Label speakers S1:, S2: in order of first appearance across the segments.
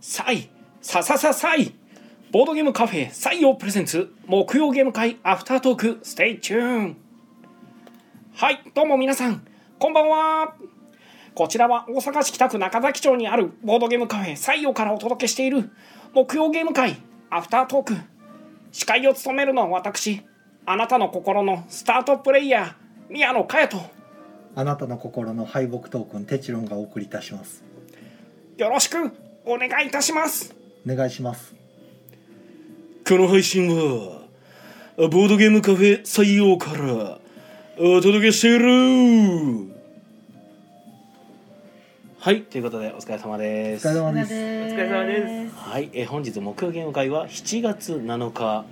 S1: サイササササイボードゲームカフェ採用プレゼンツ木曜ゲーム会アフタートークステイチューンはいどうも皆さんこんばんはこちらは大阪市北区中崎町にあるボードゲームカフェ採用からお届けしている木曜ゲーム会アフタートーク司会を務めるのは私あなたの心のスタートプレイヤー宮野佳也と
S2: あなたの心の敗北トークンテチロンがお送りいたします
S1: よろしくお願いいたします
S2: お願いします
S1: この配信はボードゲームカフェ採用からお届けしているはいということでお疲れ様で
S2: お
S1: す
S2: 疲れ様
S3: お
S2: ですで
S3: 疲れ様です。
S1: はい、えー本日木曜ゲーム会は7月7日、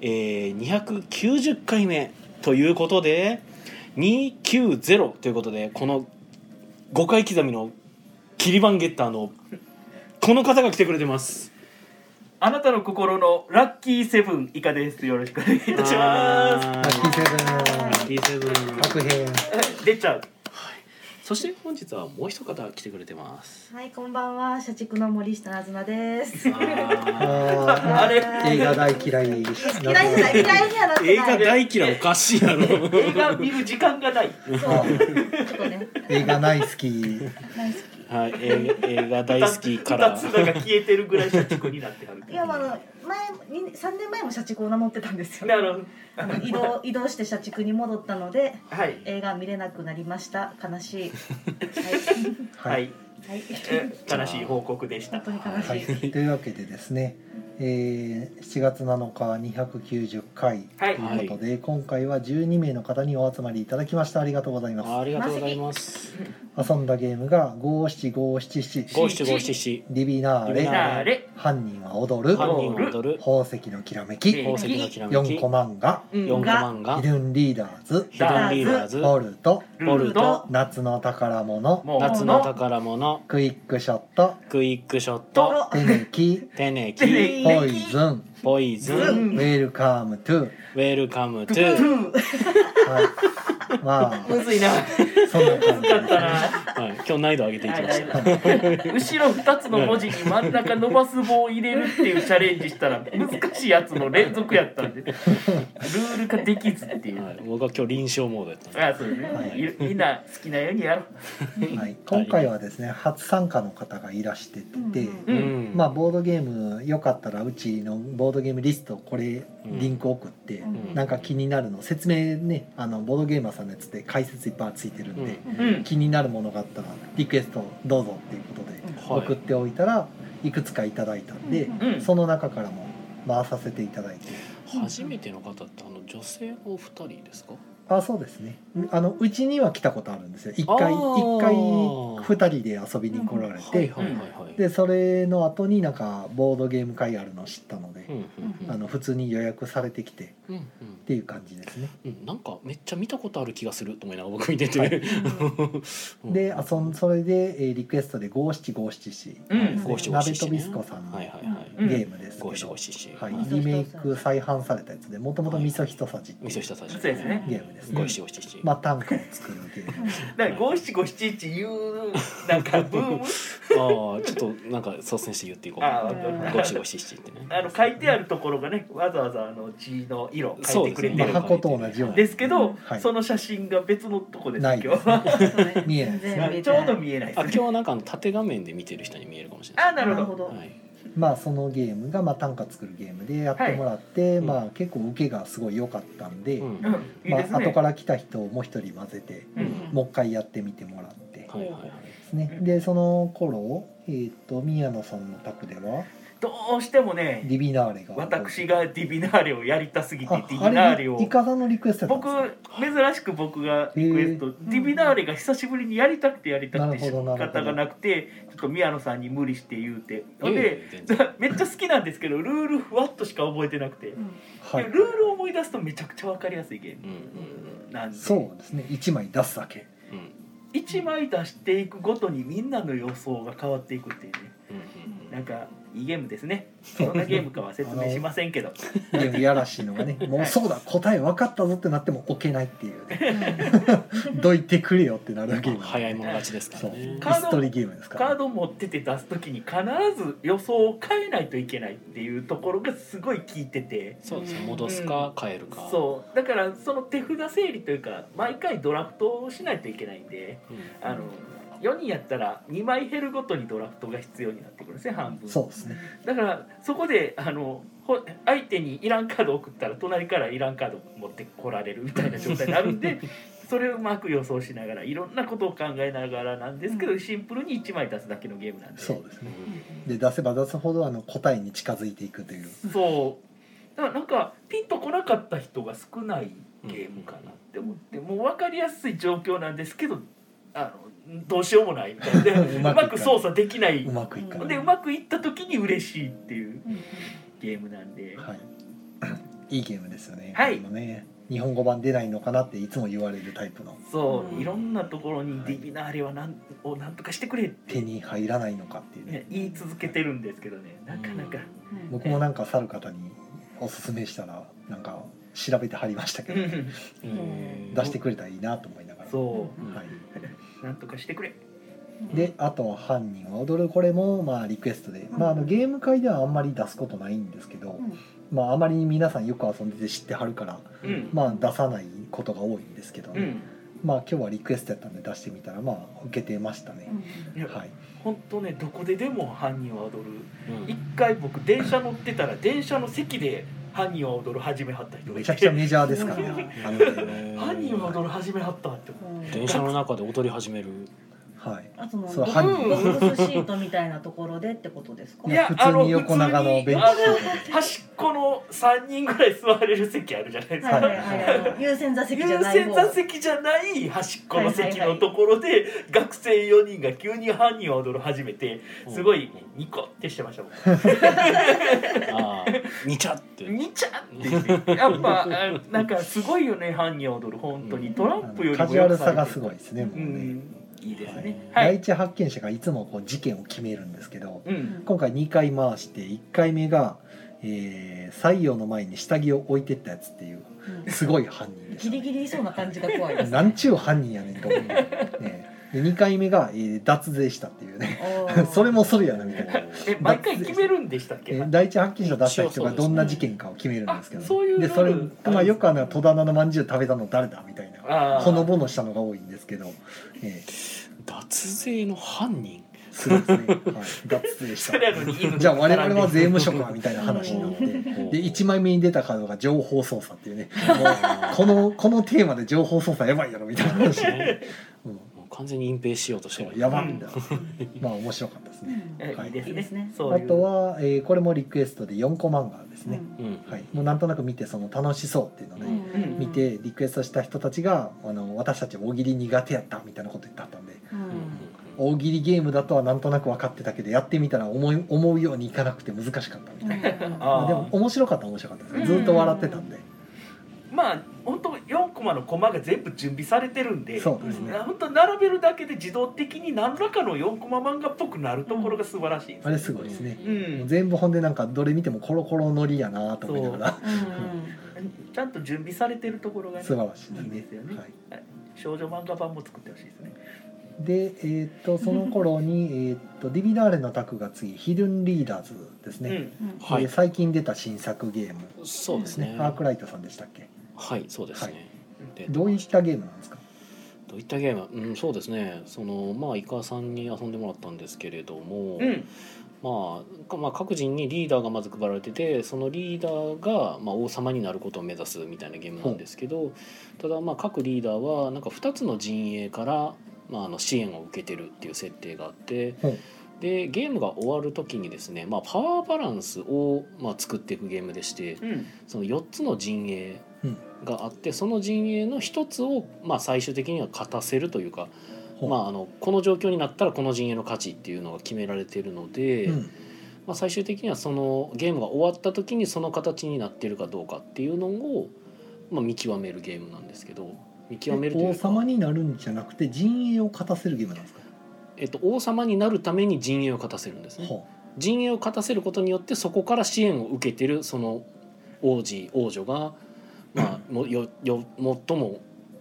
S1: えー、290回目ということで290ということでこの5回刻みのキリバンゲッターのこの方が来てくれてます
S3: あなたの心のラッキーセブン以下です。よろしくお願いいたします。
S2: ラッキーセブ
S1: キーセブン
S2: ン白兵
S3: 出ちゃう。
S1: そして本日はもう一方来てくれてます
S4: はい、こんばんは、社畜の森下なずなです。嫌い
S1: あ
S2: あ
S3: あれ
S2: ー映画大嫌い嫌い
S4: じゃない、嫌いにはなっ
S1: ー
S4: て
S1: 映
S4: な
S1: 画
S4: い。
S1: 大嫌いおかしいやろ
S3: 映画見る時間がない。
S4: ちょっとね、
S2: 映画大好き
S4: 大好
S1: はい、えー映画大好きから
S3: 二つが消えてるぐらい社畜になってはる
S4: き。い。や、まああの、前、に、三年前も社畜を名乗ってたんです
S3: な
S4: よ。
S3: るほど。
S4: あの 移動、移動して社畜に戻ったので。
S3: はい。
S4: 映画見れなくなりました。悲しい。
S3: は
S2: はいい。
S4: はい。はい。
S3: え悲しい報告でした
S4: 本。当に悲しい。
S2: はいというわけでですね、えー、7月7日290回
S3: はい。
S2: ということで、今回は12名の方にお集まりいただきましたありがとうございます
S1: ありがとうございます
S2: 遊んだゲームが五七五七七
S1: 五七五七七
S2: リビナー
S1: リビナ
S2: レ
S3: なあれ。
S2: 犯人は踊る
S1: 犯人を踊る
S2: 宝石のきらめき
S1: 宝石のきらめき
S2: 4コマンガ
S3: うん
S1: 四コマンが
S2: ヒルンリーダーズ
S1: ヒルンリーダーズ
S2: ボルト
S1: ボルト
S2: 夏の宝物
S3: もう
S1: 夏の宝物
S2: クイックショット
S1: クイックショット
S4: と
S2: 手抜き
S1: テネ
S3: テ
S1: キ
S3: ネ
S2: ポイズン
S1: ポイズン
S3: う
S1: ウ
S2: ウ
S3: ん
S2: ェルカムトゥ
S1: ェルカムト
S4: う
S1: ゥ
S4: ん
S2: はいまあ
S3: むずいな。
S2: そんな感じ
S3: だっ
S2: で
S3: たな。
S1: はい今日難易度上げていきました
S3: 後ろ二つの文字に真ん中伸ばす棒を入れるっていうチャレンジしたら難しいやつの連続やったんでルール化できずっていう。
S1: はい僕は今日臨床モードやったんで
S3: あそうですね、
S2: はい
S3: い、みんな好きなようにやろう。
S2: す、はい、今回はですね初参加の方がいらしてて、
S4: うん
S3: うん
S1: うん
S2: まあボードゲームよかったらうちのボードゲームリストこれ
S1: うん
S2: リンク送って、
S4: うん
S2: なんか気になるの説明ねあのボードゲーマーさんのやつで解説いっぱいついてるんで、
S3: う
S1: うん
S3: ん。
S2: 気になるものがあったらリクエストどうぞっていうことで
S1: はい
S2: 送っておいたらいくつかいただいたんで、
S4: うん
S3: うん。
S2: その中からも回させていただいて
S1: 初めての方ってあの女性のお二人ですか
S2: あそうですねあのうちには来たことあるんですよ一回
S1: あー
S2: 一回2人で遊びに来られ
S1: はい
S2: て、
S1: はいはいはい
S2: でそれの後になんかボードゲーム会あるの知ったので
S1: う、んうんうん
S2: あの普通に予約されてきてっ
S1: うんうん
S2: ていう感じですね。
S1: うんなんかめっちゃ見たことある気がすると思いながら僕見てて、
S2: は
S1: うん
S2: で遊んそれで、えーリクエストで五七五七七
S3: うん。
S1: ゴシゴシ
S2: 鍋
S1: シ
S2: と
S1: ね
S2: ビスコさんの
S1: はいはいはい、
S2: ゲームですけど、
S1: ゴシゴシシ
S2: は
S1: はいい、
S2: リメイク再販されたやつでもともと味噌一さじっていう
S1: 味噌したさじ
S3: そうですね
S2: ゲームですね
S1: ゴシゴシシ、
S2: まあ短歌を作るゲーム
S3: だから五七五七一言うなんかブー
S1: あ
S3: ム。
S1: あちょっとなんか率先して言っていこ
S3: あ
S1: う
S3: ーわかる
S1: ゴシゴシシってね
S3: あの書いてあるところがねわざわざあの字の色書いてくれて
S2: ま
S3: る
S2: あ
S3: で,、
S2: ね箱と同じように
S3: すけど、
S2: はい
S3: その写真が別のとこです
S2: ない
S3: 今日は
S2: 見えない
S4: 全然見え
S3: ち
S4: て
S3: ょう
S4: な
S3: ど
S4: い
S3: 見えない
S1: あ今
S3: で
S1: 日
S3: すね。
S1: はなんかあの縦画面で見てる人に見えるかもしれない
S3: あなるほど。
S4: ど
S1: はい、
S2: まあそのゲームがまあ短歌作るゲームでやってもらって、
S1: はい
S2: まあ結構受けがすごい良かったんで、
S1: うん
S3: う
S1: はい
S3: ん、いい
S2: まあ
S3: ですね。
S2: 後から来た人をもう一人混ぜて、
S3: うん
S2: もう一回やってみてもらってで
S1: はいはい
S2: すね、でその頃えっ、と宮野さんの宅では
S3: どうしてもね
S2: ディビナーレが
S3: 私がディビナーレをやりたすぎて
S2: あ
S3: ディビナーレ
S2: あ
S3: を
S2: れイカさんのリクエストだっ
S3: 僕
S2: たんですね
S3: 珍しく僕がリクエスト、
S2: へ
S3: ディビナーレが久しぶりにやりたくてやりたく
S2: な
S3: て仕
S2: るほどなるほど
S3: 方がなくてちょっと宮野さんに無理して言うてほん
S1: い
S3: で
S1: えいえ全
S3: めっちゃ好きなんですけどルールふわっとしか覚えてなくて、で
S2: はい
S3: ルールを思い出すとめちゃくちゃ分かりやすいゲーム
S1: うん
S3: なんで
S2: そうですね一枚出すだけ
S1: うんうん
S3: 1枚出していくごとにみんなの予想が変わっていくっていうね
S1: うんうんうん
S3: なんかいいゲームですねどんなゲームかは説明しませんけど
S2: でもやらしいのがねもうそうだ答え分かったぞってなっても置けないっていうねどいてくれよってなるゲームなんで
S1: 早い者勝ちですから
S2: そう
S1: ね
S3: カード
S2: 椅子取りゲームですか
S3: カー
S2: ら
S3: ド持ってて出す時に必ず予想を変えないといけないっていうところがすごい効いてて
S1: そうですね戻すか変えるか
S3: そうだからその手札整理というか毎回ドラフトをしないといけないんで
S1: うん
S3: あの4人やったら2枚減るごとにドラフトが必要になってくるんですね半分
S2: そうですね
S3: だからそこであのほ相手にいらんカード送ったら隣からいらんカード持ってこられるみたいな状態になるんでそれをうまく予想しながらいろんなことを考えながらなんですけどシンプルに1枚出すだけのゲームなんで
S2: そうです
S1: う
S2: ね
S1: ん
S2: で出せば出すほどあの答えに近づいていくという
S3: そうだからなんかピンとこなかった人が少ないゲームかなって思ってもう分かりやすい状況なんですけどあのどうしようもないみたいで
S2: う
S3: う
S2: ま
S3: ま
S2: くいかないう
S3: く操作できないう
S2: まくいか
S4: う
S2: ない
S4: ん
S3: でうまくいった時に嬉しいっていう
S4: うん
S3: ゲームなん で。
S2: はい、いいゲームですよね。
S3: はい
S2: このね、日本語版出ないのかなっていつも言われるタイプの
S3: そう、
S4: うん
S3: いろんなところにディビナーレはなんをなんとかしてくれっ
S2: 手
S3: て、
S2: に入らないのかっていうね。
S3: ね、言い続けてるんですけどねなかなか、
S4: うん
S2: 僕もなんか去る方におすすめしたらなんか調べて貼りましたけど、
S1: うん
S4: うん
S2: 出してくれたらいいなと思いながら。
S3: そ
S1: うん
S2: はい。
S3: うなんとかしてくれ
S2: であとは犯人は踊るこれもまあリクエストで、
S4: ん
S2: まああのゲーム界ではあんまり出すことないんですけど、
S4: うん
S2: まああまりに皆さんよく遊んでて知ってはるから、
S3: うん
S2: まあ出さないことが多いんですけど、
S3: うん
S2: まあ今日はリクエストやったんで出してみたらまあ受けてましたね。
S3: いや
S2: はい。
S3: 本当ねどこででも犯人は踊る
S1: うん
S3: 一回僕電車乗ってたら電車の席で犯人は踊る始めはった人が
S2: め
S3: い
S2: ちゃくちゃ
S3: て
S2: メジャーですからね。あのゲーム
S3: 犯人は踊る始めはったって思
S4: うん
S1: 電車の中で踊り始め る
S2: はい。
S4: あとの
S2: そう
S4: ボ
S2: 犯人
S4: ックスシートみたいなところでってことですか
S3: ういや
S2: 普
S3: あ
S2: 通
S3: の
S2: に横長のベンチ
S3: 普通にあの端っこの3人ぐらい座れる席あるじゃないですか、
S4: はいはいはいあの優先座席じゃ
S3: 優
S4: ない
S3: 先
S4: 方
S3: 座席じゃない端っこの席のところで学生4人が急に犯人を踊る始めてすごいニコってしてました僕
S1: ああにちゃって
S3: ニチャってやっぱあ なんかすごいよね犯人を踊る本当にトランプより
S2: カ
S3: も
S2: ジュア
S3: よ
S2: ル
S3: く
S2: さ
S3: さ
S2: が
S3: れ
S2: す
S3: てる
S2: ごいですね。もう
S3: う
S2: ね。
S3: んいいです
S2: はい
S3: ねは
S2: 第
S3: い
S2: 一発見者がいつもこう事件を決めるんですけど、
S3: うん
S2: 今回2回回して1回目が、えー、採用の前に下着を置いてったやつっていう
S4: うん
S2: すごい犯人でし
S4: ギ
S2: た、
S4: リギリいそうな感じが怖いです
S2: なんちゅう犯人やねんと思う。 ね、で2回目が、えー脱税したっていうね。
S4: おー
S2: それもそれやなみたいな。
S3: え毎回決めるんでしたっ
S2: え
S3: け
S2: ー第一発見者出した人がどんな事件かを決めるんですけど、
S3: あそういうルール
S2: でそれ、まあ、よくあの戸棚のまんじゅう食べたの誰だみたいな
S3: あー
S2: ほのぼのしたのが多いんですけど、えー、
S1: 脱税の犯人
S2: すごいですね、はい、脱税し
S3: それ
S2: た
S3: なのに犬
S2: じゃあ
S3: と
S2: 我
S3: 並んで
S2: 々は税務職はみたいな話になってで1枚目に出たカードが情報操作って いうねもうこのこのテーマで情報操作やばいやろみたいな 話、
S1: ね
S2: うん、
S1: もう完全に隠蔽しようとしてる
S2: やばみたいなまあ面白かったですね
S3: え
S2: はい
S3: いいです
S4: いいです
S3: ね
S4: ね
S3: そう
S2: あ
S3: いう
S2: とは、えーこれもリクエストで4個漫画ですね、
S1: うん
S2: はい、もうなんとなく見てその楽しそうっていうので、見てリクエストした人たちがあの私たち大喜利苦手やったみたいなこと言ってあったんで
S4: うん
S1: うん
S2: 大喜利ゲームだとはなんとなく分かってたけどやってみたら思い思うようにいかなくて難しかったみたいな、
S3: あー
S2: まあでも面白かったは面白かったですね
S4: うん
S2: ずっと笑ってたんで、
S3: まあ本当4コマのコマが全部準備されてるんで
S2: そうですね、
S3: 本当並べるだけで自動的に何らかの4コマ漫画っぽくなるところが素晴らしいです
S2: あれすごいですね、
S3: う、
S2: もうん全部ほんでなんかどれ見てもコロコロのりやなと思いながら
S4: うんうん
S3: ちゃんと準備されてるところがね
S2: 素晴らしいです
S3: いい
S2: ね
S3: ですよね
S2: はい、
S3: 少女漫画版も作ってほしいですね
S2: でえーっとその 頃にえーっとディビダーレの卓が次「ヒルンリーダーズ」ですね、
S4: うん
S1: は
S2: で
S1: い
S2: 最近出た新作ゲーム
S1: そうですね
S2: アークライトさんでしたっけ
S1: はいそうですね、
S2: は
S1: で
S2: どういったゲームなんですか
S1: どういったゲーム、うん、そうですねそのまあイカさんに遊んでもらったんですけれども、
S3: うん、うん、
S1: まあかまあ、各人にリーダーがまず配られててそのリーダーが、まあ、王様になることを目指すみたいなゲームなんですけどただまあ各リーダーはなんか2つの陣営から、まあ、あの支援を受けてるっていう設定があって
S2: ほう
S1: でゲームが終わる時にですね、まあ、パワーバランスを、まあ、作っていくゲームでして
S3: うん、
S1: その4つの陣営
S2: うん
S1: があってその陣営の1つを、まあ、最終的には勝たせるというか、
S2: ほう
S1: まあ、あのこの状況になったらこの陣営の勝ちっていうのが決められてるので。
S2: うん
S1: まあ、最終的にはそのゲームが終わった時にその形になってるかどうかっていうのを、まあ、見極めるゲームなんですけど見極めるとい
S2: 王
S1: うか
S2: 様になるんじゃなくて陣営を勝たせるゲームなんですか、
S1: えっと、王様になるために陣営を勝たせるんですね。
S2: は
S1: 陣営を勝たせることによってそこから支援を受けてるその王子王女が、まあ、もよよ最も、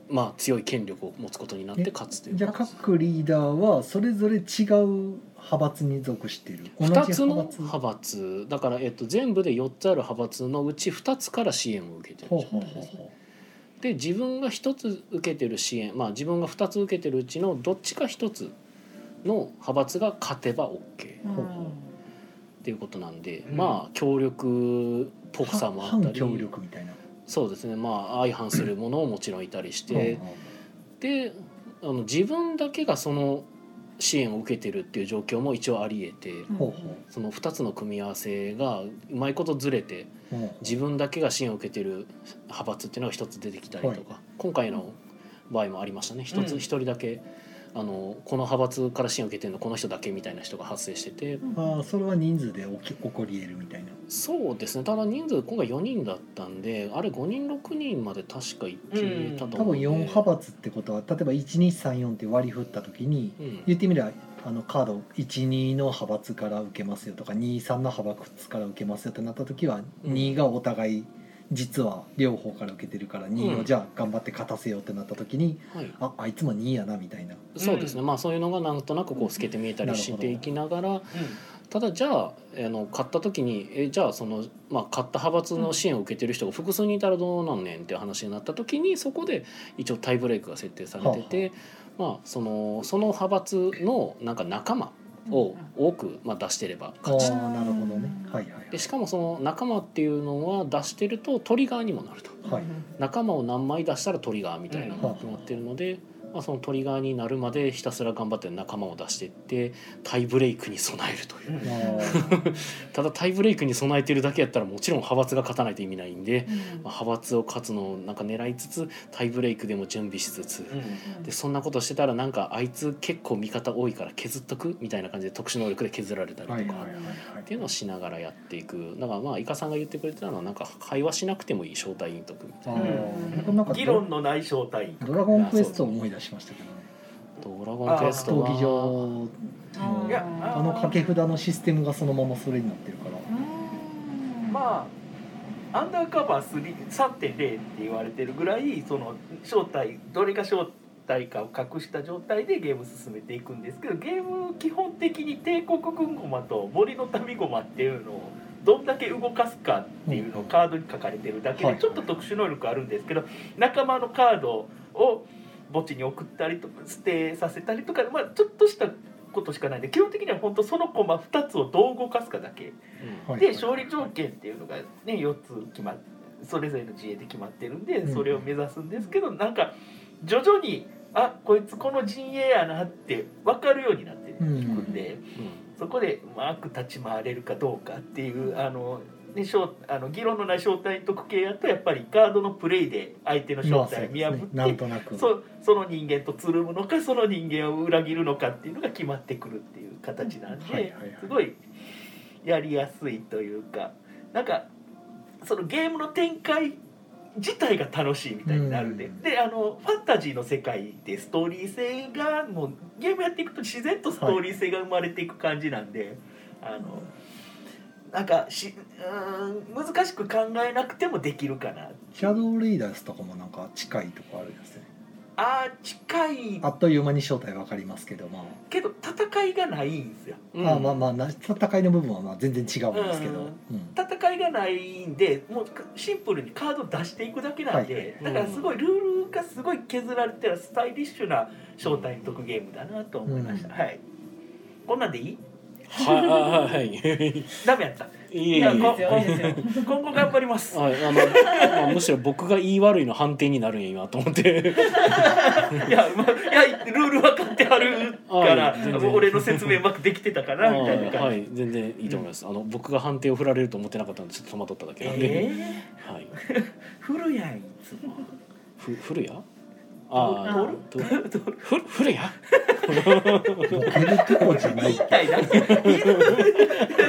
S1: まあ、強い権力を持つことになって勝つという
S2: じゃあ各リーダーはそれぞれ違う派閥に属している同じ
S1: 2つの
S2: 派閥
S1: 派閥だから、えっと、全部で4つある派閥のうち2つから支援を受けてる
S2: ほうほうほうほ
S1: で自分が1つ受けてる支援まあ自分が2つ受けてるうちのどっちか1つの派閥が勝てば OK っ
S4: うん
S2: ほうほう
S1: ていうことなんで、
S3: うん
S1: まあ協力っぽ
S2: う
S1: さもあった
S2: 反
S1: り
S2: 協力みたいな
S1: そうですねまあ相反するものももちろんいたりして
S2: ほうほ
S1: であの自分だけがその支援を受けてるっていう状況も一応あり得て。
S4: うん
S2: ほうほ
S1: その2つの組み合わせがうまいことずれて
S2: うほう
S1: 自分だけが支援を受けてる派閥っていうのが一つ出てきたりとか、今回の場合もありましたね一つ
S3: うん
S1: 一人だけ、あのこの派閥から支援を受けてるのこの人だけみたいな人が発生してて
S2: ああそれは人数で起き起こり得るみたいな
S1: そうですねただ人数今回4人だったんであれ5人6人まで確か行ってたと
S2: 多
S1: 思う
S2: 分
S1: んで、
S2: 4派閥ってことは例えば1234って割り振った時に
S1: うん
S2: 言ってみればあのカード12の派閥から受けますよとか23の派閥から受けますよってなった時は
S1: うん
S2: 2がお互い実は両方から受けてるから2
S1: う
S2: を
S1: ん
S2: じゃあ頑張って勝たせようってなった時に
S1: はい、
S2: ああいつも2やなみたいな
S1: そうですねまあそういうのがなんとなくこう透けて見えたりしていきながらただじゃああの買った時にえじゃあその、まあ、買った派閥の支援を受けてる人が複数にいたらどうなんねんっていう話になった時にそこで一応タイブレイクが設定されてて、まあ、そのその派閥のなんか仲間を多く、まあ、出してれば
S2: あ
S1: 勝ち
S2: ーなるほどねはいはい
S1: でしかもその仲間っていうのは出してるとトリガーにもなると
S2: はい
S1: 仲間を何枚出したらトリガーみたいなのが
S2: うん
S1: 決まってるので、まあ、そのトリガーになるまでひたすら頑張って仲間を出していってタイブレイクに備えるという。
S2: あー
S1: ただタイブレイクに備えてるだけやったらもちろん派閥が勝たないと意味ないんで、
S4: う
S1: ま
S4: ん
S1: あ、派閥を勝つのをなんか狙いつつタイブレイクでも準備しつつ、でそんなことしてたらなんかあいつ結構味方多いから削っとくみたいな感じで特殊能力で削られたりとか、
S2: はいはいはいはい
S1: っていうのをしながらやっていくだからまあイカさんが言ってくれてたのはなんか会話しなくてもいい招待員とくみたい
S2: あ
S1: な。
S2: ー僕なんか
S3: 議論のない正体
S2: ドラゴンクエストを思い出しましたけどね
S1: ドラゴンクエスト
S2: 闘技
S1: は
S2: 場
S4: あー
S2: の
S3: いや
S2: あの掛け札のシステムがそのままそれになってるから
S4: うん
S3: まあアンダーカバー3 3.0って言われてるぐらいその正体どれが正体かを隠した状態でゲーム進めていくんですけどゲーム基本的に帝国軍駒と森の民駒っていうのをどんだけ動かすかっていうのをカードに書かれてるだけ
S2: は
S3: で
S2: い
S3: ちょっと特殊能力あるんですけど仲間のカードを墓地に送ったりとか捨てさせたりとか、まあ、ちょっとしたことしかないんで基本的には本当その駒2つをどう動かすかだけ。
S1: うん
S2: はい
S3: で勝利条件っていうのがね4つ決まっそれぞれの陣営で決まってるんで
S2: うん
S3: それを目指すんですけどなんか徐々にあこいつこの陣営やなって分かるようになってくんでそこでうまく立ち回れるかどうかっていうあの。ね、正あの議論のない招待特系やとやっぱりカードのプレイで相手の正
S2: まあそうで
S3: 体を
S2: す
S3: 見破っ
S2: ね
S3: て、
S2: なんとなく
S3: そその人間とつるむのかその人間を裏切るのかっていうのが決まってくるっていう形なんで、
S2: はいはいはい
S3: すごいやりやすいというかなんかそのゲームの展開自体が楽しいみたいになるんで、
S2: うん
S3: であのファンタジーの世界でストーリー性がもうゲームやっていくと自然とストーリー性が生まれていく感じなんで、あのなんかしうーん難しく考えなくてもできるかな
S2: シャドウリーダースとかもなんか近いとこあるんですね
S3: あー近い
S2: あっという間に正体わかりますけどま
S3: けど戦いがないんですよ
S2: あ、ああまあまあな戦いの部分はまあ全然違うんですけど、
S3: うん
S2: うん
S3: 戦いがないんでもうシンプルにカード出していくだけなんで、
S2: はい
S1: い
S3: だからすごいルールがすごい削られてるスタイリッシュな正体に解くゲームだなと思いました、
S2: うん
S3: はいこんなんでいい
S1: はいはいはい
S3: ダメやった
S1: いえい
S3: や
S1: え
S4: いい
S3: こ
S4: ですよいいです よ
S3: 今後頑張ります
S1: はい、あのまあむしろ僕が言い悪いの判定になるんや今と思って
S3: いや,、まあ、いやルール分かってはるから
S1: はい全然
S3: 俺の説明うまくできてたか
S1: は、
S3: なみたいな い感じ、
S1: はい、全然いいと思います、あの僕が判定を振られると思ってなかったんでちょっと戸惑っただけなんで、
S3: え
S1: はい、
S3: ー、古やんいつも
S1: ふ古谷ああと
S3: どう
S1: ふ古谷
S2: ボケるとこじゃな
S3: 言い
S2: い
S3: たいだけ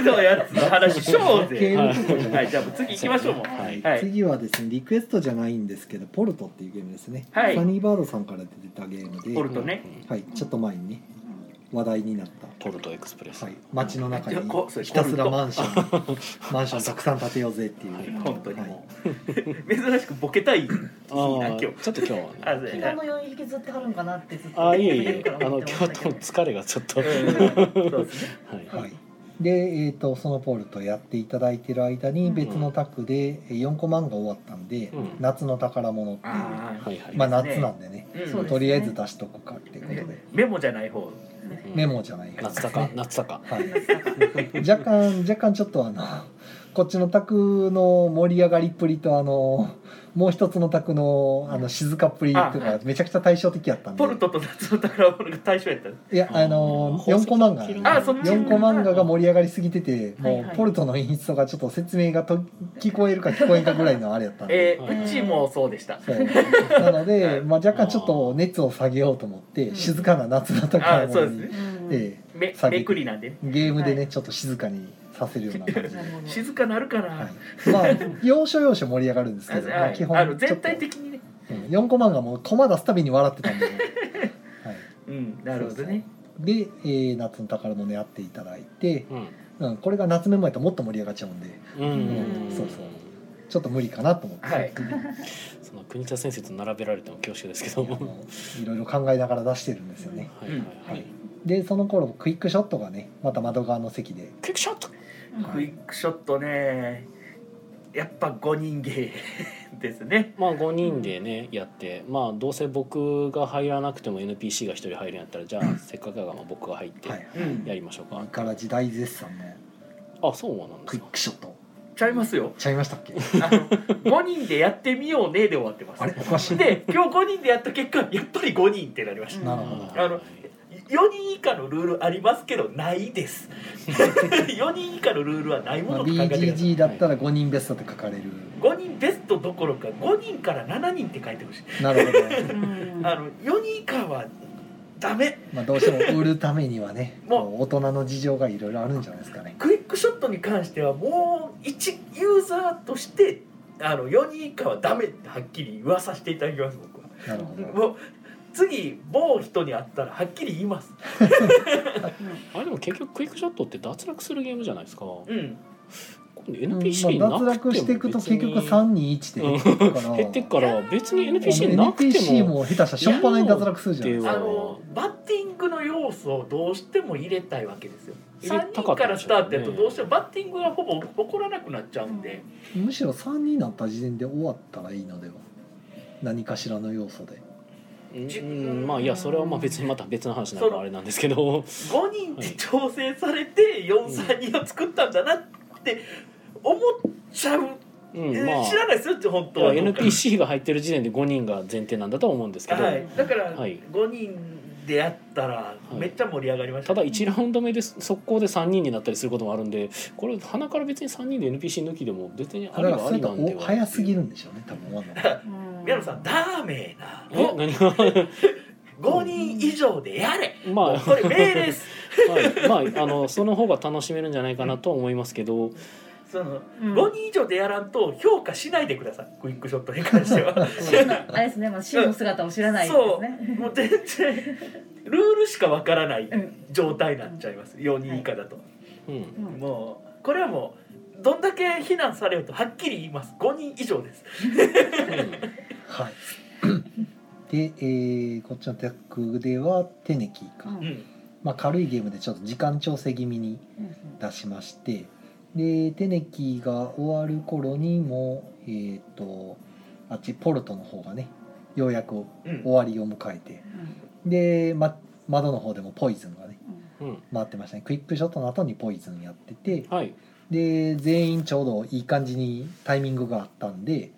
S3: のやつの話しようぜ
S1: はい
S3: はいじゃあ次行きましょうもう
S1: はい
S3: はい
S2: 次はですねリクエストじゃないんですけどポルトっていうゲームですね、
S3: はい
S2: サニーバードさんから出てたゲームで
S3: ポルトね
S2: はいちょっと前にね話題になった
S1: ポルトエクスプレス、
S2: はい、街の中に
S3: いやこそれ
S2: ひたすら
S3: ポルト
S2: マンションマンションたくさん建てようぜっていう、
S1: はい
S3: 本当に
S2: はい
S3: もう珍しくボケたい日
S1: あ
S3: な今
S1: ー
S3: 日
S1: ちょっと今日はね
S3: あそうや
S4: 人の余韻引きずってはるんかなってずっと
S1: あーいえい
S4: 見て
S1: え
S4: る
S1: あ
S4: から思
S1: の
S4: ってま
S1: 今日
S4: した
S1: と
S4: けど
S1: 疲れがちょっと、はい
S3: うんそうですね
S2: はい、で、えー、とそのポールとやっていただいてる間に
S4: うん
S2: 別のタクで4コマンが終わったんで「
S1: うん
S2: 夏の宝物」っていう
S3: あー
S1: はいはい
S2: まあ夏なんでね
S3: うん
S4: そうですね
S2: とりあえず出しとこうかっていうことで、
S3: メモじゃない方
S1: うん
S2: メモじゃない
S1: 夏高夏高
S2: はい、若干若干ちょっとあのこっちの卓の盛り上がりっぷりとあのもう一つの卓のあの静かっぷりと
S3: あ
S2: かめちゃくちゃ対照的やったんで
S3: ポルトと夏の宝物が対象やった
S2: いやあの4コ漫画
S1: 宝石
S3: あそっち
S2: 4コ漫画が盛り上がりすぎてて
S4: は
S2: も
S4: いは
S2: う
S4: い
S2: ポルトの演出とかちょっと説明がと聞こえるか聞こえんかぐらいのあれやったんで。
S3: えーうちもそうでした
S2: そうなので、まあ、若干ちょっと熱を下げようと思って
S4: ん
S2: 静かな夏の宝
S3: あそう
S2: 物
S3: です
S2: に、
S3: ね
S2: え
S3: め
S2: 下げて
S3: めくりなんでね
S2: えゲームでね、
S4: はい
S2: ちょっと静かにさせるような感じで。
S3: 静かなるかな、
S2: はい、まあ要所要所盛り上がるんです
S3: あ
S2: けど、まあ、基
S3: あの
S2: 本
S3: 全体的にね
S2: 4コマがもうコマ出すたびに笑ってたんで、はい、
S3: うんなるほどね
S2: で、えー夏の宝物やっていただいて、
S1: うん
S2: うん、これが夏メモやともっと盛り上がっちゃうんで
S1: うん
S2: そうそうちょっと無理かなと思って、
S3: はい
S1: その国田先生と並べられても恐縮ですけど
S2: あ
S1: も
S2: のいろいろ考えながら出してるんですよね、
S1: はいはいはい
S2: でその頃クイックショットがねまた窓側の席で
S1: クイックショット
S3: クイックショットねやっぱ5人芸ですね
S1: まあ5人でねやってまあどうせ僕が入らなくても NPC が1人入るんやったらじゃあせっかくやからまあ僕が入って
S2: はい
S3: うん
S1: やりましょうか、
S2: これから時代絶賛の
S1: あそうなんで
S2: ク
S1: す
S2: イッ
S1: か
S2: クショット
S3: ちゃいますよ
S2: ちゃいましたっけ
S3: あの5人でやってみようねで終わってます
S2: あれおかしい
S3: で今日5人でやった結果やっぱり5人ってなりました
S2: なるほど
S1: あ
S3: あの4人以下のルールありますけどないです 4人以下のルールはないも
S2: ま
S3: の
S2: あ、
S3: と考えてください
S2: BGG だったら5人ベストって書かれる、
S3: 5人ベストどころか5人から7人って書いてほしい
S2: なるほど、
S3: あの4人以下はダメ
S2: まあ、どうしても売るためにはね
S3: もう
S2: こう大人の事情がいろいろあるんじゃないですかね
S3: クイックショットに関してはもう一ユーザーとしてあの4人以下はダメってはっきり言わさせていただきます僕は
S2: なるほど
S3: もう次某人に会ったらはっきり言います
S1: あれでも結局クイックショットって脱落するゲームじゃないですか今
S3: うん
S1: 度 NPC
S2: ま
S1: な
S2: あ、脱
S1: く
S2: 落して
S1: て
S2: いく
S1: も
S2: と
S1: 別
S2: 結局
S1: に
S2: 321で減ってくから
S1: 減ってっから別に
S4: あの
S1: NPC なく
S2: NPC
S1: ても
S2: も下手したらしょっぱなに脱落するじゃないです
S1: や
S2: か
S3: あ
S1: ろ
S3: のバッティングの要素をどうしても入れたいわけですよ
S1: 入れ
S3: 3
S1: たか
S3: 人
S1: っ
S3: か
S1: たん
S3: ら
S1: で
S3: ス
S1: し
S3: タ
S1: ょうね
S3: ートやとどうしてもバッティングがほぼ起こらなくなっちゃうんで、
S2: むしろ3になった時点で終わったらいいのでは何かしらの要素で
S1: うんまあいやそれはまあ別にまた別の話なのあれなんですけど
S3: 5人で調整されて432を作ったんだなって思っちゃう、
S1: うんまあ
S3: 知らないですよ本当
S1: いや
S3: は
S1: NPC が入ってる時点で5人が前提なんだとは思うんですけど、
S3: はい、だから
S1: はい
S3: 5人でやったら
S1: い
S3: めっちゃ盛り上がりました
S1: た、だ1ラウンド目で速攻で3人になったりすることもあるんでこれ鼻から別に3人で NPC 抜きでも別にあ
S2: だか
S1: りは
S2: らそ
S1: あ
S2: れ
S1: り
S2: だ
S1: な
S2: と
S1: んで
S2: お
S1: は
S2: 早すぎるんでしょうね多分終わるのが
S3: 宮野さんダメな
S1: え何が
S3: 5人以上でやれ、
S1: まあ
S3: もうこれ命令です
S1: はいまああのその方が楽しめるんじゃないかなとは思いますけど
S3: その5人以上でやらんと評価しないでくださいクイックショットに関しては
S4: あれですね、まあ、真の姿を知らないで
S3: そ
S4: す
S3: う
S4: ね。
S3: もう全然ルールしかわからない状態になっちゃいます4人以下だと、
S1: うん
S4: うん
S3: もうこれはもうどんだけ非難されるとはっきり言います5人以上です
S2: はいで、えーこっちの卓ではテネキか、
S4: うん
S3: うん
S2: まあ、軽いゲームでちょっと時間調整気味に出しましてでテネキが終わる頃にもうえーっ、とあっちポルトの方がねようやく
S3: うん
S2: 終わりを迎えてで、ま、窓の方でもポイズンがね
S1: うん
S2: 回ってましたねクイックショットの後にポイズンやってて
S1: はい
S2: で全員ちょうどいい感じにタイミングがあったんで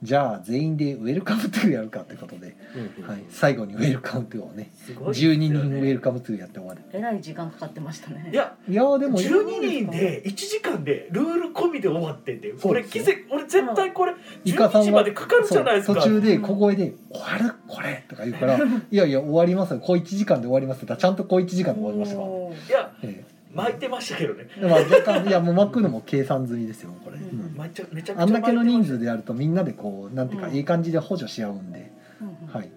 S2: じゃあ全員でウェルカムトゥーやるかってことで、
S1: うん
S2: はい、最後にウェルカムトゥーをね
S3: すごいですよ
S2: 12
S3: ね
S2: 人ウェルカムトゥーやって終わる
S4: えらい時間かかってましたね。
S3: いや
S2: いやーでも
S3: 12人で1時間でルール込みで終わってんで
S2: そう
S3: 俺
S2: です
S3: 奇
S2: よ
S3: 跡俺絶対これ
S2: イカさ
S3: 12
S2: ん
S3: 時
S2: が
S3: までかかるじゃないです
S2: そう
S3: か
S2: 途中で小声で「終わるこれ!」とか言うから「いやいや終わりますよ小1時間で終わりますよ」だからちゃんと小1時間で終わりましたから、
S3: いや
S2: え
S3: 巻いてましたけどね
S2: えまあ、若干いやもう巻くのも計算済みですよこれ、
S4: うん
S2: うん
S3: めちゃめちゃくちゃ
S2: あんだけの人
S3: 巻いてまし
S2: 数でやるとみんなでこうなんていうか
S4: うん
S2: いい感じで補助し合うんで、
S4: うん
S2: はい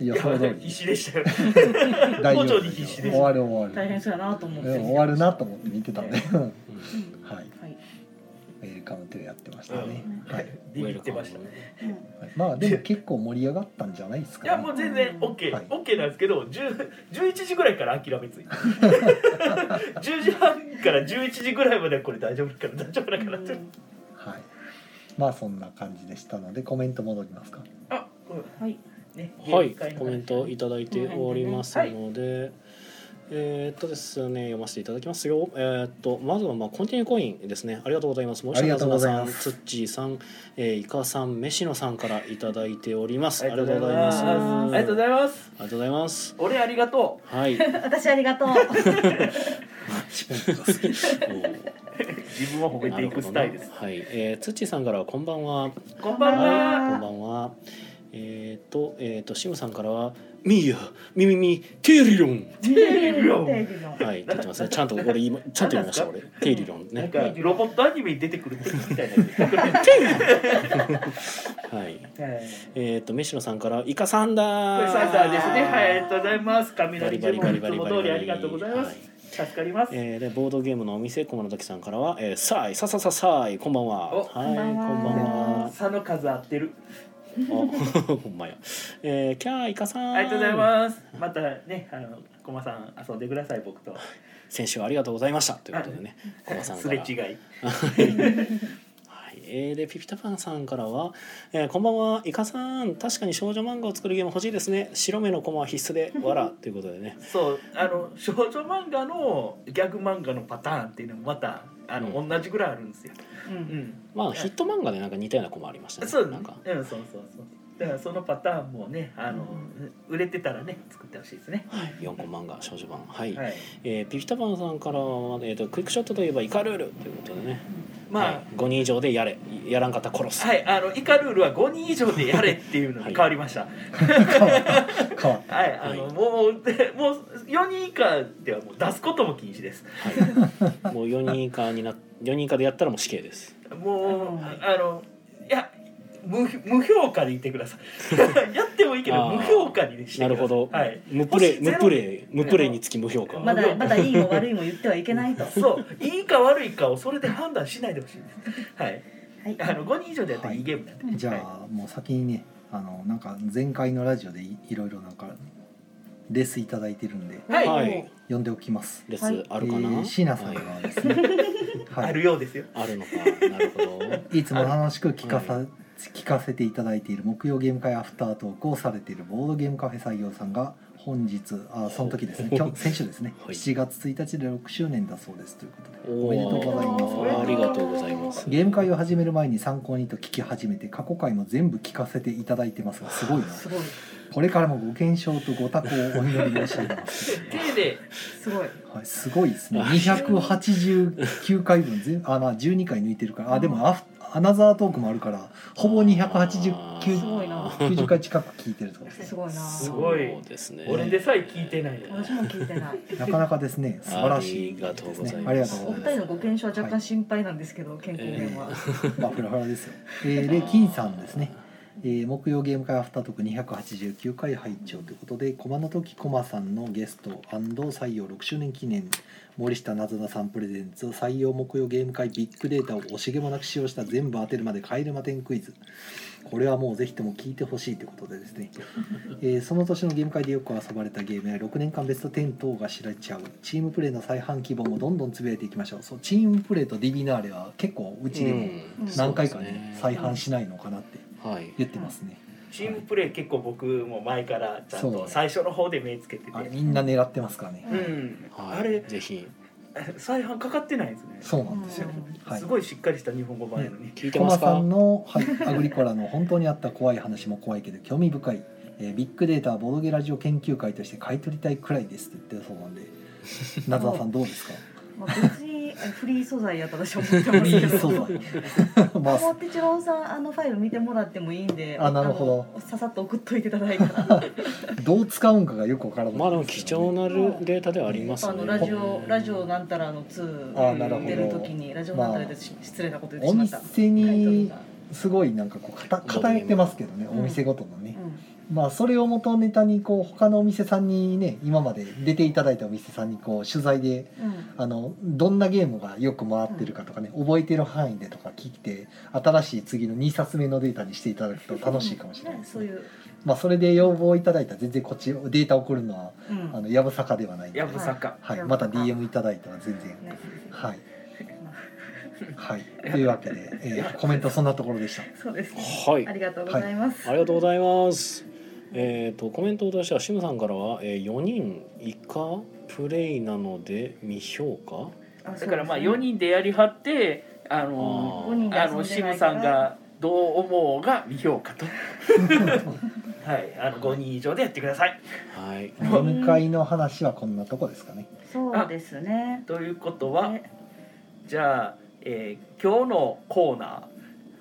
S2: 予
S3: いや
S2: 想通
S3: 必
S2: り
S3: 死でしたよ
S2: 大丈夫
S3: 徐々に必死で
S2: 終
S3: す
S2: わる終わ
S4: 大
S2: る
S4: 変そうやなと思って
S2: うん終わるなと思って見てたんでは
S1: う
S4: うん
S2: い
S4: はい
S2: ウェルカムトゥやってましたね
S4: うん
S2: はい
S3: ビビってましたね
S4: うん
S2: はいまあでも結構盛り上がったんじゃないです
S3: い
S2: か
S3: や
S2: ね
S3: もう全然 OK、
S2: はい
S3: OK なんですけど10 11時ぐらいから諦めついた 10時半から11時ぐらいまではこれ大丈夫かな大丈夫だからって、
S2: はいまあそんな感じでしたのでコメント戻りますか
S3: あこ
S4: はい
S3: れね
S1: んはい
S3: 限界の
S1: コメントいただいておりますので、えーっとですね読ませていただきますよえーっとまずはまあコンティニューコインですねありがとうございます森
S2: あり
S1: 下
S2: がとうご
S1: 和
S2: ざい
S1: さ
S2: ま
S1: ん
S2: す
S1: ツッチーさん、えー、イカさん飯野さんからいただいております
S3: あ
S1: あ
S3: り
S1: り
S3: が
S1: がと
S3: とう
S1: う
S3: ご
S1: ご
S3: ざ
S1: ざ
S3: い
S1: い
S3: ま
S1: ますす
S3: ありがとうございます
S1: ありがとうございます
S3: 俺ありがと
S1: はい
S4: 私ありがとう
S3: う自分を褒めていくスタイルです、
S1: はい、えー、つっちーさんからはこんばんは。
S3: こんばん
S1: はい、こん
S3: は
S1: ばんは。えっ、と、えっ、と、シムさんからは、ミーヤ、ミミミ、テイリロン。
S3: テレビ論
S4: テレビの
S1: はい、出てますね。ちゃんと、俺、今、ちゃんと読みました、俺。テイリロン
S3: なん
S1: ね。
S3: か
S1: はい
S3: ロボットアニメに出てくる敵みたいな
S1: は
S3: や
S1: い。
S3: つ はい
S1: えっ、と、飯野さんから、イカさんだ
S3: これ
S1: ー。
S3: サンダーですねはいありがとうございます
S1: バリ
S3: 雷
S1: バリ
S3: 呪
S1: バ
S3: 文
S1: リバ
S3: い
S1: リ
S3: つも
S1: バ
S3: 通
S1: リ
S3: り
S1: バ
S3: あ
S1: リ
S3: りがとうございます、
S1: はい
S3: 助かります、
S1: えーでボードゲームのお店駒の時さんからは「えー、さあいささささあいこんばんは」
S3: お
S1: はいこ
S4: こんばんは
S1: んばんは
S3: 差の数合ってる
S1: あ ほんまや、えー、キャーイカさん
S3: ありがとうございますまたねあの駒さん遊んでください僕と
S1: 先週はありがとうございましたということでね駒さん
S3: す
S1: から
S3: れ違い
S1: はい、えーでピピタパンさんからは、えーこんばんはイカさん確かに少女漫画を作るゲーム欲しいですね白目のコマは必須でわ ら」ということでね
S3: そうあの少女漫画のギャグ漫画のパターンっていうのもまたあの、
S1: う
S3: 同じぐらいあるんですよ、
S4: う
S3: うんん、
S1: まあヒット漫画でなんか似たようなコマありましたね
S3: そう
S1: な
S3: なんん
S1: か
S3: かうんそうそうそうだからそのパターンもねあの、売れてたらね作ってほしいですね
S1: 4コ漫画少女版はい、
S3: はい
S1: えーピピタパンさんからは、えーと「クイックショットといえばイカルール」ということでね、
S3: まあ、
S1: はい、5人以上でやれやらんかったら殺す、
S3: はい、あの以下ルールは5人以上でやれっていうのに変わりました。はい、
S2: 変わった
S3: あの、
S1: はい
S3: もうでもう4人以下ではもう出すことも禁止です。
S1: はい、 もう4人以下にな4人以下でやったらもう死刑です
S3: もう、
S4: はい
S3: あのいや無無評価でいてください。やってもいいけど
S1: あー
S3: 無評価にして
S1: なる
S3: ください。
S1: ほど、
S3: はい。
S1: 無プレイ
S3: もしゼロ
S1: 無プレイ無プレイにつき無評価、
S4: まだまだいいも悪いも言ってはいけないとは
S3: そういいか悪いかをそれで判断しないでほしいです。はい。
S4: い
S3: あの5人以上でやったらいいゲームなんで。
S2: じゃあもう先にねあのなんか前回のラジオでいいろいろなんかレスいただいてるんで
S3: はい。
S1: は
S3: はいい、
S2: 読んでおきます
S1: レス
S4: はい
S1: あるかな、
S2: えー椎名さ
S1: は
S2: ん
S1: い
S2: か、らですね は
S3: ある
S2: い
S3: ようですよ。
S1: あるのかなる ほど
S2: いつも楽しく聞か
S1: は
S2: さ聞かせていただいている木曜ゲーム会アフタートークをされているボードゲームカフェ採用さんが本日あその 時ですね今日先週ですね
S1: はい
S2: 7月1日で6周年だそうですということで
S1: お
S2: おめでとうございます
S1: ーありがとうございます
S2: ゲーム会を始める前に参考にと聞き始めて過去回も全部聞かせていただいてますがす ごいな
S4: すごい
S2: これからもご健勝とご多幸をお祈り申し上げます、
S3: 手で、
S4: すごい
S2: はい、すごいですね289回分全あまあ12回抜いてるからあでもアフアナザートークもあるからほぼ
S1: あー
S4: す
S2: 289
S4: ごいな
S2: 90回近く聞いてるってことですね
S4: すごいな
S1: す
S4: 私
S1: ごいですね
S3: 俺でさえ聞いてないのに。
S4: も聞いてない
S2: なかなかですね素晴らしい
S1: ありがとう
S2: で
S1: ござ
S2: す
S1: い
S2: ね
S1: ます
S2: ありがとう
S4: お
S2: ご
S4: 二
S2: ざい
S4: 人
S2: ま
S4: のご健勝は若干心配なんですけど健康面は
S2: すまあフラフラですよえー、で金さんですねえー木曜ゲーム会アフタートーク289回拝聴ということで駒の時駒さんのゲスト採用6周年記念森下なずなさんプレゼンツ採用木曜ゲーム会ビッグデータを惜しげもなく使用した全部当てるまで帰るま点クイズこれはもうぜひとも聞いてほしいということでですね、えーその年のゲーム会でよく遊ばれたゲームや6年間ベスト10等が知られちゃうチームプレーの再販希望もどんどんつぶやいていきましょうそうチームプレーとディビナーレは結構うちでも
S1: うん
S2: 何回かね,、
S1: そう
S2: 再
S1: ですね
S2: 販しないのかなって
S1: はい
S2: 言ってますね、
S3: チームプレー結構僕も前からちゃん
S2: そう
S3: と最初の方で目つけてて、
S2: あれみんな狙ってますからね、
S3: うん、
S1: はい
S3: あれ
S1: ぜひ
S3: 再販かかってないんですね
S2: そうなんですよ、はい
S3: すごいしっかりした日本語版やのに、
S1: 聞いて
S2: コ
S1: ま
S2: マ
S1: すか
S2: さんの、はい、アグリコラの本当にあった怖い話も怖いけど興味深い、えービッグデータはボドゲラジオ研究会として買い取りたいくらいですって言ってそうなんで夏田さんどうですか
S4: まあ別にえフリー素材やと私は思ってます
S2: い
S4: け
S2: い
S4: ど
S2: 素材 まあ
S4: もうてちろんさんあのファイル見てもらってもいいんで
S2: あなるほど
S4: あのささっと送っといていただ いたら
S2: どう使うんかがよくわからない
S1: まあでも貴重なデータではあります
S4: あ
S1: ね
S4: のラジオラジオなんたらの
S2: あ
S4: 2
S2: なるほど
S4: 出る時にラジオなんたらで失礼なこと言って
S2: お
S4: しまった
S2: 店にすごいなんかこう偏偏ってますけどねお店ごとのね、
S4: うん
S2: まあそれを元ネタにこう他のお店さんにね今まで出ていただいたお店さんにこう取材で
S4: うん
S2: あのどんなゲームがよく回ってるかとかね覚えてる範囲でとか聞いて新しい次の2冊目のデータにしていただくと楽しいかもしれない
S4: ね
S2: です、
S4: そうい
S2: ね
S4: う、
S2: まあ、それで要望いただいたら全然こっちデータ送るのは
S4: うん
S2: あのやぶさかではないんで、
S3: や
S2: は
S3: ぶさか。
S2: い、また DM いただいたら全然
S4: ね
S2: はいはいというわけで、えーコメントそんなところでした
S4: そうですね
S1: はい
S4: ありがとうございます、
S1: ありがとうございます。えっ、とコメントとしてはシムさんからは、えー、4人以下プレイなので未評価
S4: あ
S3: だからまあ
S4: そう
S3: 4
S4: ですね
S3: 人でやりはってあの
S1: あー
S4: 五人で
S3: あ
S4: 遊ん
S3: の
S4: で
S3: シ
S4: な
S3: ム
S4: いか
S3: さ
S4: ら
S3: んがどう思うが未評価 と。はい、あの5人以上でやってください。
S1: はい
S2: ゲーム会の話はこんなとこですかね
S4: そうですね
S3: ということは、
S4: ね
S3: じゃあ、えー今日のコーナ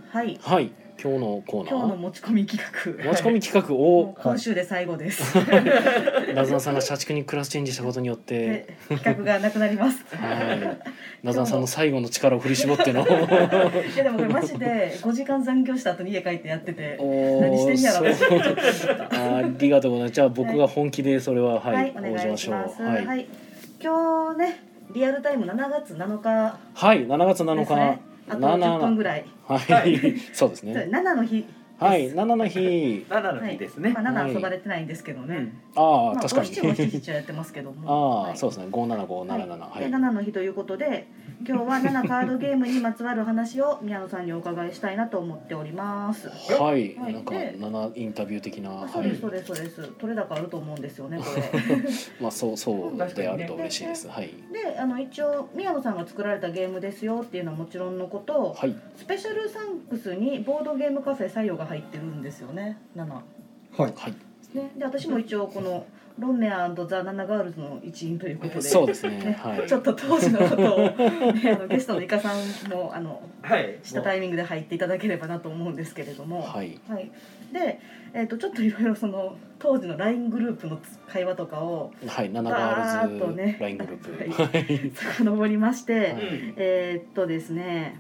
S4: はい
S1: はい今日のコーナ
S4: 今日の
S1: ー
S4: 持ち込み企画
S1: 持ち込み企画
S4: も
S1: を
S4: う今週で最後です、
S1: ラズナさんが社畜にクラスチェンジしたことによって。
S4: で企画がなくなります
S1: はい、ラズナさんの最後の力を振り絞っての
S4: いやでもこれマジで5時間残業した後に家帰ってやってて
S1: お
S4: 何してんやろ
S1: ー
S4: 私
S1: そうありがとうございますじゃあ僕が本気でそれは
S4: は
S1: はい
S4: い、お
S1: 応じ
S4: 願
S1: ま
S4: い
S1: し
S4: し
S1: ょう
S4: ます
S1: は
S4: はい、
S1: い、
S4: 今日ねリアルタイム7月7日
S1: はい、7月7
S4: で
S1: 日
S4: すねあと10分ぐらい
S1: は
S3: はいい、
S1: そうです
S4: そう
S1: ね
S4: 7の日
S1: はい、7の日
S3: ー7の日ですね。
S4: まあ
S1: は
S4: 7
S1: い
S4: 遊ばれてないんですけどね、
S1: ああ、
S4: まあ
S1: 確か
S4: 五七五七
S1: に。
S4: 七はやってますけども
S1: ああ、そうですね。五七五七七。
S4: は
S1: はい
S4: で
S1: い。
S4: 7の日ということで今日は7カードゲームにまつわる話を宮野さんにお伺いしたいなと思っております
S1: はい、
S4: はい
S1: なんか
S4: で
S1: 七インタビュー的な、
S4: あ
S1: は
S4: そうです
S1: い
S4: そ。うですそうです取れ高あると思うんですよねこれ
S1: まあ、そう、そう
S3: 確か
S1: であ
S3: にね
S1: ると嬉しいです。はい。
S4: であの一応宮野さんが作られたゲームですよっていうのはもちろんのこと
S1: はい。
S4: スペシャルサンクスにボードゲームカフェ採用が入ってるんですよね7
S2: はい
S1: はい。
S4: ねで私も一応このロンネアザ・ナナガールズの一員ということで
S1: そうですね
S4: ね。
S1: はい
S4: ち。ょっと当時のことを、ね、あのゲストのイカさんもあの
S3: はい。
S4: したタイミングで入っていただければなと思うんですけれども、は
S1: はい。
S4: いで、えー、とちょっといろいろその当時の LINE グループの会話とかを
S1: はい、七ガール
S4: バーっとね
S1: ズライングル ープ。はい。
S4: 遡りまして、
S1: は
S3: う
S1: い
S3: ん。
S4: えーっとですね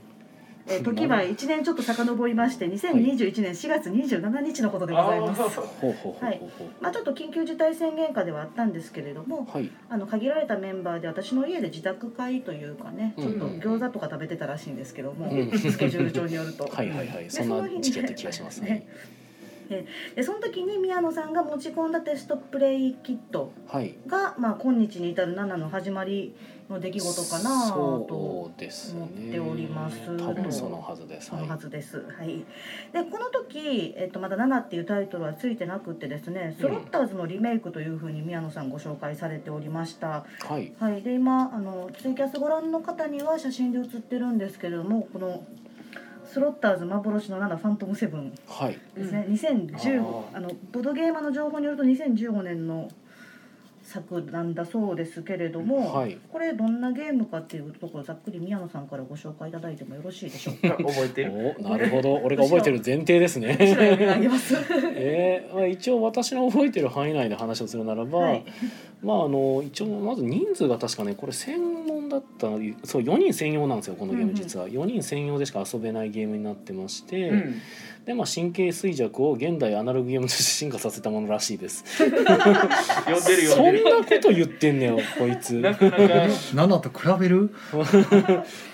S4: えー時は1年ちょっと遡りまして2021年4月27日のことでございます。
S3: あー
S1: ほうほうほうほうほ
S4: まあ、ちょっと緊急事態宣言下ではあったんですけれども
S1: う。はい。
S4: あの限られたメンバーで私の家で自宅会というかねちょっと餃子とか食べてたらしいんですけども、
S1: うん
S4: スケジュール帳による と。
S1: はいはいはい。
S4: で
S1: そんな時期やった気がしますね。
S4: でその時に宮野さんが持ち込んだテストプレイキット
S1: はい。
S4: が、まあ、今日に至る7の始まりの出来事かなと
S1: そうです
S4: 思っ
S1: ね。
S4: ております
S1: 多分そのはずです。
S4: そ
S1: は
S4: の
S1: い。
S4: はずです。はいでこの時、えっと、まだ「7」っていうタイトルはついてなくってですね「スロッターズのリメイク」というふうに宮野さんご紹介されておりました。
S1: はい。
S4: はい、で今あのツイキャスご覧の方には写真で写ってるんですけれどもこの「スロッターズ幻の7ファントムセブン」
S1: はい。
S4: ですね、2015
S1: あー
S4: あのボドゲーマーの情報によると2015年の作なんだそうですけれども、
S1: はい
S4: これどんなゲームかっていうところざっくり宮野さんからご紹介いただいてもよろしいでしょう か。
S3: 覚えてる。
S1: お、なるほ ど。俺が覚えてる前提ですね。
S4: 私は読み上げます。は
S1: えーまあ、一応私の覚えてる範囲内で話をするならば、
S4: い、
S1: まああの一応まず人数が確かねこれ専門だったそう4人専用なんですよこのゲー
S4: うん
S1: ム
S4: うん
S1: 実は、4人専用でしか遊べないゲームになってまして、
S3: うん。
S1: で、まあ、神経衰弱を現代アナログゲームとして進化させたものらしいです
S3: 呼んでる
S1: そ
S3: 呼んで
S1: ん
S3: る。
S1: なこと言ってんねよこいつ
S3: なかなか。
S2: 7と比べる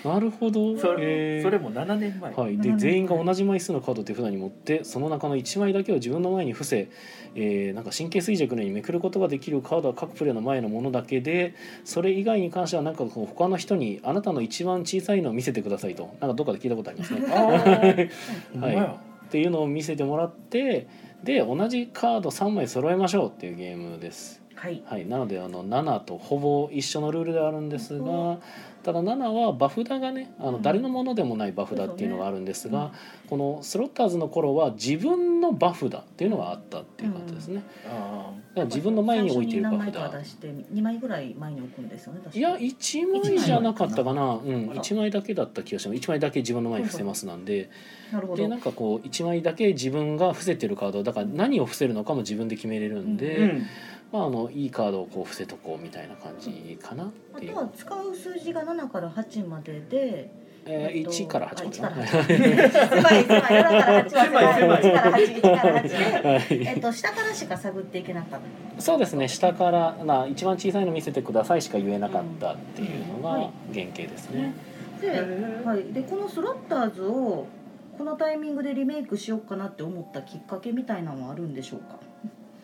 S1: なるほど
S3: そ
S1: え
S3: れ
S1: ー
S3: それも7年前。
S1: はい、で
S4: 7
S1: 全員が同じ枚数のカードを手札に持ってその中の1枚だけを自分の前に伏せ、えーなんか神経衰弱のようにめくることができるカードは各プレーの前のものだけでそれ以外に関してはなんかこう他の人にあなたの一番小さいのを見せてくださいとなんかどっかで聞いたことありますね。
S3: あー
S1: はい、っていうのを見せてもらってで同じカード3枚揃えましょうっていうゲームです。
S4: はい、
S1: はい、なのであの7とほぼ一緒のルールではあるんですがただ7は場札がねあ
S4: う
S1: の
S4: ん
S1: 誰のものでもない場札っていうのがあるんですが、このスロッターズの頃は自分の場札っていうのがあったっていう感じですね、
S3: あ
S1: だから自分の前に置いている
S4: 最
S1: 場
S4: 初に何枚か出
S1: 札
S4: して2枚ぐらい前に置くんですよね。確か
S1: いや1枚じゃなかったかな、うん、
S4: あら
S1: 1枚だけだった気がします1枚だけ自分の前に伏せますなんで
S4: なるほ
S1: で
S4: ど。
S1: なんかこう1枚だけ自分が伏せてるカードだから何を伏せるのかも自分で決めれるんで、
S3: ーうん。
S1: まあ、あのいいカードをこう伏せとこうみたいな感じかなっ
S4: あ
S1: ていう
S4: と。は使う数字が7から8までで、
S1: えー、1から8まで
S4: あ1から狭い狭い7から8は狭い1から8一から8で、
S1: は
S4: え
S1: い、
S4: っと、下からしか探っていけなかっ た
S1: そうですね下から、まあ、一番小さいの見せてくださいしか言えなかったっていうのが原型ですね、
S4: で,、はい、でこのスロッターズをこのタイミングでリメイクしようかなって思ったきっかけみたいなのはあるんでしょうか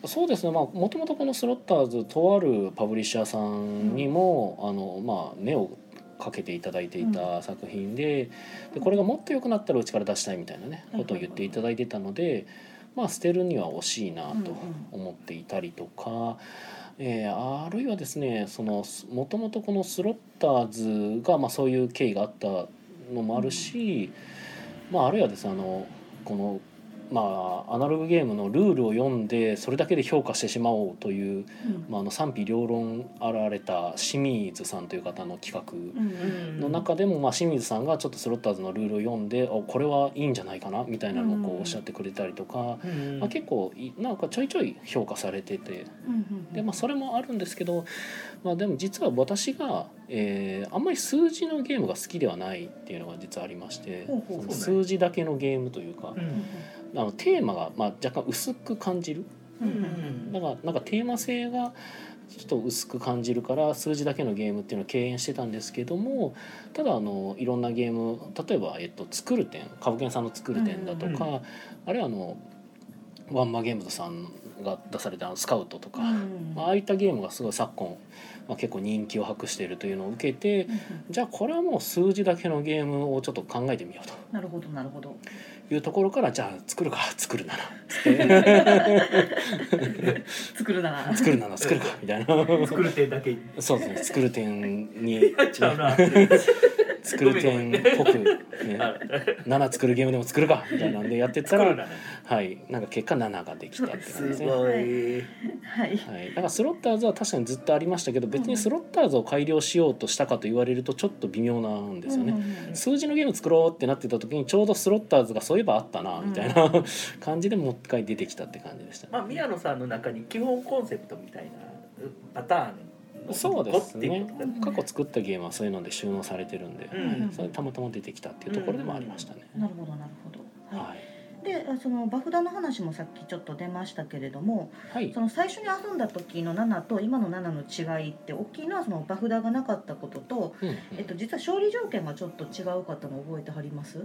S1: そうですねまあもともとこのスロッターズとあるパブリッシャーさんにも、あのまあ、目をかけていただいていた作品で,、でこれがもっと良くなったらうちから出したいみたいなね
S4: うん
S1: ことを言っていただいてたので、まあ、捨てるには惜しいな
S4: うんう
S1: と
S4: ん
S1: 思っていたりとか。えーあるいはですねそのもともとこのスロッターズが、まあ、そういう経緯があったのもあるし、まあ、あるいはですねあのこの、まあ、アナログゲームのルールを読んでそれだけで評価してしまおうという、
S4: うん
S1: まあ、あの賛否両論あられた清水さんという方の企
S4: う
S1: 画
S4: ん
S1: の中でも、まあ、清水さんがちょっとスロッターズのルールを読んであこれはいいんじゃないかなみたいなのをこ
S4: うん
S1: うおっしゃってくれたりとか、
S3: うん
S1: まあ、結構いなんかちょいちょい評価されてて。
S4: うん
S1: でまあ、それもあるんですけど、まあ、でも実は私が、えーあんまり数字のゲームが好きではないっていうのが実はありまして
S4: ほうほう
S1: その
S3: そうなん
S1: 数
S3: や
S1: 字だけのゲームというか、
S3: うん
S1: あのテーマが、まあ、若干薄く感じる
S3: うん
S1: だからなんかテーマ性がちょっと薄く感じるから数字だけのゲームっていうのを敬遠してたんですけどもただあのいろんなゲーム例えば、えっと、作る点株券さんの作る点だとか、
S3: うん
S1: あるいはあのワンマゲームズさんが出されたあのスカウトとか。まああ
S4: は
S1: あいったゲームがすごい昨今、まあ、結構人気を博しているというのを受けてじゃあこれはもう数字だけのゲームをちょっと考えてみよう
S4: なるほどなるほど
S1: というところからじゃあ作るか作るなら
S4: 作るなら
S1: 作るなら作るかみたいな
S3: 作る点だけに
S1: そうですね作る点に
S3: やっちゃうな。
S1: 作る点っぽく、ね、7作る ゲームでも作るかみたいなんでやってった
S3: 作る
S1: ら、
S3: なら
S1: はい、なんか結果7ができたって感じですね。
S3: い。
S4: はい
S1: はい、だからスロッターズは確かにずっとありましたけど別にスロッターズを改良しようとしたかと言われるとちょっと微妙なんですよね。数字のゲーム作ろうってなってた時にちょうどスロッターズがそういえばあったなみたいな 感じでもう一回出てきたって感じでした、
S3: まあ宮野さんの中に基本コンセプトみたいなパターンの
S1: そうですね
S3: 一個っていうこ
S1: 過去作ったゲームはそういうので収納されてるんで、
S3: うん
S1: はいそれたまたま出てきたっていうところでもありましたね、
S4: うんなるほどなるほどは
S1: はい、
S4: いでその爆弾の話もさっきちょっと出ましたけれども
S1: はい
S4: その最初に遊んだ時の7と今の7の違いって大きいのはそのバフダがなかったことと、
S1: うんうん
S4: えっと、実は勝利条件がちょっと違うかったの覚えてはります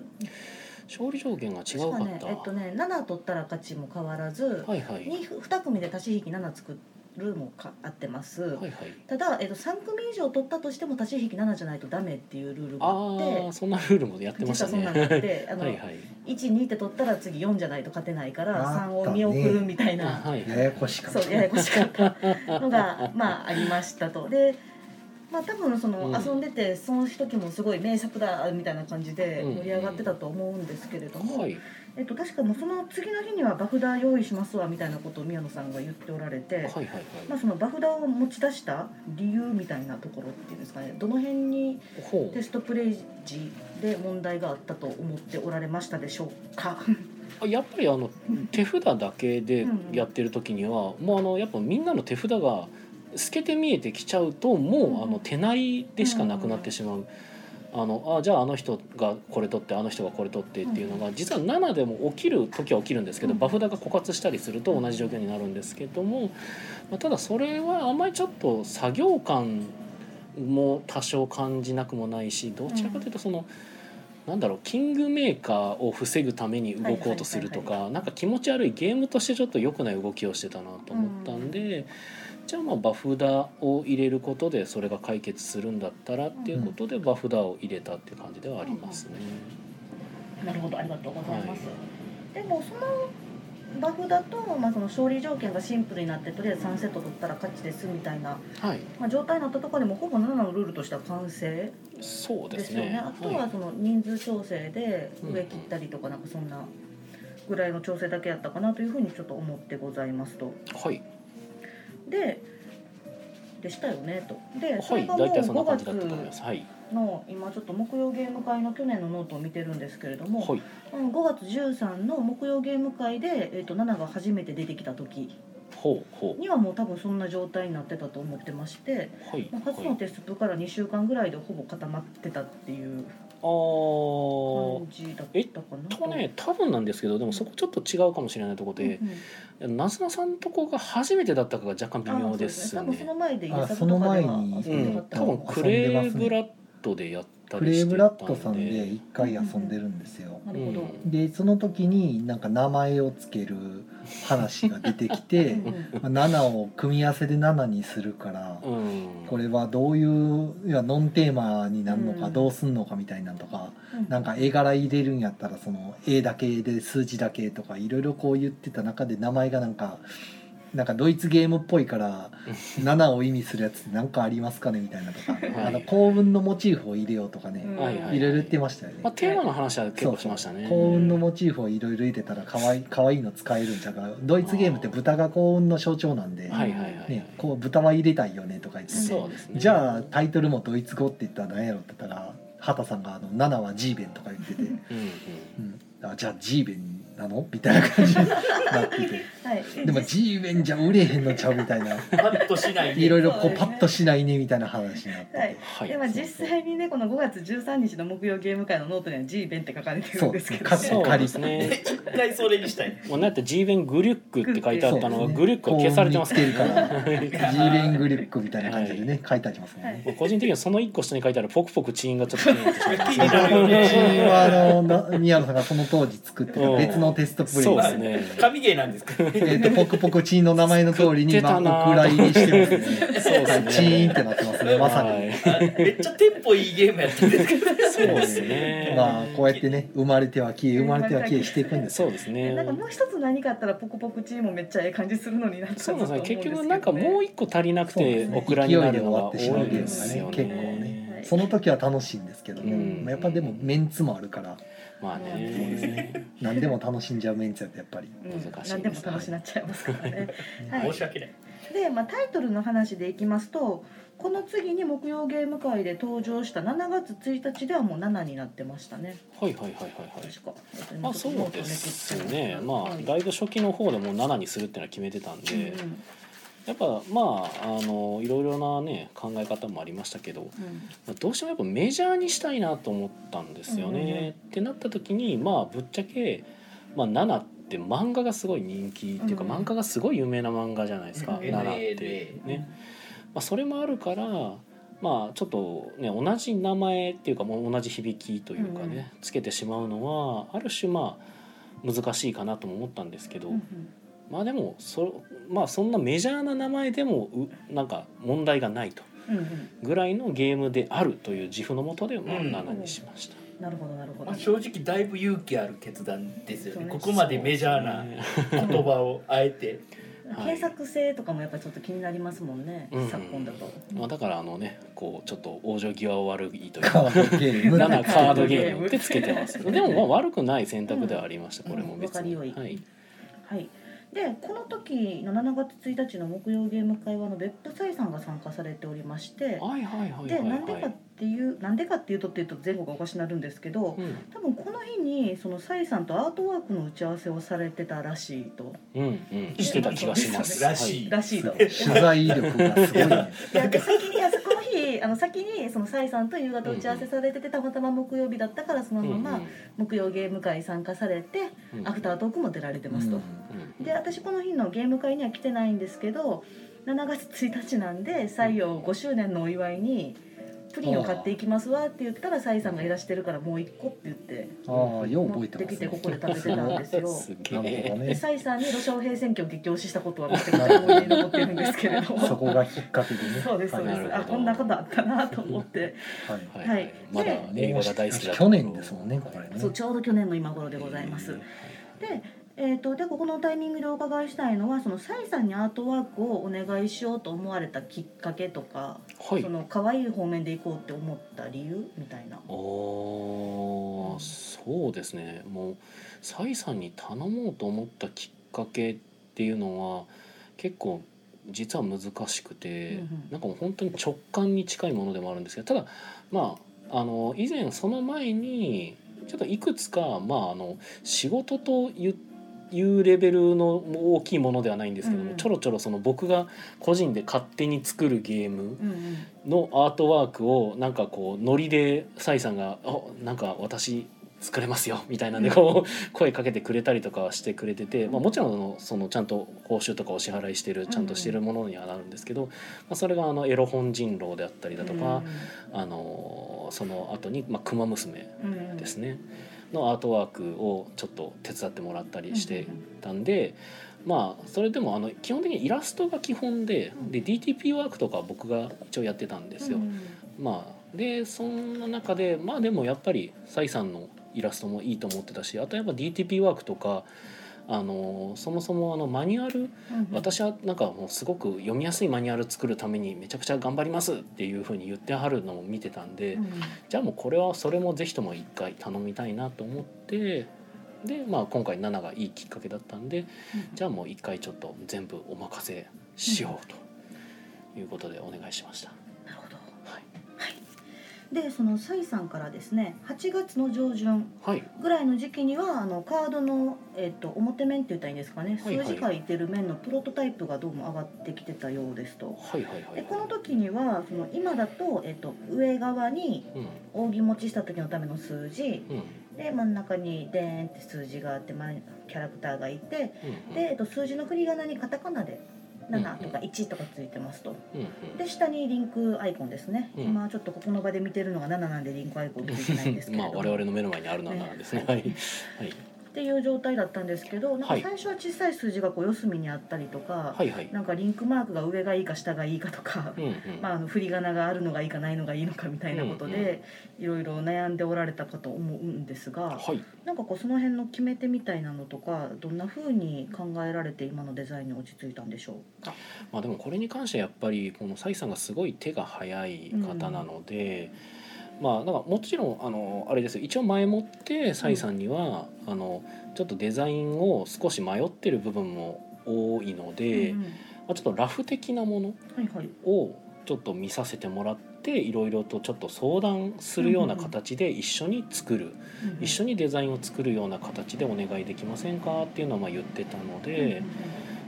S1: 勝利条件が違うか
S4: 確ね
S1: った、
S4: えっとね7取ったら勝ちも変わらず、
S1: はいはい
S4: に2組で足し引き7作るもか合ってます、
S1: はいはい
S4: ただ、えっと、3組以上取ったとしても足し引き7じゃないとダメっていうルールがあって
S1: ああそんなルールもやってまし
S4: 実
S1: た
S4: はそん
S1: ね
S4: なのがあってあ の、
S1: はいはい
S4: 12って取ったら次4じゃないと勝てないから
S2: あった
S4: 3
S2: ね
S4: を見送るみたいな、
S1: あはい
S2: ややこしかった
S4: そうややこしかったのがまあありましたとでまあ多分その、
S1: うん
S4: 遊んでてその時もすごい名作だみたいな感じで
S1: うん
S4: 盛り上がってたと思うんですけれども、
S1: はい
S4: えっと、確かもうその次の日にはバフダ用意しますわみたいなことを宮野さんが言っておられて、
S1: はいはいはい
S4: まあ、そのバフダを持ち出した理由みたいなところっていうんですかねどの辺に
S1: ほう
S4: テストプレイ時で問題があったと思っておられましたでしょうか
S1: あやっぱりあの手札だけでやってる時には、もうあのやっぱみんなの手札が透けて見えてきちゃうともう、
S4: うん
S1: あの手なりでしかなくなってしまう。あのあじゃああの人がこれ取ってあの人がこれ取ってっていうのが、実は7でも起きる時は起きるんですけど、
S4: うん
S1: バフダが枯渇したりすると同じ状況になるんですけども、まあ、ただそれはあんまりちょっと作業感も多少感じなくもないしどちらかというとその、なんだろうキングメーカーを防ぐために動こうとすると
S4: はい
S1: かなんか気持ち悪いゲームとしてちょっと良くない動きをしてたなと思ったんで、じゃあまあバフダを入れることでそれが解決するんだったらっていうことでバフダを入れたっていう感じではありますね。
S4: なるほどありがとうございます、
S1: は
S4: でもそのバフダと、まあ、その勝利条件がシンプルになってとりあえず3セット取ったら勝ちですみたいな、
S1: はい、
S4: まあ、状態になったところでもほぼ7のルールとしては完成
S1: そうで
S4: ですすよ
S1: ね。
S4: ね。あとはその人数調整で上切ったりとかなんかそんなぐらいの調整だけやったかなというふうにちょっと思ってございますと。
S1: はい、
S4: で、でしたよねと。で、そ
S1: は
S4: れ
S1: い、
S4: がもう
S1: 大体そんな
S4: 5
S1: 感じだったと思いま
S4: 月
S1: す。はい、
S4: の今ちょっと木曜ゲーム会の去年のノートを見てるんですけれども、
S1: はい、
S4: うん5月13の木曜ゲーム会でえっと7が初めて出てきた時
S1: ほうほ
S4: にはもう多分そんな状態になってたと思ってまして、
S1: うはい
S4: まあ、初
S1: は
S4: の
S1: い
S4: テストから2週間ぐらいでほぼ固まってたっていう
S1: あー
S4: 感じだったかな
S1: とね多分なんですけどでもそこちょっと違うかもしれないとこ
S4: うんう
S1: で、
S4: ん
S1: なずなさんとこが初めてだったかが若干微
S4: あ
S1: 妙
S4: そう
S1: です
S4: 多分そ
S1: ね
S4: の前で
S2: あその前に
S4: 遊
S1: う
S4: では
S1: ん
S4: あ
S1: 多分
S4: 多
S1: クレーブラッドでやった
S2: ク
S1: り
S2: レ
S1: し
S2: ー
S1: て
S2: ブ
S1: た
S2: ラ
S1: んで
S2: ッドさんで一回遊んでるんですよ。
S4: なるほど、
S1: うん
S2: でその時になんか名前をつける話が出てきて
S4: うんうん
S2: まあ7を組み合わせで7にするから、
S1: うん
S2: これはどういういやノンテーマになるの
S4: う
S2: か
S4: ん
S2: どうすんのかみたいなんとか、なんか絵柄入れるんやったらその絵だけで数字だけとかいろいろこう言ってた中で名前がなんか。なんかドイツゲームっぽいから7を意味するやつなんかありますかねみたいなとか、
S1: い
S2: あの幸運のモチーフを入れようとかね、
S4: うん
S1: はいはい
S2: いろいろ言ってましたよね、
S1: まあ、テーマの話は結構しましたね
S2: 幸運のモチーフをいろいろ入れたらかわいかわいいの使えるんちゃうかドイツゲームって豚が幸運の象徴なんで、
S1: はいはいはい、
S2: ね、こう豚は入れたいよねとか言ってて
S1: そうですね
S2: じゃあタイトルもドイツ語って言ったら何やろって言ったら畑さんがあの「7はジーベン」とか言っ てて、
S1: うんうん
S2: うん、あじゃあジーベンなのみたいな感じになってて
S4: はい、
S2: でもジーベンじゃ売れへんのちゃうみたいな
S3: パッとしない
S2: いろいろ
S4: そ
S2: こう
S4: うです
S2: パ
S4: ね
S2: ッとしないねみたいな話になってて、
S4: はい
S1: はい
S4: でまあ実際にねこの5月13日の木曜ゲーム会のノートには G 弁って書かれてる
S2: そ
S4: ん
S2: う
S4: ですけど、
S2: かっ
S1: そ
S2: こ
S1: う
S2: 仮
S1: ですね
S3: 一回それにしたい
S1: もうなんて G 弁グリュックって書いてあったのが、
S2: そうですね
S1: グリュックは消されてます
S2: 幸運につけるからジ
S1: はい
S2: ーベングリュックみたいな感じでね、書いてありますもんね。
S4: はい
S1: まあ個人的にはその一個下に書いてあるポクポクチーンがちょっと気になってしまいま
S3: 気
S1: す
S3: になるよ
S2: 私
S3: ね
S2: はあのな宮野さんがその当時作ってた別のテストプレイ
S1: そう
S2: で
S1: ですすね
S3: 神ゲーなんですか
S2: えー、とポクポクチーンの名前の通り
S1: 食
S2: に、
S1: ってたな
S2: まあ、お蔵入りしてますね
S1: そうですね
S2: チーンってなってますねまさに、
S1: はい
S3: あめっちゃテンポいいゲームやったんですけど
S1: そうですね
S2: まあこうやってね生まれては消え生まれては消えしていくんですよ
S1: そうですね
S4: なんかもう一つ何かあったらポコポコチーもめっちゃええ感じするのになって
S1: そうなんですね結局なんかもう一個足りなく
S2: そうで
S1: て
S2: すね
S1: オクラになるのが多いですよ
S2: 勢いで終わってしまうゲームがね結構
S1: ね
S4: ね
S2: その時は楽しいんですけど、ね
S1: うん
S2: まあ、やっぱでもメンツもあるから
S1: まあ
S4: そうです
S1: ね
S2: 何でも楽しんじゃうメンツやとやっぱり
S4: うん、
S1: 難しいです
S4: 何でも楽しなっちゃいますからね。はい
S3: 申し訳ない
S4: で、まあ、タイトルの話でいきますとこの次に木曜ゲーム会で登場した7月1日ではもう7になってましたね
S1: はいはいはいはいはい
S4: 確か。えっと
S1: まあそうですねまあだいぶ初期の方でもう7にするっていうのは決めてたんで、
S4: うんうん
S1: やっぱまああのいろいろなね考え方もありましたけど、
S4: うん
S1: まあどうしてもやっぱメジャーにしたいなと思ったんですよね。
S4: うんうんうん
S1: ってなった時にまあぶっちゃけ、まあ、7って漫画がすごい人気っていうか、
S4: うんうん
S1: 漫画がすごい有名な漫画じゃないですか、
S4: うんうん
S1: 7ってね。まあ、それもあるからまあちょっとね同じ名前っていうかもう同じ響きというかね、つけてしまうのはある種まあ難しいかなとも思ったんですけど、
S4: うんうん
S1: まあでもそ,、まあ、そんなメジャーな名前でもうなんか問題がないと
S4: うんうん
S1: ぐらいのゲームであるという自負のもとで、まあ、
S3: うん
S1: 7にしました。
S4: なるほどなるほど。
S3: まあ正直だいぶ勇気ある決断ですよ
S4: そう
S3: ね
S4: ね
S3: ここまでメジャーな言葉をあえて
S1: はい
S4: 検索性とかもやっぱちょっと気になりますもんね、
S1: うんうん
S4: 昨今だと。
S1: まあ、だからあのねこうちょっと往生際悪いという
S2: カ
S1: か
S2: ードゲーム
S1: 7カードゲ
S4: ゲ
S1: ー
S4: ー
S1: ム
S4: ム
S1: ってつけてますでもまあ悪くない選択ではありました、
S4: うん
S1: これも別
S4: う
S1: に、
S4: んわかりよい
S1: はい、
S4: はい。でこの時の7月1日の木曜ゲーム会はあの別府斎さんが参加されておりまして、
S1: はいはいはいは
S4: で
S1: い
S4: なんで
S1: は
S4: かっ
S1: い
S4: ていうなんでかっていうとっていうと前後がおかしになるんですけど、多分この日にその斎さんとアートワークの打ち合わせをされてたらしいと
S1: うんうんうんしてた気がします
S3: らしい
S4: らしいと。
S2: 取材力がすごいね
S4: いやで先にあそこの日あの先にそのサイさんと夕方打ち合わせされててたまたま木曜日だったからその
S1: はい
S4: ま
S1: うんうん
S4: ま木曜ゲーム会参加されて、
S1: うん
S4: アフタートークも出られてますと。
S1: うん
S4: で私この日のゲーム会には来てないんですけど7月1日なんで採用5周年のお祝いにプリンを買っていきますわって言ったらサイさんがいらしてるからもう1個って言って
S2: ああよう覚
S4: 持
S2: え
S4: ってて
S2: ま
S4: き
S2: す
S4: て
S2: ね
S4: ここで食べてたんですよ。
S1: すげ
S2: なるほ
S1: え
S2: ど
S4: で
S2: ね
S4: サイさんにロシア平選挙を激推ししたことはめちゃくちゃ思い出に残ってるんですけれども
S2: そこがきっかけでね
S4: そうですそうで
S1: なるほど
S4: すあこんなことあったなと思って
S2: はいはい
S1: はいはい
S4: はい
S1: まだ
S4: で
S1: 映画が大好きだった
S2: 去年ですもんねこれね
S4: そうちょうど去年の今頃でございます。で、えー、とでここのタイミングでお伺いしたいのはそのサイさんにアートワークをお願いしようと思われたきっかけとか、
S1: はい
S4: その可愛い方面で行こうって思った理由みたいな。
S1: あ
S4: う
S1: あ
S4: ん
S1: そうですねもうサイさんに頼もうと思ったきっかけっていうのは結構実は難しくて、
S4: うんうん
S1: なんかもう本当に直感に近いものでもあるんですけどただまああの以前その前にちょっといくつか、まあ、あの仕事と言っいうレベルの大きいものではないんですけども、
S4: うん
S1: ちょろちょろその僕が個人で勝手に作るゲーム
S4: うんうん
S1: のアートワークをなんかこうノリでサイさんが「あなんか私作れますよ」みたいなんでこう声かけてくれたりとかはしてくれてて、まあ、もちろんあのそのちゃんと報酬とかお支払いしてるちゃんとしてるものにはなるんですけど、まあ、それがあのエロ本人狼であったりだとか、あのその後にまあ熊娘
S4: うんうん
S1: ですねのアートワークをちょっと手伝ってもらったりしてたんで、まあそれでもあの基本的にイラストが基本でで DTP ワークとかは僕が一応やってたんですよ。
S4: うん
S1: まあでそんな中でまあでもやっぱりサイさんのイラストもいいと思ってたしあとやっぱ DTP ワークとかあのそもそもあのマニュアル
S4: うんうん
S1: 私はなんかもうすごく読みやすいマニュアル作るためにめちゃくちゃ頑張りますっていうふうに言ってはるのを見てたんで、
S4: うん
S1: じゃあもうこれはそれもぜひとも一回頼みたいなと思ってで、まあ、今回7がいいきっかけだったんでじゃあもう一回ちょっと全部お任せしようということでお願いしました。
S4: なるほど
S1: はい
S4: でそのサイさんからですね8月の上旬
S1: はい、
S4: ぐらいの時期にはあのカードの、えっと表面って言ったらいいんですかね
S1: はいは
S4: 数
S1: い
S4: 字書いてる面のプロトタイプがどうも上がってきてたようですと。
S1: はいはいはいは
S4: で
S1: い
S4: この時にはその今だと,、えっと上側に
S1: うん
S4: 扇持ちした時のための数字
S1: うんうん
S4: で真ん中に「でーん」って数字があって前にキャラクターがいて
S1: うん
S4: で、えっと数字の振り仮名にカタカナで7とか
S1: うん
S4: 1とかついてますと。
S1: うんうん
S4: で下にリンクアイコンですね、
S1: うん
S4: 今ちょっとここの場で見てるのが7なんでリンクアイコンついてないんですけれ
S1: まあ
S4: ども
S1: 我々の目の前にあるのはなん ですね。はいはい
S4: っていう状態だったんですけどなんか
S1: はい
S4: 最初は小さい数字がこう四隅にあったりとか、
S1: はいはい。
S4: なんかリンクマークが上がいいか下がいいかとか、
S1: うんうん。
S4: まあ、あの振り仮名があるのがいいかないのがいいのかみたいなことで、いろいろ悩んでおられたかと思うんです
S1: は
S4: が
S1: い。
S4: なんかこうその辺の決め手みたいなのとかどんな風に考えられて今のデザインに落ち着いたんでしょうか、
S1: まあでもこれに関してはやっぱりこのサイさんがすごい手が早い方なので、まあなんかもちろんあのあれですよ一応前もってサイさんには、あのちょっとデザインを少し迷ってる部分も多いので、
S4: うん
S1: まあ、ちょっとラフ的なもの
S4: うんはいはい
S1: をちょっと見させてもらっていろいろとちょっと相談するような形で一緒に作る、一緒
S4: に
S1: にデザインを作るような形でお願いできませんかっていうのはまあ言ってたので。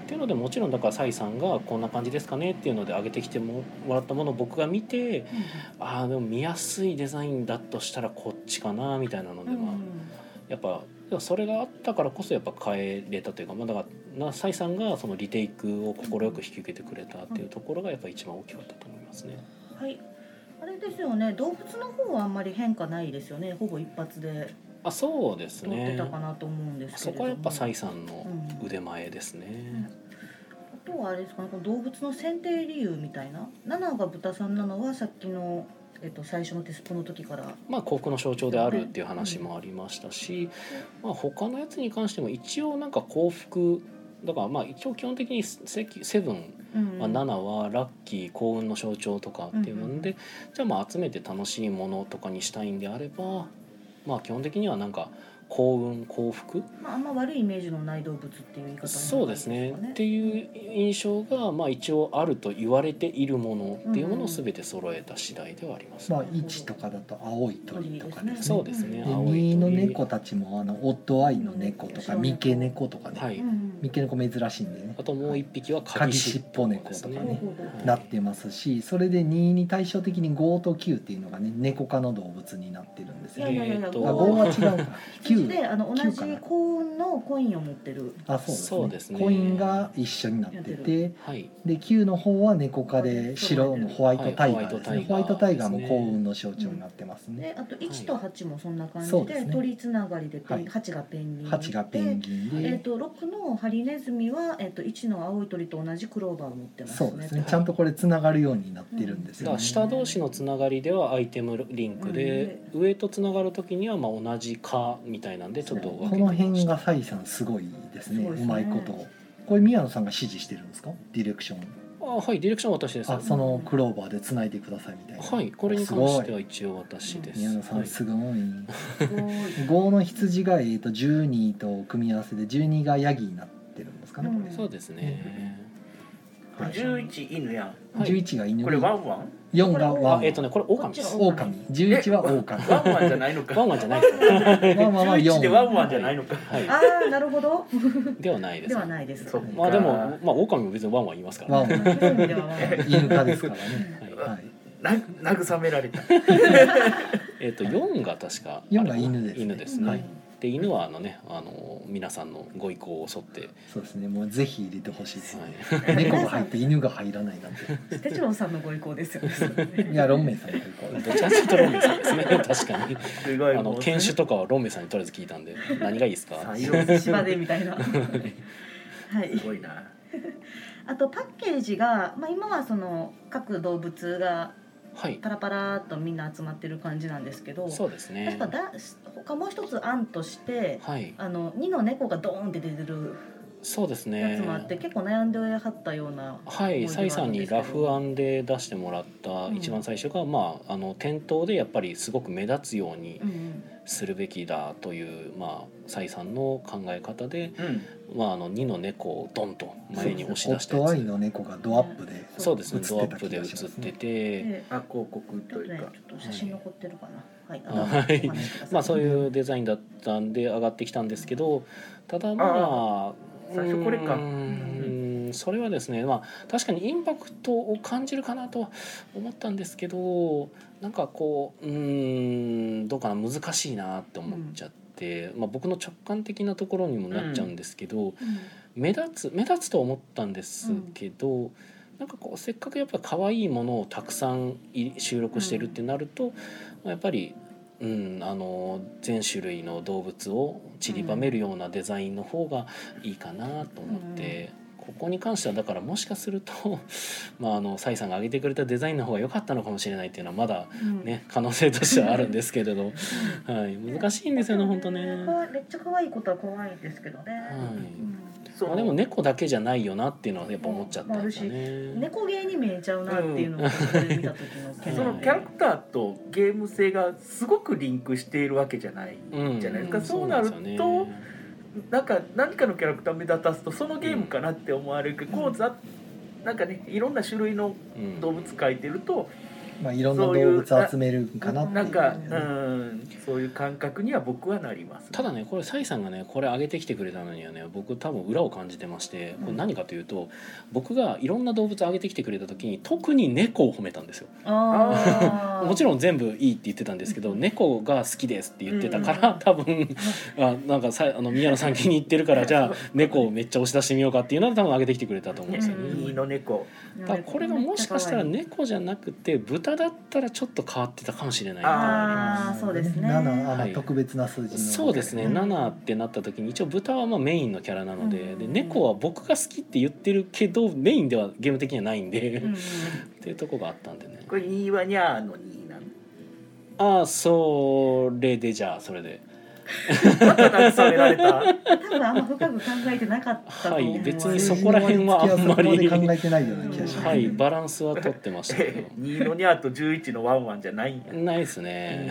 S1: っていうのでもちろんだからサイさんがこんな感じですかねっていうので上げてきてももらったものを僕が見てああでも見やすいデザインだとしたらこっちかなみたいなので、まあやっぱでもそれがあったからこそやっぱ変えれたというか、まあ、だからなサイさんがそのリテイクを快く引き受けてくれたっていうところがやっぱ一番大きかったと思いますね。
S4: はいあれですよね動物の方はあんまり変化ないですよねほぼ一発で
S1: あそうです
S4: 撮って
S1: ね
S4: たかなと思うんですけ
S1: そ
S4: れ
S1: こ
S4: ども、
S1: はやっぱサイさんの
S4: うん
S1: 腕前ですね。
S4: あとはあれですかねこの動物の選定理由みたいな7が豚さんなのはさっきの、えっと、最初のテスポの時から
S1: まあ、幸福の象徴であるっていう話もありましたし、まあ、他のやつに関しても一応なんか幸福だからまあ一応基本的にセセブン、
S4: うん
S1: まあ、7はラッキー幸運の象徴とかっていうので、
S4: う
S1: じゃあまあ集めて楽しいものとかにしたいんであれば、まあ、基本的にはなんか幸運幸福
S4: まあ、あんま悪いイメージのない動物っていう言い方になるんですかね
S1: そうですねっていう印象がまあ一応あると言われているものっていうものを全て揃えた次第ではあります、
S2: まあ1とかだと青い鳥とかですね。
S1: そうですね
S2: で
S1: 青い鳥
S2: 2の猫たちもあのオッドアイの猫とか三毛猫とかね、
S1: はい、
S4: うんうん
S2: 三毛猫珍しいんでね
S1: あともう一匹は
S2: 鍵しっぽ猫
S1: です
S2: と
S1: ね
S2: か
S4: ほう
S2: ね
S4: ほうほう
S1: はい
S2: なってますしそれで2に対照的に5と9っていうのがね猫科の動物になってるんです
S4: い
S2: よ
S4: や
S2: ね。
S4: いやいやいや
S1: えー
S2: あ
S1: と
S4: 5
S2: 5
S4: は
S2: は違うか
S4: 羊
S2: 9
S4: であの同
S2: 九
S4: じ
S2: かな
S4: 幸運のコインを持ってる
S2: あそうですね
S1: そうですね
S2: コインが一緒になって
S4: やって
S2: て
S1: はい、
S2: で9の方は猫科で白のホワイトタイガーですね、
S1: はい
S2: ホ
S1: ホワ
S2: ワ
S1: イ
S2: イ
S1: ト
S2: ト
S1: タ
S2: タ
S1: イガー
S2: イガー
S1: です
S2: も
S1: ね
S2: 幸運の象徴になってますね。
S4: であと1と8もそんな感じで,、
S2: そうですね
S4: 鳥つながりでペン、
S2: はい
S4: 8がペンギン
S2: 8がペンギン
S4: え
S2: で
S4: ー、と6のハリネズミは、えー、と1の青い鳥と同じクローバーを持ってますね。
S2: そうですねちゃんとこれつながるようになってるんです
S1: だか
S2: よ
S1: ら
S2: ね。
S1: 下同士のつながりではアイテムリンクで、上とつながる時にはまあ同じ「か」みたいなんでちょっと分け
S2: こ
S1: て
S2: の
S1: みま
S2: 辺
S1: した
S2: がサイさんすごいですね
S4: すごいです
S2: う
S4: ね
S2: まいことをこれ宮野さんが指示してるんですかディレクション
S1: あはいディレクションは私です
S2: あそのクローバーでつないでくださいみたいな
S1: はいこれに関しては一応私です
S2: すごい宮野さん
S1: はい
S2: すごい、
S4: すごい
S2: 5の羊が、えー、と12と組み合わせで12がヤギになってるんですかね、
S4: うん
S2: これ
S1: そうですね、
S2: はい
S3: 十一犬やん。
S1: はい
S2: 11が犬
S3: これワンワン？
S2: 4がワ
S1: あ
S2: ン
S1: えっ、とねこれ狼です
S2: オオカミ11はオオカミ
S3: ワンワンじゃないのか。
S1: ワンワンじゃないですね
S2: ワンワンは
S3: 十一でワン
S2: 4
S3: ワンじゃないのか。
S1: は
S4: ああなるほど
S1: いではないです
S4: ではないです
S3: そっか
S1: まあでもまあ狼も別にワンワン言いますから
S2: ワ
S1: ね
S2: ンワン
S4: 湖ではワンワン
S2: 犬科ですからね、
S1: はい
S2: はい、
S3: な慰められた。
S1: えっ、と四が確か
S2: 4が犬ですね
S1: 犬ですね、
S2: はい、
S1: で犬はあのねあの皆さんのご意向を沿って、
S2: そうですねもうぜひ入れてほしいです、
S1: はい
S2: 猫が入って犬が入らないなん て
S4: テチロンさんのご意向ですよね
S2: いやロンメイさんのとこ
S1: どちらかというとロンメさんですね確かに
S3: すご
S1: あ
S3: い。
S1: の犬種とかはロンメさんにとりあえず聞いたんで何がいいですか
S3: 採用す
S4: 芝でみたいなはい
S3: ごいな。
S4: あとパッケージが、まあ、今はその各動物が
S1: はい
S4: パラパラっとみんな集まってる感じなんですけど
S1: そうですね
S4: 確かだ他もう一つ案として
S1: はい
S4: あの2の猫がドーンって出てる
S1: そうです
S4: や
S1: ね
S4: つもあって、結構悩んでやはったような
S1: はい、サイさんにラフ案で出してもらった
S4: うん
S1: 一番最初が、まあ、あの店頭でやっぱりすごく目立つように
S4: うんうん
S1: するべきだという、まあ、サイさんの考え方で、
S3: うん。
S1: まあ、あの2の猫をドンと前に押し
S2: ホ
S1: 出し
S2: ッ
S1: た
S2: ト
S1: や
S2: ア
S1: つ
S2: イの猫がドアップで
S1: そうですね
S2: 映ってた
S1: ドアップで映
S2: 気がします
S1: って
S2: ね
S1: て、
S4: で
S3: あ広告
S4: ちょ
S3: と
S4: っと
S3: い
S4: ね
S3: うか。
S4: ちょっと写真残ってるかなはい
S1: あはい
S4: お話しくださ
S1: まあ、そう
S4: う
S1: いうデザインだったんで上がってきたんですけどただまあ
S3: 最初これか
S1: うーんそれはですね、まあ、確かにインパクトを感じるかなとは思ったんですけどなんかこううーんどうかな難しいなって思っちゃって、まあ、僕の直感的なところにもなっちゃうんですけど、
S4: うん
S1: 目立つ目立つと思ったんですけど、なんかこうせっかくやっぱ可愛いものをたくさんい収録してるってなると、まあやっぱり、うん、あの全種類の動物を散りばめるようなデザインの方がいいかなと思って。ここに関してはだからもしかすると まああのサイさんが挙げてくれたデザインの方が良かったのかもしれないっていうのはまだ
S4: うん
S1: ね可能性としてはあるんですけれど、はい、難しいんですよね本当ね。は
S4: めっちゃ可愛いことは怖いんですけどね、
S1: い
S4: うん
S3: そ
S1: ま
S3: の
S1: あ、でも猫だけじゃないよなっていうのはやっぱ思っちゃったんですよね。
S4: 猫芸に見えちゃうなっていうのをここで見た時の
S1: うん
S4: 件
S3: そのキャラクターとゲーム性がすごくリンクしているわけじゃない。
S1: うん
S3: じゃない
S4: ですか
S1: んですよね
S3: そうななんか何かのキャラクターを目立たすとそのゲームかなって思われるけど、
S4: うん
S3: こうざなんかねいろんな種類の
S1: うん
S3: 動物描いてると、
S2: まあいろんな動物集めるんかなっていう
S3: なんか、
S2: ね
S3: うん、そういう感覚には僕はなります、
S1: ただねこれサイさんがねこれ上げてきてくれたのにはね僕多分裏を感じてましてこれ何かというと、僕がいろんな動物上げてきてくれた時に特に猫を褒めたんですよ
S4: あー
S1: もちろん全部いいって言ってたんですけど猫が好きですって言ってたから、多分あなんかさあの宮野さん気に入ってるからじゃあ猫をめっちゃ押し出してみようかっていうのは多分上げてきてくれたと思うんですよね。
S4: うん
S3: いいの猫
S1: だからこれがもしかしたら猫じゃなくて豚だったらちょっと変わってたかもしれない
S4: あーそうですね
S2: 7あ
S1: はい
S2: の特別な数字の、
S1: そうですね、
S4: うん
S1: 7ってなった時に一応豚はまあメインのキャラなので,、
S4: うん
S1: で猫は僕が好きって言ってるけどメインではゲーム的にはないんで、
S4: うん
S1: っ
S4: うん
S1: ていうとこがあったんでね
S3: これ「いいわにゃー」の「にー」なの
S1: ああそれでじゃあそれで
S3: また慰められた
S4: 多分あんま深く考えてなかったと思う
S1: はい別にそ
S2: 数字
S1: こ
S2: の
S1: ら
S2: 割
S1: 辺
S2: り付け
S1: はあんまり
S2: そこまで考えてないような気がします、
S1: はいバランスは取ってましたけど
S3: 二のにゃーと11のワンワンじゃないん や、
S1: ないですね、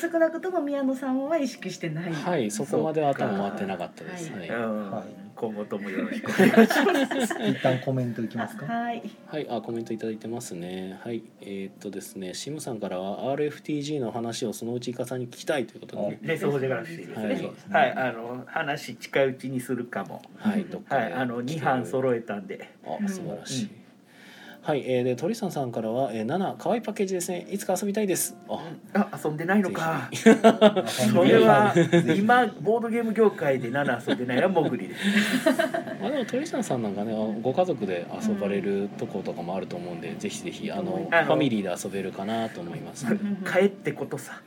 S4: 少なくとも宮野さんは意識してない、
S1: はいそこまでは頭回ってなかったです
S4: そう
S1: は
S3: う
S1: い、
S3: ん
S2: はい
S3: 今後ともよろしくお願いします
S2: 一旦コメントいき
S4: あ
S2: ますか
S4: はい
S1: はい、あコメントいただいてますね。はい、えーっとですね、シムさんからは RFTG の話をそのうちイカさんに聞きたいということで、ね、
S3: レッスンホジェガラシーですね。
S1: はい
S3: はい、
S1: そう
S2: ですね
S3: あの話近いうちにするかも。
S1: はい、どっか
S3: はい、
S1: で
S3: あの二班揃えたんで。
S1: あ素晴らしい。
S3: うん
S1: はい、えー、で鳥さんさんからは、えー、7可愛いパッケージですねいつか遊びたいですあ
S3: あ、遊んでないのか。そ
S2: そ
S3: れは 今
S2: 今
S3: ボードゲーム業界で七遊んでないはもぐりです。
S1: まあでも鳥さんさんなんかねあご家族で遊ばれるとことかもあると思うんで、ぜひぜひあの
S3: あの
S1: ファミリーで遊べるかなと思いますので
S3: 帰ってことさ。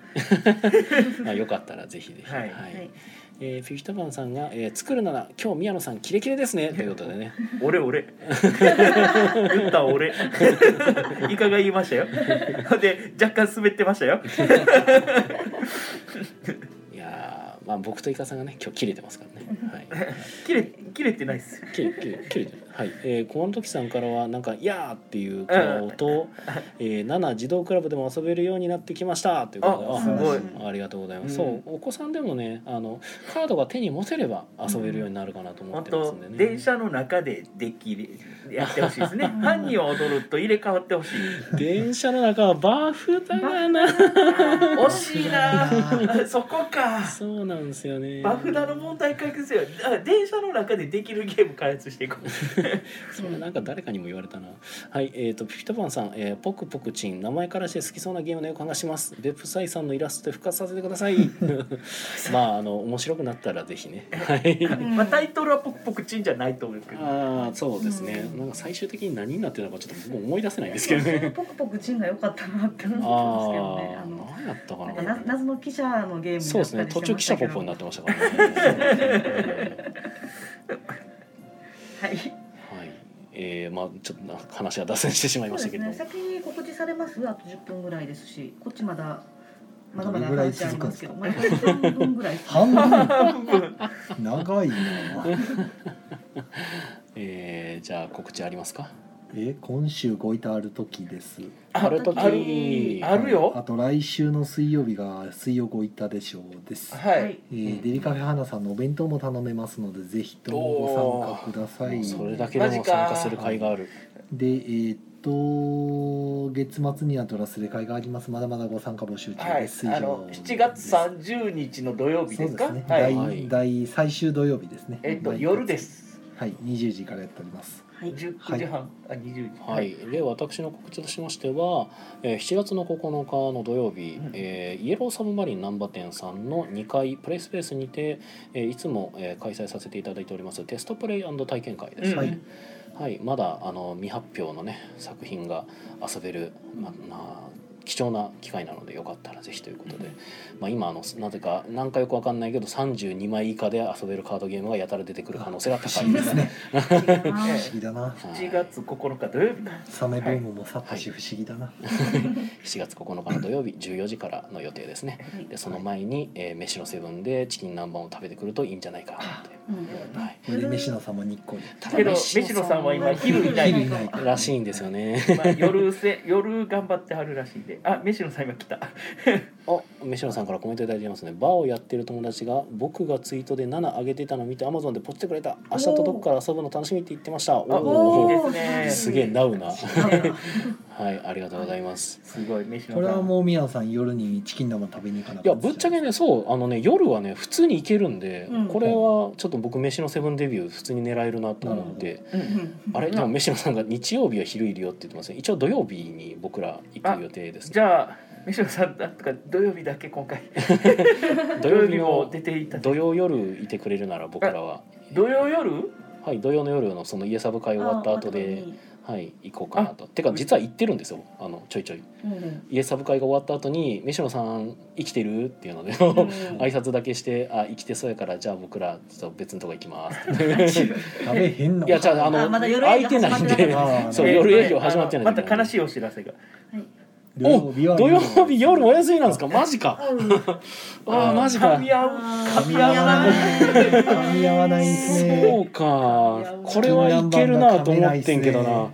S1: まあよかったらぜひぜひ
S3: はい
S4: はい
S1: えーフィフトバンさんが、えー作るなら今日宮野さんキレキレですねということでね
S3: 俺俺。言った 俺。イカが言いましたよ。で若干滑ってましたよ。
S1: いやーまあ僕とイカさんがね今日切れてますからね。はい。
S3: 切れ切れてないです。
S1: 切れ切れ切れてる。はい、えー、この時さんからはなんか「やー」っていう顔 と「えー、7児童クラブでも遊べるようになってきました」ということで
S3: あ
S1: あ
S3: すごい
S1: ありがとうございます、
S3: うん
S1: そうお子さんでもねあのカードが手に持てれば遊べるようになるかなと思っ
S3: 本
S1: てます
S3: 当
S1: んでね、
S3: 電車の中でデッキやってほしいです ね犯人を踊ると入れ替わってほしい
S1: 電車の中はバフだが な
S3: 惜しいなあ そこか
S1: そうなんですよね
S3: バフダの問題解決よあ電車の中でできるゲーム開発していこう
S1: それなんか誰かにも言われたな。はい、えっ、とピピタパンさん、えーポクポクチン名前からして好きそうなゲームの予感がします。ベプサイさんのイラストで復活させてください。 まああの面白くなったらぜひね。はい。
S4: うん
S3: まあタイトルはポクポクチンじゃないと思うんですけど
S1: ああそうですね。なんか最終的に何になってるのかちょっと僕も思い出せないんですけどね。
S4: ポクポクチンが良かったなって思
S1: あ
S4: って
S1: あ
S4: たんですけどね。
S1: 何やった
S4: あ
S1: か
S4: の
S1: な
S4: なんかな謎の記者のゲーム
S1: そうですね。途中記者ポップにな
S4: な
S1: ってましたからね。
S4: はい。
S1: はい。えー、まあちょっとな話が脱線してしまい
S4: そう
S1: ました
S4: です
S1: けど。
S4: ね。先に告知されます。あと10分ぐらいですし、こっちまだまだま
S2: ど
S4: だ
S2: れぐらい
S4: 話ありますけど、まだ半分ぐらい。
S2: 半分長いな
S1: えー、じゃあ告知ありますか。
S2: え今週ごいたある時です
S1: ある時
S3: あるある
S2: あ
S3: よ
S2: と来週の水曜日が水曜ごいたでしょうです
S3: はい、
S2: えーデリカフェ花さんのお弁当も頼めますのでぜひともご参加ください
S1: もう
S2: で
S1: それだけでも参加する会がある。
S2: えーっと月末にはドラスレ会がありますまだまだご参加募集中
S3: は
S2: で
S3: い
S2: す、、
S3: あ
S2: 以上
S3: の
S2: です
S3: 7月30日の土曜日ですか
S2: そうですね、
S3: は
S1: 第
S3: い、
S2: 第第最終土曜日ですね
S3: えっと
S2: 第
S3: 夜です
S2: はい20時からやっております
S4: はい。
S3: 19時半、あ20時
S1: はい、で私の告知としましては、えー7月の9日の土曜日、
S3: うん
S1: えーイエローサブマリン難波店さんの2階プレイスペースにて、えーいつも、えー開催させていただいておりますテストプレイ体験会ですね、
S3: うん
S2: はい
S1: はい、まだあの未発表のね作品が遊べる、ままあ、貴重な機会なのでよかったらぜひということで、まあ、今あのなぜか何かよくわかんないけど32枚以下で遊べるカードゲームがやたら出てくる可能性が高い ですね。
S4: 違いま
S2: 不
S4: す
S2: 思議だな
S1: はい
S3: 7月9日土曜日か
S2: サメブームも去ったし不思議だな、
S1: 7月9日の土曜日14時からの予定ですね
S4: はい
S1: でその前に、えー飯のセブンでチキン南蛮を食べてくるといいんじゃないかな
S4: うん
S1: と、はい、
S2: これで飯野さんもにっこり
S1: た
S3: けど飯野さんは今 昼いない
S2: 昼いない
S1: らしいんですよね
S3: まあ、夜せ夜頑張ってはるらしいんであ飯野さん今来た
S1: あ飯野さんからコメントいただいてますねバーをやってる友達が僕がツイートで7上げてたの見てアマゾンでポチってくれた明日届くから遊ぶの楽しみって言ってましたお
S3: い
S1: おー
S3: いです
S1: す
S3: ね
S1: げえナウなは
S4: はい
S1: いありがとうございます
S3: すごい飯野さん
S2: これはもう宮野さん夜にチキン生食べに行かなかっ
S1: い
S2: た
S1: やぶっちゃけねそうあのね夜はね普通に行けるんで、
S4: うん
S1: これはちょっと僕飯のセブンデビュー普通に狙えるなと思って、
S3: うん
S1: あれでも飯野さんが日曜日は昼いるよって言ってますね一応土曜日に僕ら行く予定です、
S3: じ
S1: ね、
S3: ゃあ飯野さんなんとか土曜日だけ今回
S1: 土
S3: 土曜
S1: 曜
S3: 日
S1: 日
S3: も
S1: の
S3: 出ていた
S1: 土曜夜いてくれるなら僕らは、
S3: 土曜夜
S1: はい、土曜の夜のその家サブ 会終わった後ではい行こうかなとてか実は行ってるんですよあのちょいちょい
S4: うんうん
S1: 家サブ会が終わった後に飯野さん生きてるっていうので、
S4: ん
S1: 挨拶だけしてあ生きてそうやからじゃあ僕らちょっと別のとこ行きます
S2: 食べへんの
S1: いやじ ゃああの
S4: あまだ夜
S1: 空いてないん
S4: 始まって
S1: で
S4: なかっ
S2: あー
S1: そう
S2: なるほ
S1: 夜営業始まってない
S3: あのまた悲しいお知らせが
S2: ど
S1: お
S2: 土曜日は
S1: 土曜日夜お休みなんですかマジかああマジか
S3: 噛み合う噛み合わ
S2: な
S3: ないい
S2: 噛み合わないです
S1: そ
S2: ね
S1: うかこれはいけるなと思ってんけどな
S2: ね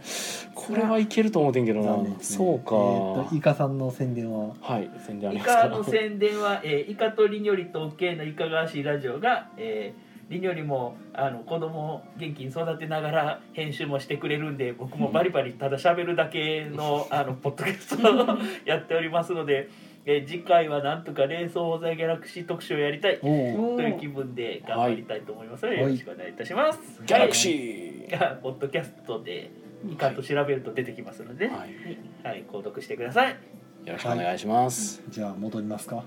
S1: これはいけると思ってんけど
S2: 残
S1: な
S2: 念ですね
S1: そう
S2: えーとイ
S1: か
S2: カさんの宣伝は
S1: はい宣伝あり
S3: イ
S1: ます
S3: カの
S1: か
S3: 宣伝は、えーイカとリニョリとオッケーのイカがわしいラジオが、えーリニョリもあの子供を元気に育てながら編集もしてくれるんで僕もバリバリただ喋るだけのあのポッドキャストを やっておりますので、えー次回はなんとか「連想放題ギャラクシー」特集をやりたい
S2: おお
S3: という気分で頑張りたいと思いますので、
S2: はい
S3: よろしくお願いいたします。
S1: ギャラクシ
S3: はいがポッドキャストでイカと調べると出てきますので、
S1: ー
S3: は
S1: はい
S3: い、購読してください。
S1: よろしくお願いします
S2: じゃあ戻りますか
S4: は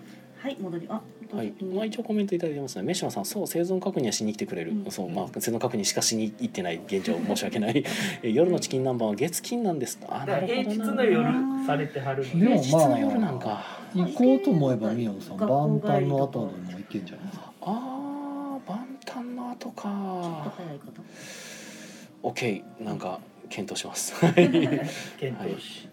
S4: い戻りあどうぞ
S1: はい、まあ、一応コメントいただいてますね。メシマさん、そう、生存確認はしに来てくれる。
S4: うん
S1: そう、まあ、生存確認しかしに行ってない現状、申し訳ない。え夜のチキン南蛮は月金なんです。あ、
S3: だ
S1: な
S3: から
S1: る
S3: 平
S1: ほ
S3: 日
S1: ど
S3: の
S1: な。
S3: 夜されてはるので
S2: で
S1: 平
S2: も
S1: 日の夜なんか。
S2: 行こうと思えば宮野さん
S4: 学校
S2: 万
S4: 帰
S2: 端
S4: りとか
S2: の後のにも行けんじゃないですか
S1: ああ、万端の後
S4: ちょっと
S1: か。
S4: 早いかと
S1: オッケー、なんか検討します。はい。
S3: 検討し。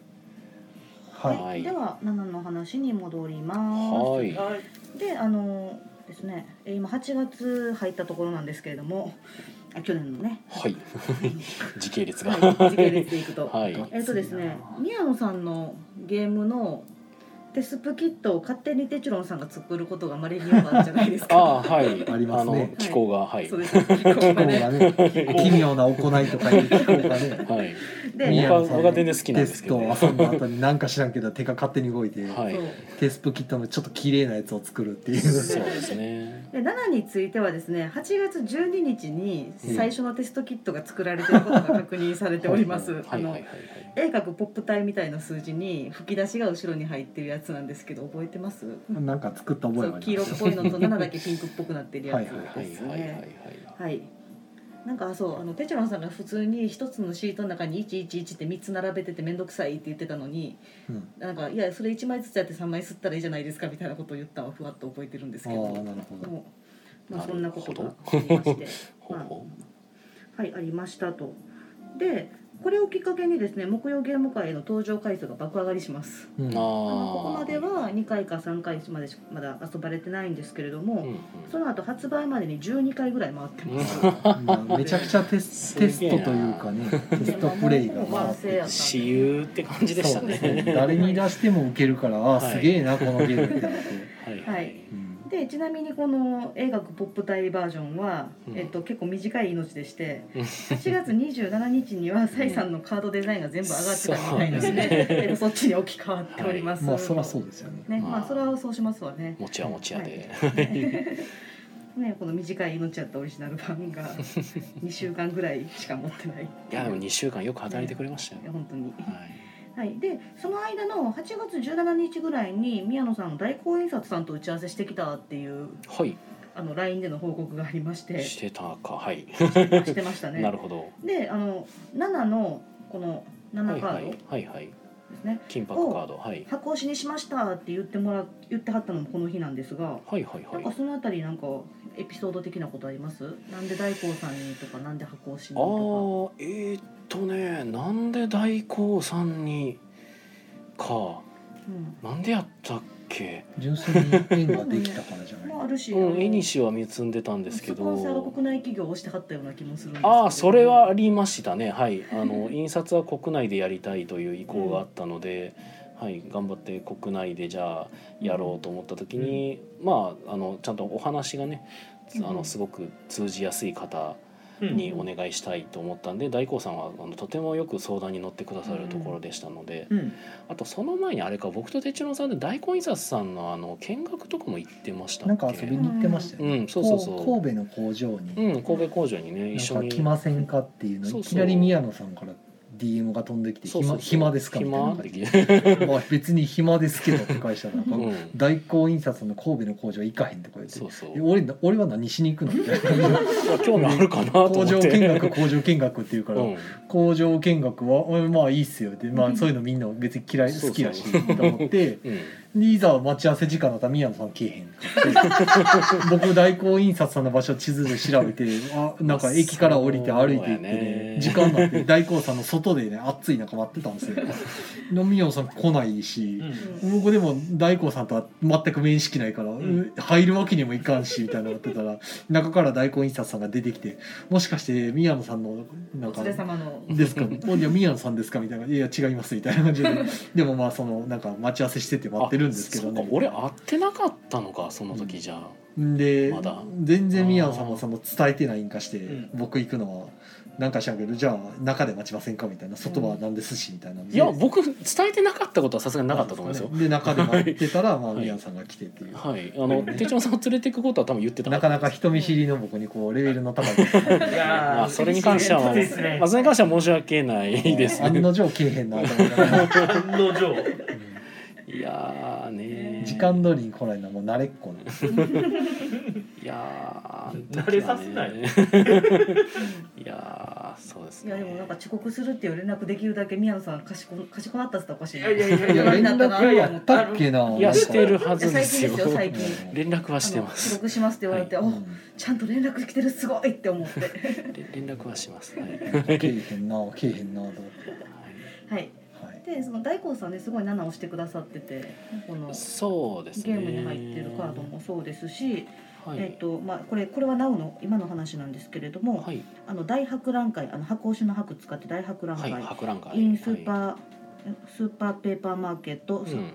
S2: はい
S1: はい
S4: では7の話に戻ります
S1: はい。
S3: はい。
S4: であのですですね、えー今8月入ったところなんですけれどもあ去 年のね、
S1: はい。時系列が。
S4: はい、時系列でいくと、
S1: はい。
S4: えっとですね宮野さんのゲームのテスプキットを勝手にテチロンさんが作ることがまれによくあるじゃないです
S1: あ
S4: か。
S1: あはい。
S2: ありますね
S1: の気候がはい。
S4: そうです。ここ
S2: が
S4: がね
S2: ね奇妙な行いとかいう機構がね
S1: はい。
S4: で、
S2: い
S1: 僕
S2: や
S1: は僕は全然好きなん
S2: テ
S1: です
S2: ス
S1: け
S2: ト
S1: ど
S2: を
S1: ね。
S2: 遊んだ後に何か知らんけど手が勝手に動いて、
S1: はい
S4: そ。う
S2: テスプキットのちょっと綺麗なやつを作るっていう
S1: そうですね。
S4: で7についてはですね8月12日に最初のテストキットが作られていることが確認されております。
S1: はいはいはいはい。
S4: あの鋭角ポップ体みたいな数字に吹き出しが後ろに入ってるやつなんですけど覚えてます
S2: なんか作った覚え
S4: そ
S2: は
S4: う
S2: あ
S4: 黄
S2: り
S4: 色
S2: ま
S4: っ
S2: す
S4: ぽいのと7だけピンクっぽくなってるやつ
S1: は
S4: で
S1: い
S4: す
S1: はいはいは
S4: ね
S1: い。
S4: はいなんかそうあのテチロンさんが普通に一つのシートの中に111って3つ並べてて面倒くさいって言ってたのに
S2: うん
S4: なんかいやそれ1枚ずつやって3枚吸ったらいいじゃないですかみたいなことを言ったのをふわっと覚えてるんです
S2: ああ
S4: けど
S2: なるほど
S4: もう、ま
S1: なるほ
S4: あ、
S1: ど
S4: そんなことがありまして
S1: ほうほ
S4: はいありましたとでこれをきっかけにですね木曜ゲーム会の登場回数が爆上がりします
S2: う
S1: う。
S2: ん
S1: あ
S4: あのここ
S1: あ。
S4: までは2回か3回までしかまだ遊ばれてないんですけれども、
S1: うんうん。
S4: その後発売までに12回ぐらい回ってます、
S2: まあめちゃくちゃテステストというかねテストプレイが回
S4: まあ完
S2: って
S4: 成やったんで
S1: 私有って感じでした
S2: そうですね
S1: ね。
S2: 誰に出しても受けるからああすげえなこのゲームってなって、
S1: はい
S4: はい
S2: うん
S4: でちなみにこの映画ポップ隊バージョンは、
S1: うん
S4: えっと、結構短い命でして
S1: うん
S4: 8月27日にはサイさんのカードデザインが全部上がってたみたいなの
S1: そうで
S4: です
S1: ね
S4: えっとそっちに置き換わっております、
S2: まあそりゃそうですよね
S4: ねま
S1: ま
S4: あ
S1: あ
S4: それはそうしますわね
S1: 持ちは持ちやで。
S4: ねこの短い命やったオリジナル 版が2週間ぐらいしか持ってない
S1: いやでも二週間よく働いてくれましたよ
S4: い。や本当に
S1: はい。
S4: はい、でその間の8月17日ぐらいに宮野さんの大公印刷さんと打ち合わせしてきたっていう
S1: はい。
S4: あの LINE での報告があり ましてし
S1: してたかはい。
S4: てましたね。
S1: なるほど。
S4: であの7のこの
S1: は
S4: 7
S1: い
S4: カ
S1: は
S4: ード
S1: いはいはい。
S4: ですね
S1: 金箔カードはい。
S4: 箱押しにしましたって言ってもら言ってはったのもこの日なんですが、
S1: はいはい
S4: な
S1: は
S4: ん
S1: い
S4: か。そのあたりなんかエピソード的なことありますなんで大公さんにとかなんで箱押しに
S1: ああ
S4: と
S1: ーえー、っとねなんで大光さんにか
S4: か、うん
S1: なんでやったっけ
S2: 純粋に縁ができたからじゃない
S4: まあ、あるし、あ
S1: うん
S4: の
S1: 絵にしは結んでたんですけ
S4: スポンサーが
S1: ど
S4: 国内企業を押してはったような気もするんですけど
S1: ああそれはありましたねはいあの印刷は国内でやりたいという意向があったので、はい、頑張って国内でじゃあやろうと思った時に、まああのちゃんとお話がねあ
S4: うんう
S1: の
S4: ん
S1: すごく通じやすい方
S3: うん
S1: にお願いしたいと思ったんで大光さんはあのとてもよく相談に乗ってくださるところでしたので、
S3: うん
S1: あとその前にあれか僕と哲郎さんで大根印刷さんのあの見学とかも行ってましたっけ
S2: なんか遊びに行ってましたよ
S1: う
S2: ね、
S1: んそうそうそう
S2: こう神戸の工場に、
S1: うん神戸工場にね一緒
S2: なん
S1: に
S2: か来ませんかっていうの
S1: そうそう
S2: いきなり宮野さんから DM が飛んできて「
S1: そうそうそう
S2: 暇暇ですか?」みたい
S1: 暇
S2: な
S1: っ
S2: 感
S1: て
S2: じ
S1: 聞いて
S2: で「まあ別に暇ですけど」って返したらなんか
S1: うん
S2: 大光印刷の神戸の工場行かへん」って こう言って
S1: そうそう
S2: え俺な俺は何 しに行くの?」 みたいな感じで
S1: 興味あるかなと思
S2: 工
S1: っ
S2: 場
S1: て
S2: 見学工場見学」って言うから「
S1: うん
S2: 工場見学はうんまあいいっすよ」って、まあ、そういうのみんな別に嫌い
S1: そうそう
S2: 好きやしと思って。
S1: うん
S2: でいざ待ち合わせ時間だったら宮野さん来えへんかって 僕大光印刷さんの場所地図で調べてあなんか駅から降りて歩いていって
S1: そうや
S2: ね
S1: ね
S2: 時間になって大光さんの外でね暑い中待ってたんですよで宮野さん来ないし
S3: う、ん
S4: うん
S2: 僕でも大光さんとは全く面識ないから、
S3: ん
S2: 入るわけにもいかんしみたいなのやってたら 中から大光印刷さんが出てきてもしかして宮野さんのな
S4: お
S2: んか
S4: 連れ様の
S2: で すかおいや宮野さんですかみたいな「いや違います」みたいな感じででもまあそのなんか待ち合わせしてて待ってるんですけど
S1: あそう
S2: ね
S1: か俺会ってなかったのかその時じゃあ、
S2: で、
S1: まだ
S2: 全然宮野さんもその伝えてないんかして、
S3: ん
S2: 僕行くのはなんか知らんけどじゃあ中で待ちませんかみたいな外はなんで寿司みたいなんで
S1: いや僕伝えてなかったことはさすがになかったと思いますよ
S2: で中で待ってたら、まあ、
S1: はい
S2: 宮野さんが来てっていう。
S1: はいあの手帳さんを連れていくことは多分言ってた
S2: なかなか人見知りの僕にこうレベルの高い
S3: いやー
S1: まあそれに関しては
S3: きついですね
S1: まあそれに関しては申し訳 ないです
S2: 案
S1: ね
S2: の定けえへんなと思いながら
S3: 案の定
S1: いやーねー
S2: 時間通りに来ないのはもう慣れっこなんです
S1: いやー、
S3: 慣れさせない
S1: あの時はねいやー、そうです
S4: い
S1: ね。
S4: やでもなんか遅刻するっていう連絡できるだけ宮野さん賢賢なったっつったらおかしい
S3: い
S4: な
S3: やいやいやい
S2: い
S3: や
S2: や連
S4: いや
S2: 絡やったっけない
S1: やしてるはず
S4: 最
S1: です
S4: 近
S1: よ
S4: です。よ最
S2: うん
S4: 近
S1: 連絡はして
S4: あの
S1: ま
S4: 記
S1: す。
S4: 録しますって言われて、
S2: う
S4: お
S2: ん
S4: ちゃんと連絡来てるすごいって思って
S1: れ連絡はします。はい。
S2: けえへんなけえへんなと思って
S4: はい
S2: はい
S4: でその大光さんねすごい7を押してくださっててこの
S1: そうです
S4: ゲ
S1: ね。
S4: ームに入ってるカードもそうですし、
S1: はい、
S4: えっとまあ、これこれはなおの今の話なんですけれども、
S1: はい、
S4: あの大博覧会あの箱押しの博使って大博覧
S1: は
S4: 会、
S1: い、博覧会。
S4: インスーパ
S1: は
S4: ー、スーパーペーパーマーケット、
S1: いうん、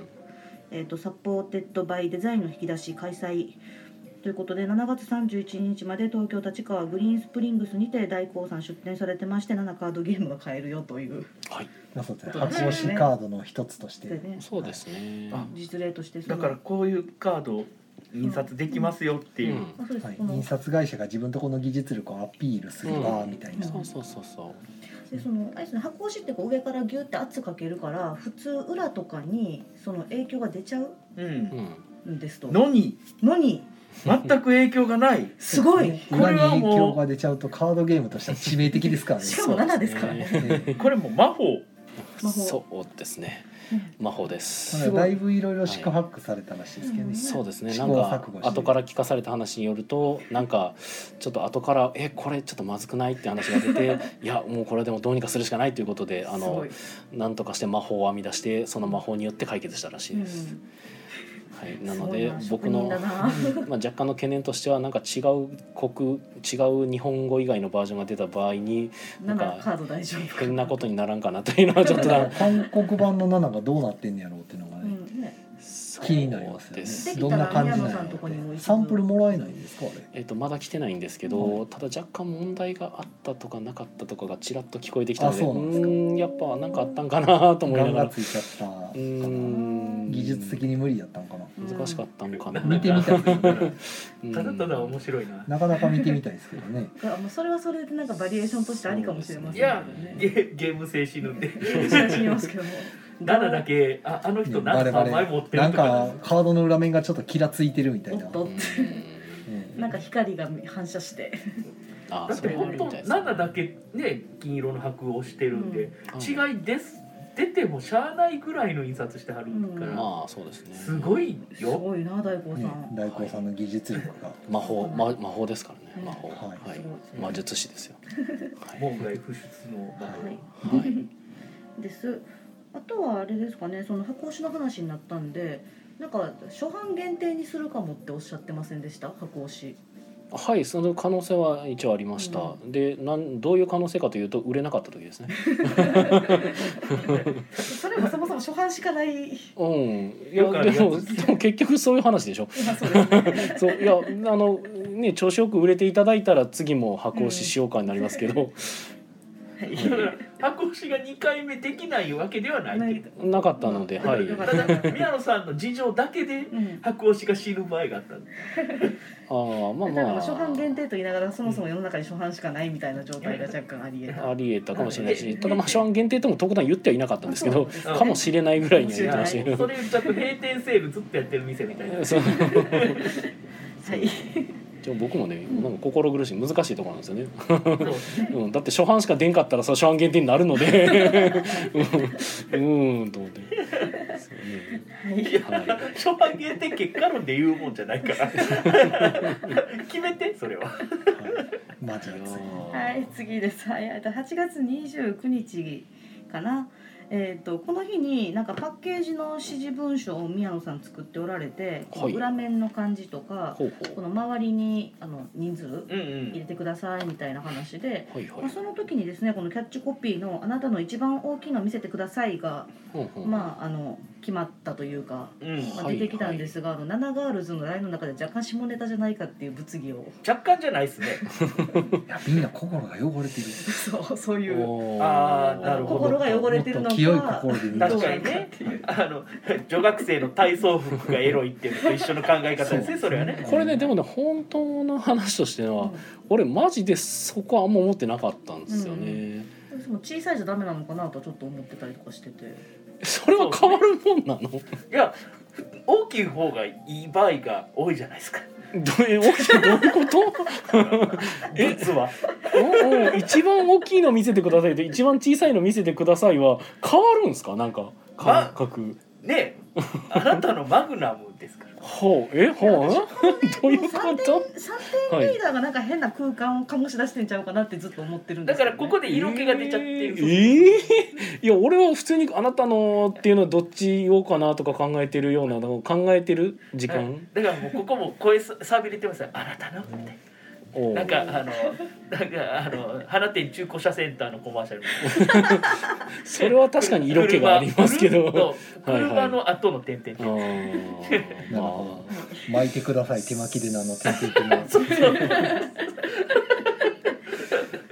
S4: えー、とサポーテッドバイデザインの引き出し開催ということで7月31日まで東京立川グリーンスプリングスにて大興産出展されてまして7カードゲームが買えるよという
S1: はい、
S2: まあそうですね
S3: そうです
S2: 箱
S3: ね
S2: 押しカードの一つとして、
S4: でね
S1: そうですね。
S3: あ
S4: 実例としてそ
S3: だ
S4: の
S3: からこういうカードを印刷できますよっていう、
S1: うん
S4: あそうです、
S2: はい
S4: こ、の
S2: 印刷会社が自分とこの技術力をアピールする場みたいな、
S1: そうそうそうそう。
S4: でそのあれですね箱押しってこう上からギュって圧かけるから普通裏とかにその影響が出ちゃ
S3: うん
S1: うん、
S4: うんですと
S3: のに
S4: のに
S3: 全く影響がない
S4: すごい
S3: こ
S2: 裏
S3: れ
S2: に
S3: は
S2: 影響
S3: も
S2: が出ちゃうとカードゲームとしては致命的ですからね
S4: しかも7ですからね。
S2: ええ
S3: うこれもう魔法
S4: 魔法
S1: そうですね。魔法です。
S2: だからだいぶいろいろ四苦八苦されたらしいですけどね、
S4: はい
S1: そうですね
S2: 試
S1: な
S2: 行
S1: んか
S2: 錯誤して
S1: 後から聞かされた話によるとなんかちょっと後から「えこれちょっとまずくない?」って話が出て「いやもうこれでもどうにかするしかない」ということであ
S4: すご
S1: の
S4: い
S1: なんとかして魔法を編み出してその魔法によって解決したらしいです。
S4: うん
S1: はい、なの
S4: すごい
S1: で僕
S4: 職人
S1: の
S4: だな
S1: まあ、若干の懸念としてはなんか違う国違う日本語以外のバージョンが出た場合に
S4: な
S1: なんん
S4: か
S1: か
S4: カード大丈夫か
S1: 変なことにならんかなというのはちょっとな
S2: 韓国版の7がどうなってんねやろうっていうのが
S4: う
S2: ね、
S4: んね
S2: 気になります
S1: そう
S2: よ
S1: で
S2: ね
S1: す
S4: でき
S2: どん
S4: た
S2: な
S4: ら
S2: 感じなん
S4: 宮野さ
S2: や
S4: んとこ
S2: ろう
S4: にも
S2: っ
S4: 一
S2: て
S4: 部
S2: サンプルもらえないんですかあれ
S1: えっとまだ来てないんですけど、ただ若干問題があったとかなかったとかがちらっと聞こえてきたので
S2: あそうなんですか
S1: うーんやっぱなんかあったんかなと思い
S2: ガ
S1: な
S2: ン
S1: が
S2: が
S1: ら
S2: ついちゃったかな
S1: うーん
S2: 技術的に無理やったんかな
S1: 難しかったんかな、
S2: 見てみたいですよね
S1: うん
S3: ただただ面白いな、
S2: なかなか見てみたいですけどね
S4: いやもうそれはそれでなんかバリエーションとしてありかもしれません
S3: い
S4: ね
S3: やゲゲーム精神ので
S4: 信じますけども
S3: 7だけああの人
S2: バレ
S3: 何
S2: バ
S3: 3枚
S2: レ
S3: 持って
S2: な
S3: る
S2: ん
S3: と
S2: か
S3: か
S2: カードの裏面がちょっとキラついてるみたいな
S4: おっと
S1: うん
S2: ええ
S4: なんか光が反射して
S1: あ
S3: だっ
S1: そ
S3: て
S1: れはあ
S3: 本
S1: る
S3: 当
S1: みたいですね
S3: 7だけね金色の箔をしてるんで、
S1: うん
S3: 違いです出てもしゃあないぐらいの印刷してはるか
S4: う
S3: ら、
S4: ん
S1: まあそうですね
S3: すごい
S4: す
S3: よ
S4: ごいな大光さ
S2: ね
S4: ん、
S2: 大光さんの技術力が
S1: 魔法、ま、魔法ですからね魔法
S2: は
S1: はいい、
S4: そう
S1: 魔術師ですよはい、
S3: 門外不出の魔法、
S4: はい
S1: はい
S4: ですあとはあれですかねその箱押しの話になったんでなんか初版限定にするかもっておっしゃってませんでした箱押し
S1: はい、その可能性は一応ありました。
S4: う
S1: で、なんどういう可能性かというと売れなかった時ですね。
S4: それもそもそも初版しか ない
S1: うん、い
S3: よく
S1: や
S3: ある
S1: で
S3: や
S1: も
S3: つ
S1: でも結局そういう話でしょ。
S4: 今そうですね
S1: そういやあのね調子よく売れていただいたら次も箱押ししようかになりますけど、
S3: だから箱押しが2回目できないわけではないけど
S1: なかったので、
S4: まあ
S1: はい。
S4: よか
S3: た
S4: った
S3: だ宮野さんの事情だけで
S4: うん
S3: 箱押しが死ぬ場合があったんで
S1: ああまあ
S4: だから
S1: ま
S4: まあ
S1: あ
S4: 初版限定と言いながらそもそも世の中に初版しかないみたいな状態が若干ありえた
S1: ありえたかもしれないし、ただまあ初版限定とも特段言ってはいなかったんですけ
S4: あそう
S1: ど
S4: なんです、
S3: ね
S1: かもしれないぐらいには
S3: そ
S1: 言ってましたけど。
S3: れ言っちゃうと閉店セールずっとやってる店みたいな
S1: そう
S4: はい
S1: でも僕もね、なんか心苦しい難しいところなんですよね。
S3: そう
S1: うん、だって初版しか出んかったらそれ初版限定になるので うんうーんと思って
S4: はい
S3: や、
S1: はい
S3: 初版限定結果論で言うもんじゃないから決めてそれは
S2: マジで次
S4: はい、次です。はい、えっと8月29日かな。えっ、とこの日になんかパッケージの指示文書を宮野さん作っておられて、
S1: はい
S4: 裏面の感じとか、
S1: ほう
S4: こ
S1: ほう
S4: の周りにあの人数
S3: うんう
S4: 入れ
S3: ん
S4: てくださいみたいな話で。
S1: はいは
S4: まあ、
S1: い
S4: その時にですねこのキャッチコピーの「あなたの一番大きいの見せてくださいが」
S1: ほうほう
S4: まあ、あの決まったというか、
S3: うん
S4: まあ
S1: はい
S4: 出てきたんですが、あの7ガールズのラインの中で若干下ネタじゃないかっていう物議を
S3: 若干じゃないですね
S2: いやみんな心が汚れてる
S4: そうそういう
S1: おー
S3: あーなるほど
S4: 心が汚れてるの
S2: もっと
S4: か
S2: 清い心で見る
S3: 確かにねあの女学生の体操服がエロいっていうのと一緒の考え方ですねそれはね
S1: これねでもね本当の話としては、俺マジでそこはあんま思ってなかったんですよね、
S4: でも小さいじゃダメなのかなとちょっと思ってたりとかしてて
S1: それは変わるもんなの、
S3: いや大きい方がいい場合が多いじゃないですか
S1: どういう大きいどういうこと
S3: 実は
S1: おお一番大きいの見せてくださいと一番小さいの見せてくださいは変わるんですかなんか感覚、
S3: ねえあなたのマグナムですから
S1: ほうえほう どういうこ
S4: 3
S1: と
S4: 点三点リーダーがなんか変な空間を醸し出してんちゃうかなってずっと思ってるんで
S3: だ
S4: すよ
S3: か
S4: ね
S3: らここで色気が出ちゃってる、
S1: えーえーいや俺は普通にあなたのっていうのはどっちをかなとか考えてるような考えてる時
S3: は
S1: 間
S3: い、だからもうここも声ささびれてますよあなたのみたい
S1: おう
S3: ななんかあのなんかあの花店中古車センターのコマーシャル
S1: それは確か に色気がありますけ
S3: 車
S1: ど
S3: の車の後の点々
S1: あー
S2: な
S3: 点
S2: る
S1: ま
S2: ほど巻いてください手巻きでなの手巻きでな
S3: そうそう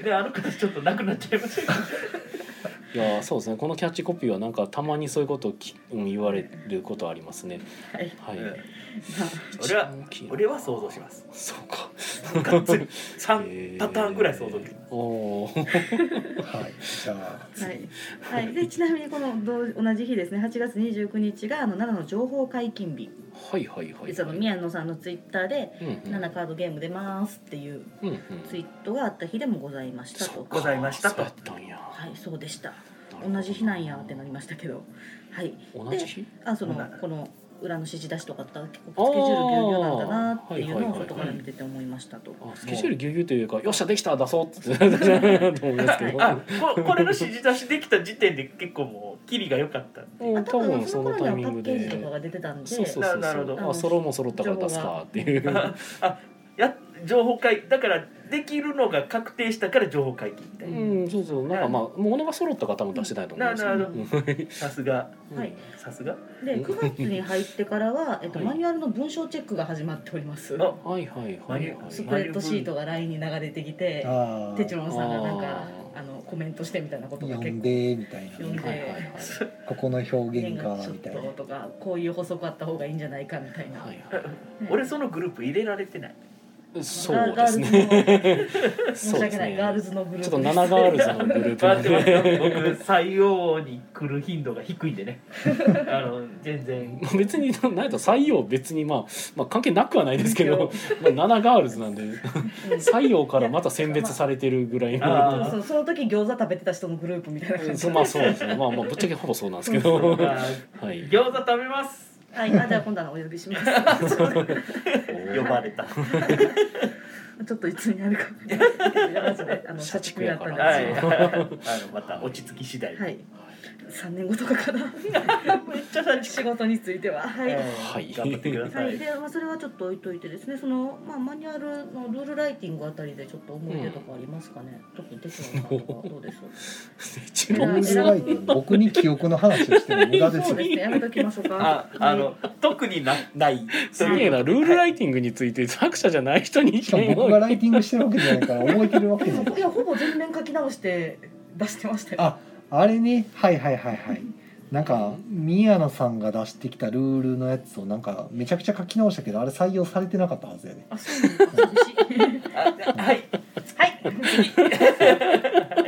S3: であの方ちょっとなくなっちゃいま したけど
S1: あいやそうですねこのキャッチコピーはなんかたまにそういうことをき、うん、言われることありますね
S4: はい
S1: はい、
S3: うん
S4: まあ
S3: 俺は
S1: 一番
S3: 俺は想像します
S1: そうか
S3: がっつり3パタ ーンぐらい想像できる、
S1: おおー
S2: はいじゃ
S4: はい、はい、でちなみにこの同同じ日ですね8月29日があの奈良の情報解禁日、
S1: はいはいはいはい
S4: 実はあの宮野さんのツイッターで
S1: うんう
S4: 「
S1: ん
S4: 奈良カードゲーム出ます」っていう
S1: うんうん
S4: ツイートがあった日でもございました
S1: そ
S4: と
S1: うか
S3: ございましたと
S1: そうやったんや
S4: はいそうでした
S1: なるほど
S4: 同じ日なんやってなりましたけどはい
S1: 同
S4: で
S1: じ日
S4: あその
S3: ほんなら
S4: この裏の指示出しとかって結構スケジュールぎゅうぎゅうなんだなっていうのを
S1: あーはいはいはいはい
S4: 外から見てて思いましたと
S1: あスケジュールぎゅうぎゅうというかよっしゃできた出そうっ つってと思いますけど
S3: あここれの指示出しできた時点で結構もうキリが良かった
S1: うん
S4: あ
S1: 多
S4: 多
S1: 分
S4: 分
S1: そ
S4: そ
S1: の
S4: の
S1: タ
S4: 頃
S1: イ
S4: に
S1: ミ
S4: は
S1: ング
S4: パッケージと
S1: で
S4: かが出てたんで
S1: そうそうそう
S3: なるほ
S1: そう
S3: ど
S1: あソロも揃ったから出すかっていう
S3: ああや情報解だからできるのが確定したから情報解禁みた
S1: う
S3: いな、
S1: んそうそうなんかまあ物が揃った方も出してないと思いますけ
S3: な
S1: ど
S3: るさすが
S1: うん
S4: はい
S3: さすが
S4: で9月に入ってからは、えっと、
S1: はい
S4: マニュアルの文章チェックが始まっております
S3: あ
S1: はいはいはいはい
S4: スプレッドシートが LINE に流れてきて
S2: あああ
S4: テチロンさんがなんか
S1: あ
S4: あのコメントしてみたいなことが
S2: 呼
S4: 結
S2: ん
S4: 構
S2: でみたい
S4: 呼ん
S2: な
S1: はいはい
S2: ここの表
S4: 面
S2: 現が
S4: がちょっ
S2: みたいな
S4: ととかこういう補足あった方がいいんじゃないかみたいな、
S1: はいはい
S3: 俺そのグループ入れられ てない
S1: そう
S4: ガ
S1: で
S4: ー
S1: すね
S4: ルズの申し訳ない、ガールズのグループ
S1: ちょっと7ガールズのグル
S3: 待って待
S1: ープ
S3: って僕採用に来る頻度が低いん でねあの全然
S1: まあ 別に何やったら採用別にまあまあ関係なくはないですけど まあ7ガールズなんで
S4: うん
S1: 採用からまた選別されてるぐらいの
S3: あ
S4: そうそうその時餃子食べてた人のグループみたいな
S1: う
S4: 感
S1: ん
S4: じ、
S1: そうまあそうですねまあまあぶっちゃけほぼそうなんですけど
S3: そう
S1: は
S3: か
S1: い
S3: 餃子食べます
S4: はいあじゃあ今度はお呼びします
S3: 呼ばれた
S4: ちょっといつになるかやばいですねあの
S1: 社
S4: 社
S1: 畜
S4: 畜
S1: や
S4: や
S1: か
S4: からら
S3: は
S4: はい い、
S3: あのまた落ち着き次第
S4: 3年後とかかな
S3: めっちゃ楽し
S4: 仕事についてははい、
S1: はい
S3: 頑張ってくださ
S4: はいい、で、まあ、それはちょっと置いといてですね、その、まあ、マニュアルのルールライティングあたりで、ちょっと思い出とかありますかね。特にテクノさんとか、どうです。
S1: 一
S2: ロ
S1: 郎
S2: ングライト僕に記憶の話をしても無駄です
S4: そ
S2: よ
S4: うですね、やめときましょうか
S3: あ。あの 特になない
S1: すげえなルールライティングについて作者じゃない人に意
S2: しかも
S1: 見
S2: 僕が
S1: を
S2: ライティングしてるわけじゃないから覚えてるわけない
S4: いや、ほぼ全面書き直して、出してましたよ。
S2: ああれねはいはいはいはいなんか宮野さんが出してきたルールのやつをなんかめちゃくちゃ書き直したけどあれ採用されてなかったはずやね
S4: あ、そうなんですね。
S3: あはい
S4: はい。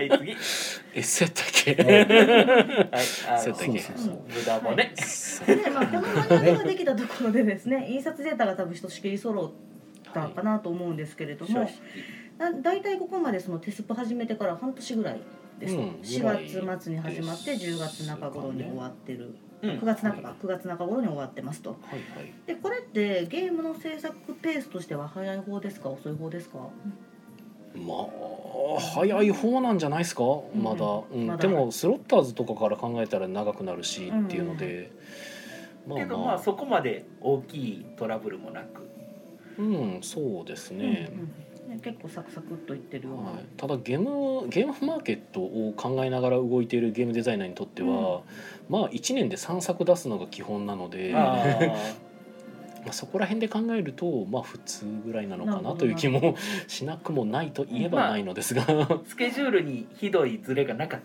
S3: はい次
S1: えそうやったっけ
S2: あ
S3: はいあ
S1: そう
S3: の
S1: だっけ
S2: そうそう
S3: 無駄もね
S4: で、まあ、このマニュアルができたところでですね、印刷データが多分ひとしきり揃ったかなと思うんですけれども。
S3: 正
S4: だ大体ここまでそのテスプ始めてから半年ぐらいです、
S1: うん
S4: 4月末に始まって
S1: ぐらいです
S4: 10月中頃に終わってる、
S3: 直
S4: 9月中
S1: は
S4: か
S1: い
S4: 9月中頃に終わってますと
S1: はいはい
S4: でこれってゲームの制作ペースとしては早い方ですか遅い方ですか
S1: まあ早い方なんじゃないですか
S4: ん
S1: まだ,、うん
S4: まだ
S1: でもスロッターズとかから考えたら長くなるしっていうので、
S3: けどまあそこまで大きいトラブルもなく
S1: うんそうですね、
S4: うんうん、結構サクサクっといってるような、
S1: はい、ただゲームゲームマーケットを考えながら動いているゲームデザイナーにとっては、まあ1年で3作出すのが基本なので
S3: あ
S1: まあ、そこら辺で考えると、まあ、普通ぐらいなのか
S4: なる
S1: な
S4: ほど
S1: という気もしなくもないと言えばないのですが、
S3: ースケジュールにひどいズレがなかっ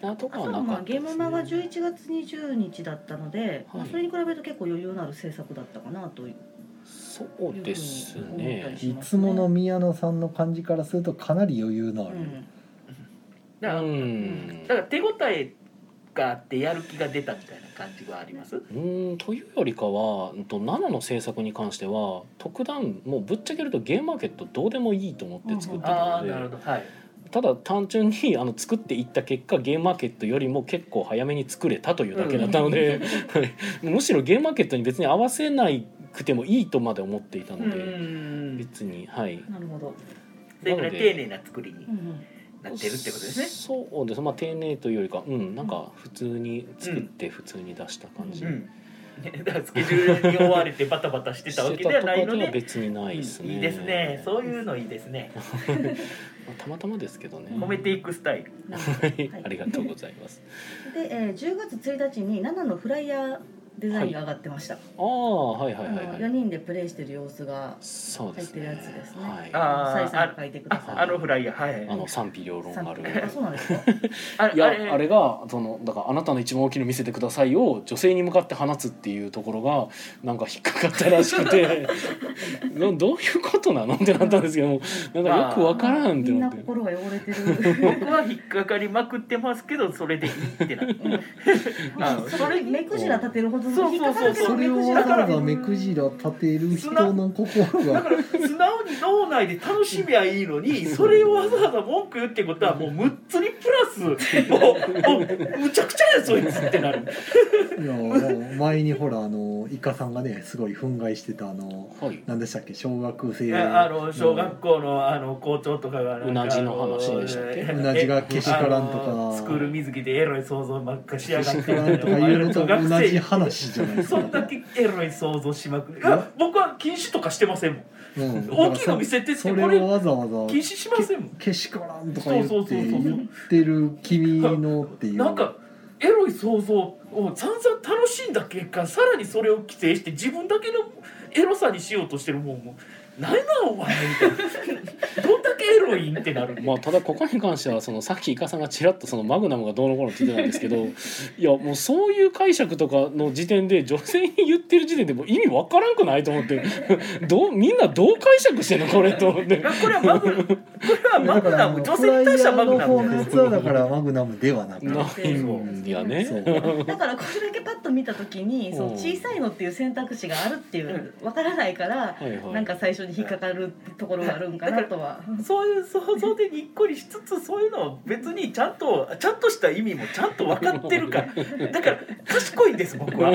S3: た
S1: あ、と
S4: あ
S1: か
S4: と
S1: は
S4: は
S1: な
S4: ま
S1: か
S4: あ
S1: った
S4: ゲームマが11月20日だったので、ま
S1: は
S4: あ、
S1: い
S4: それに比べると結構余裕のある制作だったかなという
S1: そうです
S4: うん
S1: ね。
S2: いつもの宮野さんの感じからするとかなり余裕のあ
S4: う
S2: る、
S4: ん
S1: う
S3: だから
S1: ん
S3: だから手応えがあってやる気が出たみたいな感じはあります
S1: うんというよりかはうんと7の制作に関しては特段もうぶっちゃけるとゲームマーケットどうでもいいと思って作ってた
S3: あ
S1: の
S3: あ
S1: で、
S3: なるほどはい
S1: ただ単純にあの作っていった結果ゲームマーケットよりも結構早めに作れたというだけだったので、 むしろゲームマーケットに別に合わせなくてもいいとまで思っていたので、
S3: ん
S1: 別にはい。
S4: なるほど。
S3: それぐらい丁寧な作りに
S4: うんうん
S3: なってるってことですね。
S1: そうですまあ丁寧というよりかうんなんか普通に作って普通に出した感じ、
S4: う
S3: うん ねだからスケジュールに追われてバタバタしてたわけではないの
S1: してたとかでは
S3: で。
S1: 別にないですね、
S3: いいですね。そういうのいいですね。
S1: まあたまたまですけどね
S3: 褒めていくスタイル。
S4: な るほど
S1: はい
S4: はい
S1: ありがとうございます
S4: で、えー、10月1日に7のフライヤーデザインが上がってました、
S1: ああはいはい
S4: あ
S1: はい
S4: の
S1: はい
S4: 4人でプレイしてる様子が
S1: そうで
S4: 入っ
S1: す
S4: てる
S1: ね
S4: やつですね、
S1: はい
S3: あー
S4: サイさんが書いてくださ
S3: あ
S4: い、
S3: あのフライヤー。
S1: あ
S3: はい。
S1: の賛否両論ある
S4: あそうなんですか
S3: あ
S1: いやあれがそのだからあなたの一番大きいの見せてくださいを女性に向かって放つっていうところがなんか引っかかったらしく てなどういうことなのってなったんですけどもなんかよく わからんって
S4: みん
S1: なっ
S4: な
S1: て
S4: 心が汚れてる
S3: 僕は引っかかりまくってますけどそれでいいってなって あ
S4: それ目くじら立てるほど
S3: そうそうそう
S4: 引っかかるけど
S2: それを
S4: 目くじ
S2: わ
S4: ら
S2: ざわざ
S4: 立て
S2: 目
S4: る
S2: くじら立てる人の心
S3: だ
S2: が
S3: から素直に脳内で楽しみゃいいのにそれをわざわざ文句言うってことはもうむっつり プラスもうもうむちゃくちゃやそいつってなる
S2: いやもう前にほらあのイカさんがねすごい憤慨してたあの
S1: はい
S2: 何でしたっけ小学生
S3: あの小学校のあの校長とかがなんか
S1: うなじの話でしたっけ
S3: あ
S2: う
S3: の
S2: なじがけしからんと
S3: あの
S2: か
S3: スクール水着でエロい想像ばっかしや
S2: け
S3: がっ
S2: してからんとかいうのと同じ話じゃないです
S3: そ
S2: か
S3: んだけエロい想像しまくるいや僕は禁止とかしてませんもん
S2: うん
S3: 大きいの見せてって
S2: そ
S3: こ
S2: れ
S3: れ
S2: をわざわざ
S3: 禁止しませんもん
S2: けしからんとか言
S3: そう
S2: っ
S3: そう
S2: て
S3: そうそう
S2: 言ってる君のっていう
S3: なんかエロい想像を散々楽しんだ結果さらにそれを規制して自分だけのエロさにしようとしてるもんもないなお前みたいなどんだけエロいんってなる
S1: まあ、ただここに関してはそのさっきイカさんがちらっとそのマグナムがどうのこうのって言ってたんですけどいやもうそういう解釈とかの時点で女性に言ってる時点でもう意味わからんくないと思ってどうみんなどう解釈してんのこれと 思って
S3: いやこれは マグこれはマグナム
S2: だから
S3: 女性に対してはマグナ
S2: フライヤーの方
S3: ム
S2: のやつはだからマグナムではなく
S1: ないんや
S2: そう
S1: ね。
S4: だからこれだけパッと見た時にその小さいのっていう選択肢があるっていうわからないから
S1: はいはい
S4: なんか最初に引っかかるところがあるんかなとは
S3: そういう想像でにっこりしつつそういうのを別にちゃんとちゃんとした意味もちゃんと分かってるからだから賢いんです僕は。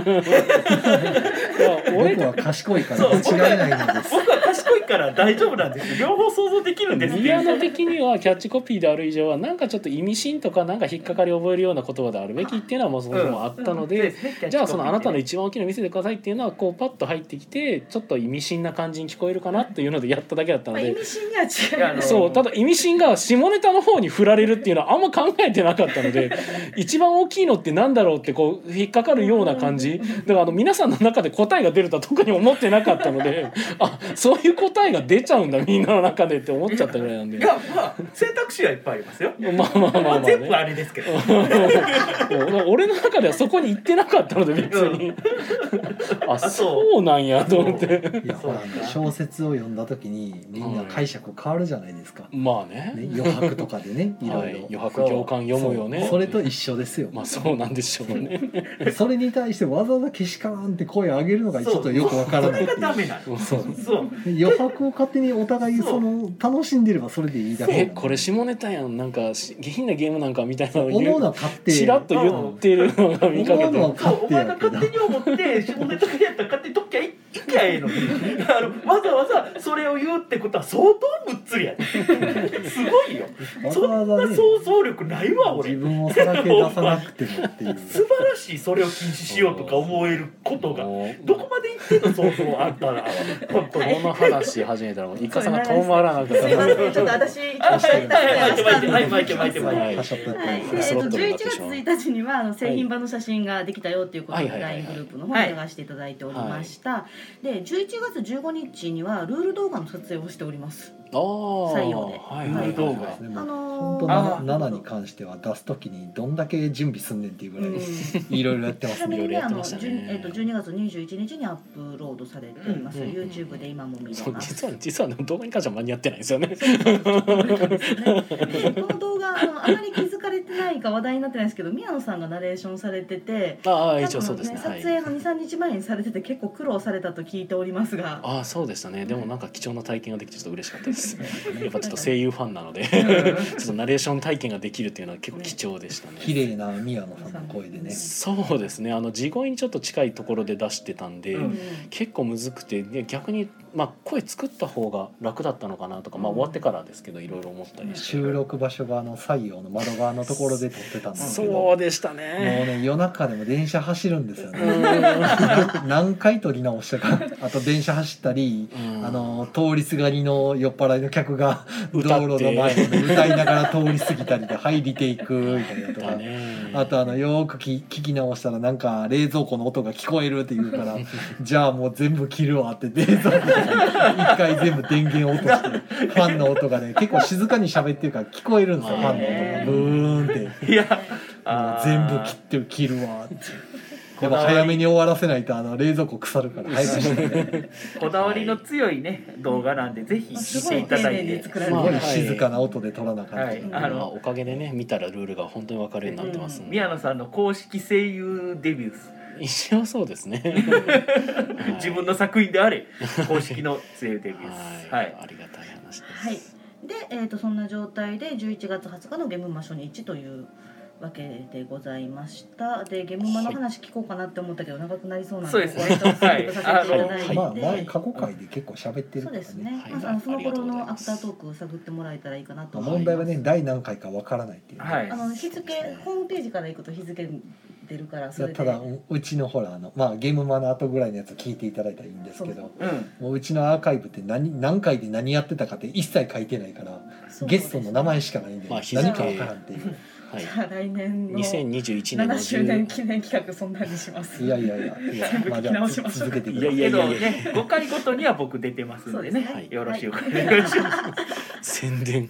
S1: いや俺
S2: 僕は賢いか
S3: そう
S2: ら間違えないのです
S3: 僕は賢いから大丈夫なんですよ両方想像できるんです
S1: ミヤノ的にはキャッチコピーである以上はなんかちょっと意味深とかなんか引っかかりを覚えるような言葉であるべきっていうのはもうそもそもあったので、じゃあそのあなたの一番大きな見せてくださいっていうのはこうパッと入ってきてちょっと意味深な感じに聞こえるかなっていうのでやっただけだった
S4: ま
S1: の
S4: あ意
S1: で
S4: 味深には違
S3: いやあ
S4: う
S3: の
S1: そうただ意味深が下ネタの方に振られるっていうのはあんま考えてなかったの で一番大きいのってなんだろうってこう引っかかるような感じだからあの皆さんの中で答えが出るとは特に思ってなかったのであそういう答えが出ちゃうんだみんなの中でって思っちゃったぐらいなん で
S3: い。やまあ選択肢はいっぱいありますよ。
S1: まあまあまあま
S3: ま
S1: あ、
S3: あ、
S1: ね、
S3: 全部あれですけど。
S1: うん俺の中ではそこに行ってなかったので別に、 あ
S3: と
S1: そうなんやと思って
S2: いやほら
S3: そうか
S2: 小説を読んだ時にみんな解釈変わるじゃないですか、
S1: まあね
S2: ね、余白とかでねいろ
S1: はいい
S2: ろ、
S1: 余白行間読むよね
S2: そうそれと一緒ですよ、
S1: まあそうなんでしょうね
S2: それに対してわざわざけしからんって声上げるのがちょっとよくわからないっ
S3: そ
S2: て
S3: れがダ
S2: い
S3: メ
S2: う
S3: なの。
S2: そう
S3: そう。
S2: で余白を勝手にお互いその楽しんでればそれでいいだけ
S1: えこれ下ネタやんなんかし下品なゲームなんかみたいなのを
S2: 思
S1: 言
S2: う
S1: う
S2: のは勝手
S1: チラッと言ってるのが見かけ
S2: 思うのは
S1: て
S3: そう
S2: 勝
S3: お
S2: 手
S3: 前
S2: や
S3: が
S2: け
S3: 勝
S2: ど
S3: 手に思って下ネタやったら勝手にどっか行きゃええのにあのわざわざそれを言うってことは相当むっつりやねすごいよそ
S2: わ
S3: ん
S2: ざわざ
S3: な
S2: ね
S3: 想像力ないわ
S2: 自
S3: 俺
S2: 分をさらけ出さなくてもっていう
S3: 素晴らしいそれを禁止しようとか思えることが
S1: もう
S3: どこまで行ってんの想像あんたら本当
S1: こ
S3: に
S1: の話し始めたらもうイカさんが止まらなく
S4: すいま
S1: な
S4: せんちょっと私一応下行ったので
S3: はいはいはい巻
S4: 明日
S3: いて巻いて巻いて
S1: 巻いて
S2: はしゃった
S4: はい、
S2: や
S4: で
S2: つ
S4: えっ
S1: スロッ
S4: と
S1: トになっ
S4: 11
S1: てしまう
S4: 月1日にはあの製品版の写真ができたよっていうことで LINE グループの方
S3: は
S4: に
S3: い
S4: 流していただいておりましたで11月15日にはルール動画の撮影をしております
S1: ああ
S4: 採用で
S1: はい
S3: ル
S1: は
S3: ー
S1: い
S3: ル動
S1: は
S3: 画
S1: い
S2: で
S4: あ
S2: も
S4: の
S2: 本
S4: ー
S2: 当
S3: あー
S2: な7に関しては出す時にどんだけ準備すんねんっていうぐら
S4: うん
S2: いいろいろやってま
S4: ち
S2: す
S4: なみ
S2: ね
S4: に
S1: いろいろや
S4: ね、あ
S1: って
S4: の、
S1: ましたね
S4: じゅんえっと、12月21日にアップロードされています。
S1: うんうん
S4: YouTube で今も見れ
S1: そう
S4: ます。
S1: 実は実はね動画に関しては間に合ってないんですよね
S4: でこの動画、あの、あまり気づかれてないか話題になってないですけど、宮野さんがナレーションされてて。
S1: ああ
S4: 多分
S1: 一応そうですね
S4: 撮
S1: はい
S4: 影の2、3日前にされてて、結構苦労されたと聞いておりますが。
S1: ああそうでしたねでもなんか貴重な体験ができてちょっと嬉しかったです ですやっぱちょっと声優ファンなので ちょっとナレーション体験ができるっていうのは結構貴重でしたね
S2: 綺麗な宮野さんの声でね
S1: そうですねあの地声にちょっと近いところで出してたんで、
S3: うん
S1: 結構むずくてで逆に、まあ、声作った方が楽だったのかなとか、まあ、終わってからですけどいろいろ思ったりして
S2: 収録場所があの西洋の窓側のところで撮ってたんですけど
S1: そうでした
S2: もう
S1: ね。
S2: ね夜中でも電車走るんですよ
S1: う
S2: ね
S1: ん
S2: 何回撮り直したか あと電車走ったりあの通りすがりの酔っ払いの客が道
S1: 歌って
S2: 路の前で歌いながら通り過ぎたりで「はいリテイク」みたいなと
S1: だ
S2: か。
S1: ね
S2: あとあのよーくき聞き直したらなんか冷蔵庫の音が聞こえるって言うからじゃあもう全部切るわって 冷蔵庫で一回全部電源落としてファンの音がね結構静かに喋ってるから聞こえるんですよファンの音がブーンって。
S3: いや
S2: も
S3: あ
S2: う
S3: ー
S2: 全部切って切るわって
S3: こ
S2: で
S3: だ
S2: も
S3: わり
S2: 早めに終わらせないとあの冷蔵庫腐るから早くしてね
S3: こだわりの強いね動画なんでぜひ見ていただいて
S4: すごい丁寧に作ら
S2: す
S4: れて
S2: ご
S1: はい
S2: 静かな音で撮らなかった、
S3: はい
S1: ま
S3: あの
S1: あおかげでね見たらルールが本当に分かるようになってますんで
S3: 宮野さんの公式声優デビューです
S1: 一応そうですね
S3: 自分の作品であれ公式の声優デビューです
S1: は、
S3: はいい
S1: ありがたい話です、
S4: はい、で、えー、とそんな状態で11月20日のゲームマ初日というわけでございましたでゲームマの話聞こうかなって思ったけど長くなりそうなので
S3: そうですね
S4: これちょっとさせていただいて、
S2: まあ
S4: は
S2: 前
S4: い
S2: 過去回で結構喋ってる
S4: そう
S2: から
S4: ですね、
S2: ね
S1: はい
S4: まあ、あのそ
S1: あ
S4: の
S1: りがと
S4: 頃
S1: うござい
S4: のア
S1: ま
S4: フ
S1: す
S4: タートークを探ってもらえたらいいかなと
S2: まあ
S4: 思います
S2: 問題はね第何回かわからないっていうね、
S3: はい
S4: あの日付ホームページから行くと日付出るから
S2: い
S4: そ
S2: や
S4: れで
S2: ただううちのほらあの、まあ、ゲームマの後ぐらいのやつ聞いていただいたらいいんですけ
S4: そ
S2: ど
S3: うん
S2: もううちのアーカイブって何何回で何やってたかって一切書いてないから
S4: そうで
S2: ゲ
S4: す
S2: ストの名前しかないんで、
S1: まあ日
S4: 付
S2: 何かわからんっていう
S1: は
S4: じ
S1: い
S4: ゃあ来年の
S1: 2021年の
S4: 7周年記
S1: 10
S4: 念企画そんなにします
S2: いやいやいやいや
S4: 全部聞き直しましょう
S2: 続けてくだ
S1: い
S2: さ
S1: や
S2: い
S1: い
S3: け
S1: やい
S3: ど
S1: やいや
S3: ね5回ごとには僕出てますんでね
S4: そう
S1: ですね
S3: よろしくお願いしま
S1: 宣伝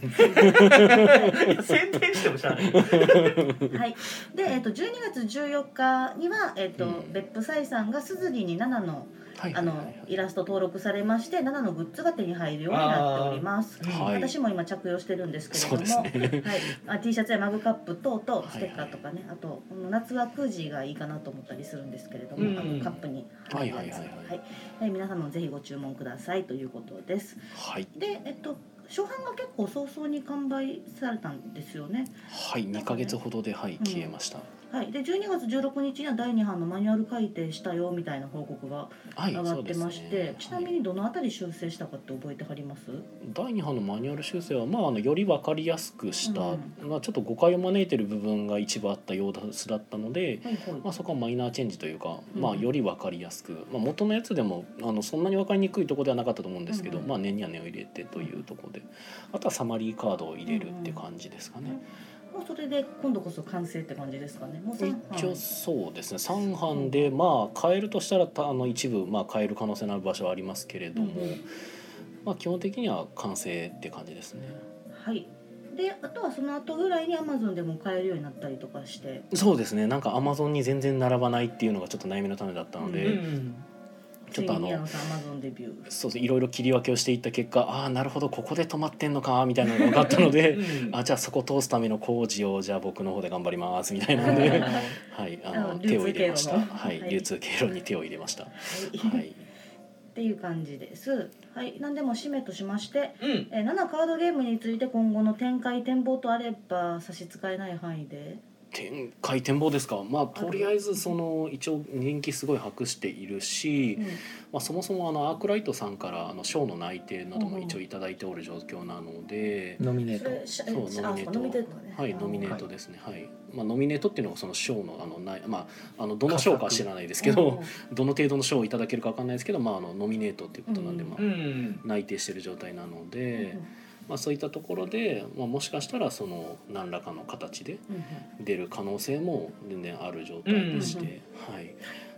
S3: す宣伝してもしゃあない
S4: はい、で、えっと12月14日には、えっと
S1: うん
S4: 別府斎さんがすずりに7の
S1: はい
S4: あのイラスト登録されまして7のグッズが手に入るようになっております、
S1: あーはい
S4: 私も今着用してるんですけれど
S1: そう
S4: も、
S1: です
S4: はい
S1: ね
S4: あ、T シャツやマグカップ等々
S1: はい
S4: ステッカーとかね、あとこの夏はクージーがいいかなと思ったりするんですけれども、
S3: うん
S4: あのカップに
S1: はい
S4: る
S1: はい
S4: や
S1: は
S4: つ
S1: いはい
S4: はい皆さんもぜひご注文くださいということです
S1: はい
S4: でえっと初版が結構早々に完売されたんですよね
S1: はい2ヶ月ほどではい
S4: うん
S1: 消えました、
S4: はい、で12月16日には第2版のマニュアル改訂したよみたいな報告が
S1: はい
S4: 上が
S1: そ
S4: っ
S1: う
S4: て
S1: です
S4: ま
S1: ね
S4: して、ちなみにどのあたり修正したかって覚えてはります、
S1: 第2版のマニュアル修正は、まあ、あのより分かりやすくした、
S4: うん
S1: まあ、ちょっと誤解を招いてる部分が一部あったようですだったので、
S4: はいはい
S1: まあ、そこはマイナーチェンジというか、まあ、
S4: うん
S1: より分かりやすく、まあ、元のやつでもあのそんなに分かりにくいとこではなかったと思うんですけど、
S4: うんうん
S1: まあ、念には念を入れてというとこであとはサマリーカードを入れるって感じですかね。
S4: もうそれで今度こそ完成って感じですかねもう三版
S1: 一応そうですね3班でまあ変えるとしたらたあの一部まあ変える可能性のある場所はありますけれども、
S4: うんうん
S1: まあ、基本的には完成って感じですね。
S4: はいであとはその後ぐらいにアマゾンでも買えるようになったりとかして
S1: そうですねなんかアマゾンに全然並ばないっていうのがちょっと悩みの種だったので、
S4: うん
S3: うん
S1: ちょっ
S4: つ
S1: と
S4: い
S1: あ
S4: に宮
S1: の
S4: 野さんアマゾンデビュー
S1: そうですねいろいろ切り分けをしていった結果ああなるほどここで止まってんのかみたいなのが分かったの で。
S3: うん
S1: あじゃあそこ通すための工事をじゃあ僕の方で頑張りますみたいな
S4: あ
S1: の
S4: の
S1: で、
S4: は
S1: はい、あ
S4: あ
S1: の
S4: の
S1: 手を入れました、
S4: 流通経路の
S1: はい、
S4: はい、
S1: 流通経路に手を入れました、はい い、
S4: っていう感じですはい何でも締めとしまして
S3: うん
S4: えー7カードゲームについて今後の展開展望とあれば差し支えない範囲で
S1: 展開展望ですかまあとりあえずその一応人気すごい博しているし、まあ、そもそもあのアークライトさんからあの賞の内定なども一応頂いただいておる状況なので、
S2: ノミネ
S4: うん
S2: ート
S4: それしゃ
S1: そう
S4: し
S1: ノ
S4: あ
S1: ミネート
S4: そうノミネートね
S1: はい、
S4: あー
S1: ノミネートですね、はいまあ、ノミネートっていうのがその賞のあのない、まあ、あのどの賞かは知らないですけど、 どの程度の賞をいただけるかわかんないですけど、まあ、あのノミネートっていうことなんで、
S4: うん
S1: まあ
S3: う、ん
S1: 内定している状態なの
S4: うんうん
S1: で、まあ、そういったところで、まあ、もしかしたらその何らかの形で
S4: うん
S1: 出る可能性も全然ある状態でして、はい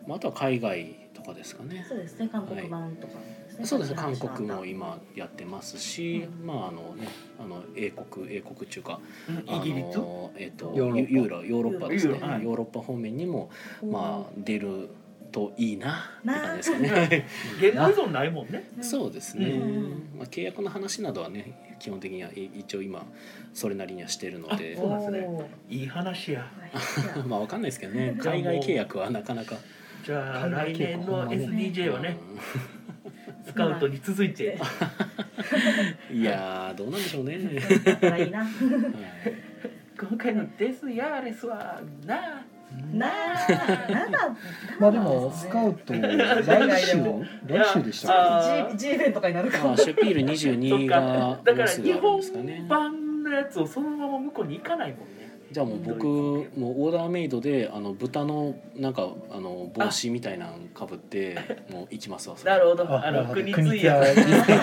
S1: まあ、あとは海外とかですかね。
S4: そうですね韓国版とかですね
S1: そうですね
S4: さっ
S1: 韓
S4: き話
S1: 国
S4: のあった
S1: も今やってますし、まああのねあの英国英国中華
S3: イギリス
S1: あのえっ、と
S2: ヨ
S1: ユ
S2: ーロッパ
S1: ーロヨーロッパですね
S3: ユーロはい
S1: ヨーロッパ方面にもまあ出るといいなって感じですか
S3: な
S1: ね。
S3: 言語依存ないもんね
S4: う ん
S1: そうですね、
S4: うん
S1: まあ、契約の話などはね基本的にはい一応今それなりにはしてるの
S3: あ
S1: で
S3: そうなんですね
S4: おーはい
S3: いい話や
S4: じゃ
S1: まあわかんないですけどね海外契約はなかなか、
S3: じゃあ
S2: 考え
S3: 来
S2: てよ
S3: 年の SDJ はね
S1: うん
S3: スカウトに続いて
S4: あ
S1: いやーどうなんでしょうね。
S4: だったらいいな
S1: はい
S3: 今回の「ですやーレスはなあ
S4: なあなあ
S2: まあでもスカウト来週来週でしたっ
S3: あー
S4: G, G 弁とかになるか
S1: ま
S4: も
S1: あシュピール22が
S3: だから
S1: ロスが
S3: 日
S1: あるんですか
S3: 本
S1: ね。
S3: 版のやつをそのまま向こうに行かないもんね
S1: じゃあもう僕もうオーダーメイドであの豚のなんかあの帽子みたいなのかぶって もう行きますわ。それ
S3: なるほ
S2: け
S3: どあ
S2: なる
S3: の
S2: ほど
S3: 国
S2: 国
S3: 津
S2: 津屋
S3: 屋
S2: リ
S3: スペク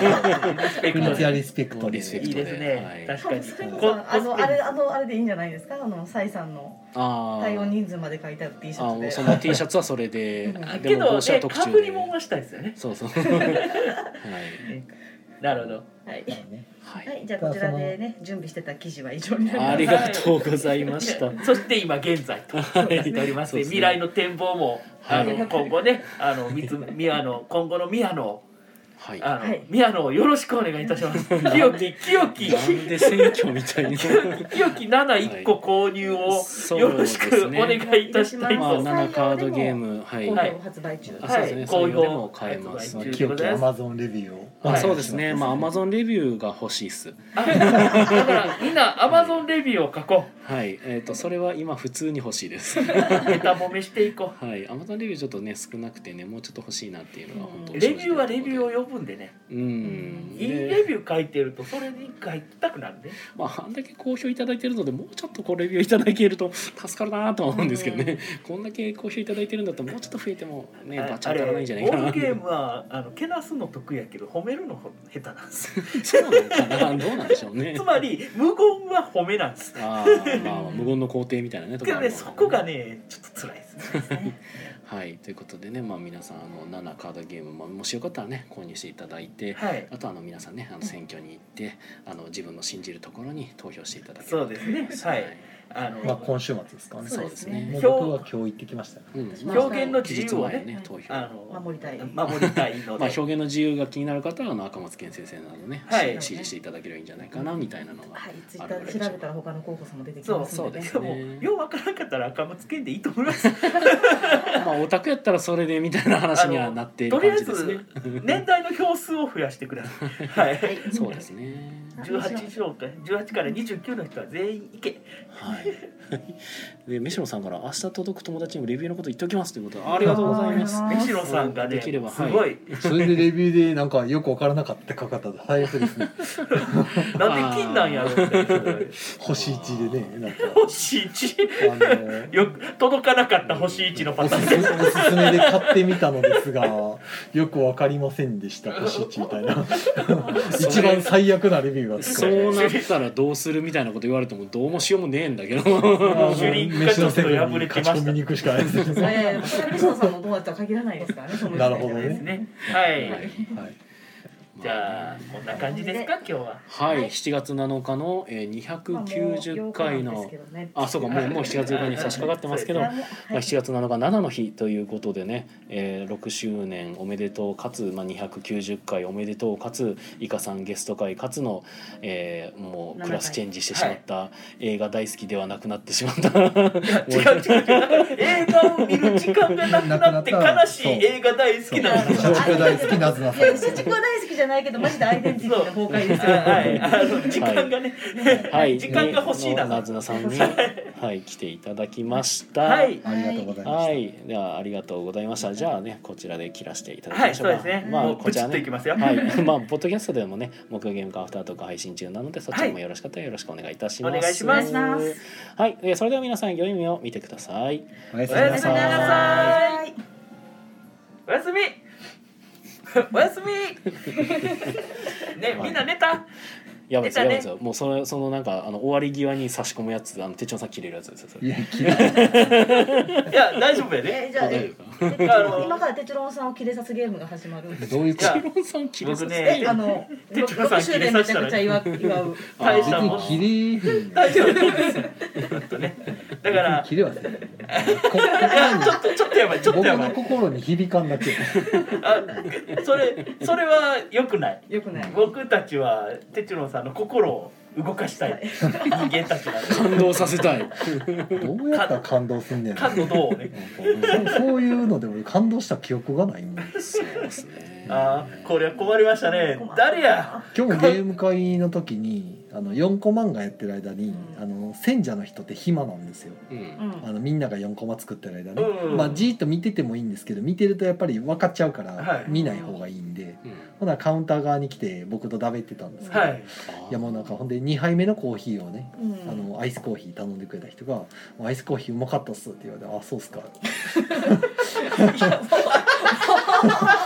S2: 国
S3: ト
S2: 津屋リスペクト
S1: リ
S2: で
S1: スペク
S3: いい
S1: ト
S3: ですね、
S1: はい
S3: 確かに
S4: それこ
S3: こ
S4: そあのあれあのあれでいいんじゃないですかあのサイさんの
S1: あ
S4: 対応
S1: ー
S4: 人数まで書いてある T シ
S1: あ
S4: ャツ
S1: もう
S4: で
S1: その T シャツはそれ で
S4: うん
S1: で
S3: け
S1: も
S3: ど
S1: 帽子は
S3: ね
S1: 特
S3: か
S1: 注
S3: ぶりもん
S1: で。
S3: はしたいですよね
S1: そう そう。はい
S3: なるほど
S4: はい
S1: はい
S4: は。いじゃあこちらでね準備してた記事は以上になります
S1: ありがとうございました。は
S3: そして今現在となっておりまして、
S1: はい
S3: 未来の展望も、
S1: はい
S3: あの今後ねあの三つ宮野今後の宮野
S1: い。
S3: あの、
S4: はい
S3: 宮野をよろしくお願いいたします。清き清き
S1: なんで選挙みたいな。
S3: 清き七一個購入を
S1: そう
S3: よろし
S1: です
S3: くお
S1: ね
S3: 願いいたしたい
S1: ま
S3: と
S1: あ、七カードゲーム、はい。
S4: 今
S3: はい
S4: 度発売中
S1: あそうですね。そう
S3: 好評
S1: いうのでも買えます。
S3: 発売中
S2: 清きアマゾンレビューを
S1: ま
S3: は
S1: あ、
S3: い
S1: そうですね。まあ、アマゾンレビューが欲しいっす。
S3: あだからみんなアマゾンレビューを書こ
S1: はい、えっ、と、それは今普通に欲しい です。
S3: う。ネタ褒めしていこ
S1: はい、アマゾンレビューちょっとね、少なくてね、もうちょっと欲しいなっていうのは本当
S3: う。レビューはレビュ
S1: ー。
S3: ーを呼ぶんでね。
S1: うん。
S3: いいレ
S1: で
S3: ビュー書いてるとそれに書きたくなるね。
S1: まあ、あんだけ好評いただいてるのでもうちょっとこうレビューいただけると 助かるなとは思うんですけどね、こんだけ好評いただいてるんだったらもうちょっと増えてもね
S3: あ
S1: バチャンとやらないんじゃないか
S3: あれボ
S1: な
S3: ードゲームはあのけなすの得意やけど褒めるの下手なんです。
S1: そうなの かなどうなんでしょうね
S3: つまり無言は褒めなんです。
S1: あーまあまあ無言の皇帝みたいなねと
S3: け
S1: こ
S3: ど
S1: ある
S3: ね
S1: のか
S3: そ
S1: な
S3: こがねちょっと辛いですね。
S1: はいということでね、まあ、皆さんあの7カードゲーム、まあ、もしよかったらね購入していただい て
S3: はい。
S1: あとあの皆さんねあの選挙に行ってあの自分の信じるところに投票していただけれ
S3: そ
S1: ば
S3: うですね。
S1: は
S3: はい。あの、
S2: まあ今週末ですかね
S1: そうですね
S2: もう
S3: 今日
S2: 僕は今日行ってきましたね
S1: うん
S4: 私
S1: ま
S4: も
S1: あ
S3: 表現の自由を
S1: 期日前
S3: ね
S1: ね投票
S3: あ
S1: ま
S3: の
S4: 守りたい
S3: 守りたいの
S1: あ
S3: で。
S1: 表現の自由が気になる方はあの赤松健先生などね、
S3: はい
S1: 支持していただけるばいいんじゃないかなみたいなのが、
S4: はいツイッターで調べたら他の候補さんも出てき
S3: そう
S4: ます
S1: そ
S4: の
S1: う
S4: で
S1: で
S4: ね
S1: すね
S3: もようわからんかったら赤松健でいいと思います。
S1: まあオタクやったらそれでみたいな話にはなっている
S3: とりあ
S1: 感
S3: え
S1: じですね
S3: ず。年代の票数を増やしてくださ い。はい。
S1: そうですね。
S3: 18以上か18から29の人は全員行け。
S1: はい。 で、飯野さんから明日届く友達にもレビューのこと言っておきますということで、ありがとうございます。
S4: あ
S3: 西野さんがね、
S1: できればはい
S3: すごい
S2: それでレビューでなんかよく分からなかったかかったら最悪です ね
S3: なんで金なんやろって。
S2: 星1でねなんか
S3: 星一
S2: あの
S3: よく届かなかった星一のパ
S2: お
S3: タ
S2: す
S3: ーン。
S2: すおすすめで買ってみたのですがよく分かりませんでした星1みたいな一番最悪なレビューがつく
S1: そうなったらどうするみたいなこと言われてもどうもしようもねえんだけど
S3: シュリンクがちょっと破れてまし
S2: 飯
S3: た
S2: のセブンに勝ち込みに行くしかないです
S4: い
S2: ね、
S4: やいやいやこれは西野さんのどうやったら限らないですからねその時代
S2: なるほど
S3: です
S2: ね
S3: ね。は
S1: は
S3: い。
S1: い
S2: はい、
S3: じゃあこんな感じですか今日は。
S1: はい、7月7日の、えー、290回
S4: まあもう
S1: の
S4: 8日なんですけどね
S1: あそうかもうもう7月7日に差し掛かってますけど、
S4: いや
S1: ま
S4: もう
S1: あ、7月7日7の日ということでね、えー6周年おめでとうかつ、まあ、290回おめでとうかつイカさんゲスト会かつの、えーもうクラスチェンジしてしまった、映画大好きではなくなってしまった
S3: 違う 違う違う。映画を見る時間がなくなって悲しい映画大好きなの。
S2: 社畜大好きなずなさん
S4: いや社畜は大好きじゃないけどマジでアイデンティティの崩壊ですよ
S3: はい。あの時間がね。
S1: はい、
S3: 時間が欲しいな
S1: ねなずなさんに、はい、来ていただきました。
S3: はい。
S2: ありがとうございました、
S1: はい、ではありがとうございました。じゃあね、こちらで切らせていただき
S3: は
S1: ま
S3: い、
S1: しょ
S3: そうう
S1: か。
S3: ですね。
S1: ま
S3: も
S1: あ
S3: う
S1: こ
S3: プ
S1: ち
S3: チ
S1: ら
S3: ッとい
S1: ね
S3: き。ますよ。
S1: はい、まあポッドキャストでもね、木ゲームかアフターとか配信中なので、そちらもよろしかったらよろしくお願いいたします。
S3: はいお願いし
S4: お願いします
S1: はい、えーそれでは皆さん良い夢を見てください。
S2: おやす
S3: お
S2: み
S3: や
S2: な
S3: す
S2: さ
S3: みな
S2: ーい
S3: さい。おやすみ。 おやすみ。ね、みんな寝た。
S1: やばいです、
S3: 出た
S1: やばいで
S3: ね
S1: すよ。もうそのそのなんかあの終わり際に差し込むやつ、あの手帳さん切れるやつですよ。それ
S2: いや切れない
S3: いや、大丈夫やね。
S4: えじゃあ
S1: 大丈
S4: え
S1: 夫か
S4: テチロン今からテチロンさんを切れさすゲームが始まる
S2: どういうこと
S1: ヒ
S3: いや
S1: ロンさん切れさせて
S4: えあの
S3: テチロンさん
S4: 6周年めちゃくちゃ祝う祝う
S3: 大
S2: 別
S3: したもん
S1: あー
S2: に切れへん
S3: 大丈夫です。ちょっとね。だから。
S2: 切れはせんこ
S3: いや ちょっと、ちょっとやばい、ちょっと
S2: 僕
S3: やば
S2: の
S3: い。
S2: 心に響かんだけ
S3: あ、それ、それは良くない。
S4: よくない
S3: 僕たちは、てちろんさんの心を動かしたい。人間たちなので。
S1: 感動させ たい。
S2: どうやったら感動すんねんな
S3: 感度どうね。
S2: そうそういうので俺感動した記憶がないもん
S1: そうですね。ね
S3: あーこれは困りましたね誰や
S2: 今日もゲーム会の時にあの4コ漫画やってる間に、
S4: うん
S2: あの賢者の人って暇なんですよ
S1: うん
S4: うん
S2: あのみんなが4コマ作ってる間
S3: う
S2: ね、
S3: んうん
S2: まあじーっと見ててもいいんですけど見てるとやっぱり分かっちゃうから、
S3: はい
S2: 見ない方がいいんで
S1: うん
S2: ほなカウンター側に来て僕とだべってたんですけど、
S3: はい
S2: いやもうなんかほんで2杯目のコーヒーをね
S4: うん
S2: あのアイスコーヒー頼んでくれた人が「アイスコーヒーうまかったっす」って言われて「あそうっすか」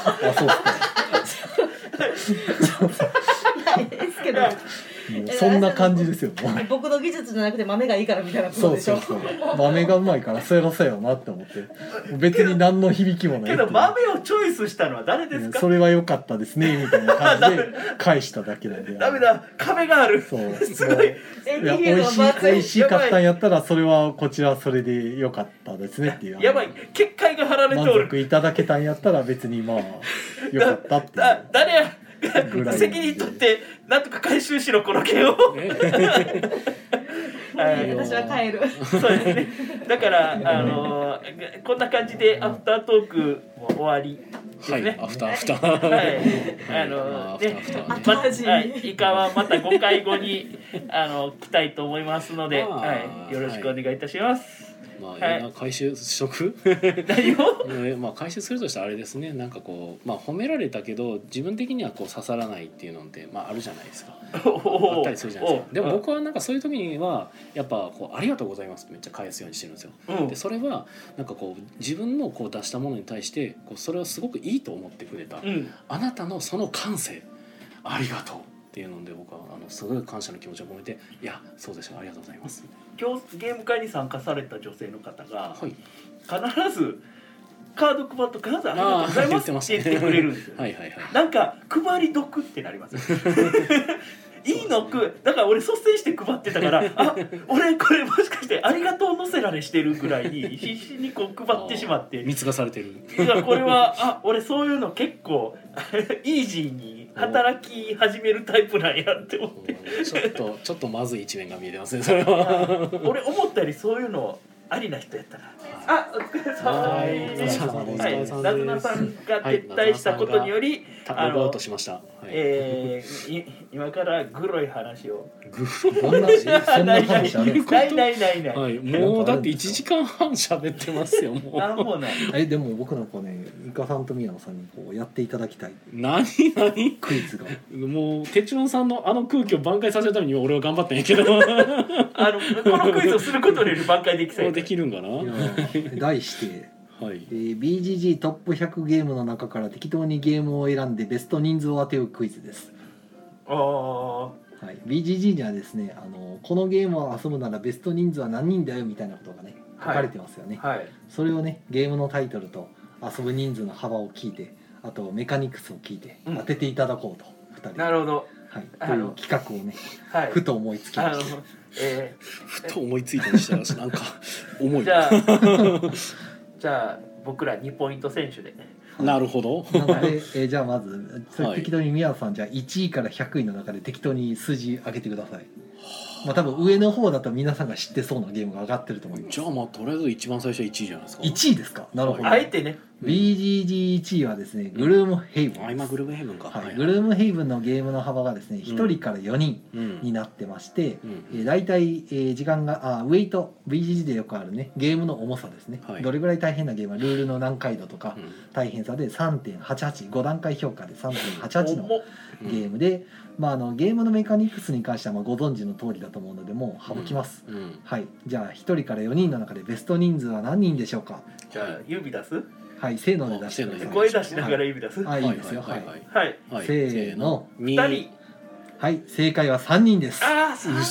S2: あそうっすか
S4: ですけど
S2: もうそんな感じですよもう
S4: 僕の技術じゃなくて豆がいいからみたいなこ と
S2: そう
S4: でしょ
S2: そうそう豆がうまいからそやろそやろなって思って別に何の響きもない
S3: け
S2: っていう
S3: ど豆をチョイスしたのは誰です
S2: そ
S3: か
S2: れは良かったですねみたいな感 じで返しただけなんで
S3: ダメだ壁がある
S2: そう
S3: すごい
S4: え
S2: いや美
S4: いいの
S2: 味しい
S4: バツ
S2: 美味しかったんやったらそれはこちらはそれで良かったですねっていう
S3: やばい結界が張られて
S2: 満
S3: おる
S2: 足いただけたんやったら別にまあ良かったって
S3: だ誰
S2: い
S3: や
S2: うぐらい
S3: 責任取ってなんとか回収しろこの件を はい
S4: 私は帰る
S3: そうですねだからあのこんな感じでアフタートークも終わりです
S1: は
S3: ね、
S1: いアフターアフタ
S3: は
S1: ー
S3: い、あ
S1: まあ
S3: の
S1: アフター
S3: ね
S1: アフター、
S3: また、はい、イカはまた5回後に、あの、来たいと思いますので、
S1: あー
S3: はい、よろしくお願いいたします。
S1: まあ、
S3: はい
S1: いいな回収しとく
S3: 何を、
S1: うんまあ回収するとしたらあれですねなんかこう、まあ、褒められたけど自分的にはこう刺さらないっていうのって、まあ、あるじゃないですかあったりするじゃないですかでも僕はなんかそういう時にはやっぱこう「ありがとうございます」ってめっちゃ返すようにしてるんですよ
S3: うん
S1: で、それはなんかこう自分のこう出したものに対してこうそれをすごくいいと思ってくれた
S3: うん、
S1: あなたのその感性ありがとうっていうので僕はあのすごい感謝の気持ちを込めて「いやそうでしょありがとうございます
S3: 今日ゲーム会に参加された女性の方」が、
S1: はい
S3: 必ず。カード配っと必ずありがとうござい
S1: あー言
S3: ま
S1: って
S3: す
S1: ま
S3: っ
S1: してたね
S3: 言ってくれるんですよ。
S1: はいはいはい
S3: なんか配り得ってなります。 いいのく、だから俺率先して配ってた から、あ、俺これもしかしてありがとうのせられしてるぐらいに必死にこう配ってしまって、
S1: 見つかされてる
S3: いやこれはあ俺そういうの結構 イージーに働き始めるタイプなんやって思っ
S1: こ
S3: て
S1: うちょっとちょっとまずい一面が見えてますねそれは。
S3: 俺思ったよりそういうのありな人やったなあお疲れ様
S1: はい
S2: お疲れ様です
S3: ですはいナズナさんが撤退したことにより、
S1: タログアウトしました。はい。
S3: えー、い今からグロい話を
S1: グ
S2: どんなそんな話あるんですか
S3: ないないないない、
S1: はい、もうだって一時間半喋ってますよ。も
S3: なん
S1: う。
S3: もない
S2: えでも僕なんかねイカさんと宮野さんにこうやっていただきたい
S1: 何何
S2: クイズ が
S1: もう哲郎さんのあの空気を挽回させるために俺は頑張ったんやけど。
S3: あのこのクイズをすることにより挽回できそう
S1: そ
S3: や
S1: うできるんかな。
S2: いや
S1: は
S2: ー題して、
S1: い
S2: え。ー BGG トップ100ゲームの中から適当にゲームを選んでベスト人数を当てようクイズです
S3: あー
S2: はい、BGG にはですねあのこのゲームを遊ぶならベスト人数は何人だよみたいなことがね書
S3: はい
S2: かれてますよね、
S3: はい
S2: それをねゲームのタイトルと遊ぶ人数の幅を聞いてあとメカニクスを聞いて
S3: うん
S2: 当てていただこうと、二2人
S3: なるほど
S2: はい、と
S3: あ
S2: い
S3: の
S2: う企画をね
S3: はい
S2: ふと思いつき
S3: あ
S2: ま
S3: の
S2: した、
S3: えー
S1: ふと思いついたにしたらなんか重い
S3: じ。ゃあじゃあ僕ら2ポイント選手で
S1: なるほど。
S2: なので、えーじゃあまずそれ
S1: はい
S2: 適当に宮野さんじゃあ1位から100位の中で適当に数字上げてください、まあ、多分上の方だと皆さんが知ってそうなゲームが上がってると思いま
S1: じ
S2: す
S1: ゃあまあとりあえず一番最初は一位じゃないですか。。
S2: 1位ですかなるほど、
S3: あえてね
S2: BGG1 位はですねグルームヘイブン
S1: あ
S2: です
S1: 今グルーブヘブンか。
S2: はい、グルームヘイブンのゲームの幅がですね1人から4人
S1: う
S2: に
S1: ん。
S2: なってまして、
S1: う
S2: え
S1: ん。
S2: ー、大体、えー時間があウェイト BGG でよくあるねゲームの重さですね、
S1: はい
S2: どれぐらい大変なゲームはルールの難解度とか
S1: うん
S2: 大変さで3.885段階評価で3.88の
S3: 重っ
S2: ゲームで、まあ、あのゲームのメカニクスに関してはまあご存知の通りだと思うのでもう省きます、
S1: うん。
S2: はいじゃあ1人から4人の中でベスト人数は何人でしょうか
S3: じゃあ指出す
S2: はいせーので出してくだ
S1: せーの
S3: 声出しながら指出す
S2: さ
S3: はい
S2: いあいいですよはい、
S1: はい
S3: はい
S1: はい。
S2: せー
S1: せ
S2: の
S1: ーの。
S3: 2人
S2: はい、正解は3人です
S3: ああ
S1: う
S3: 3なんや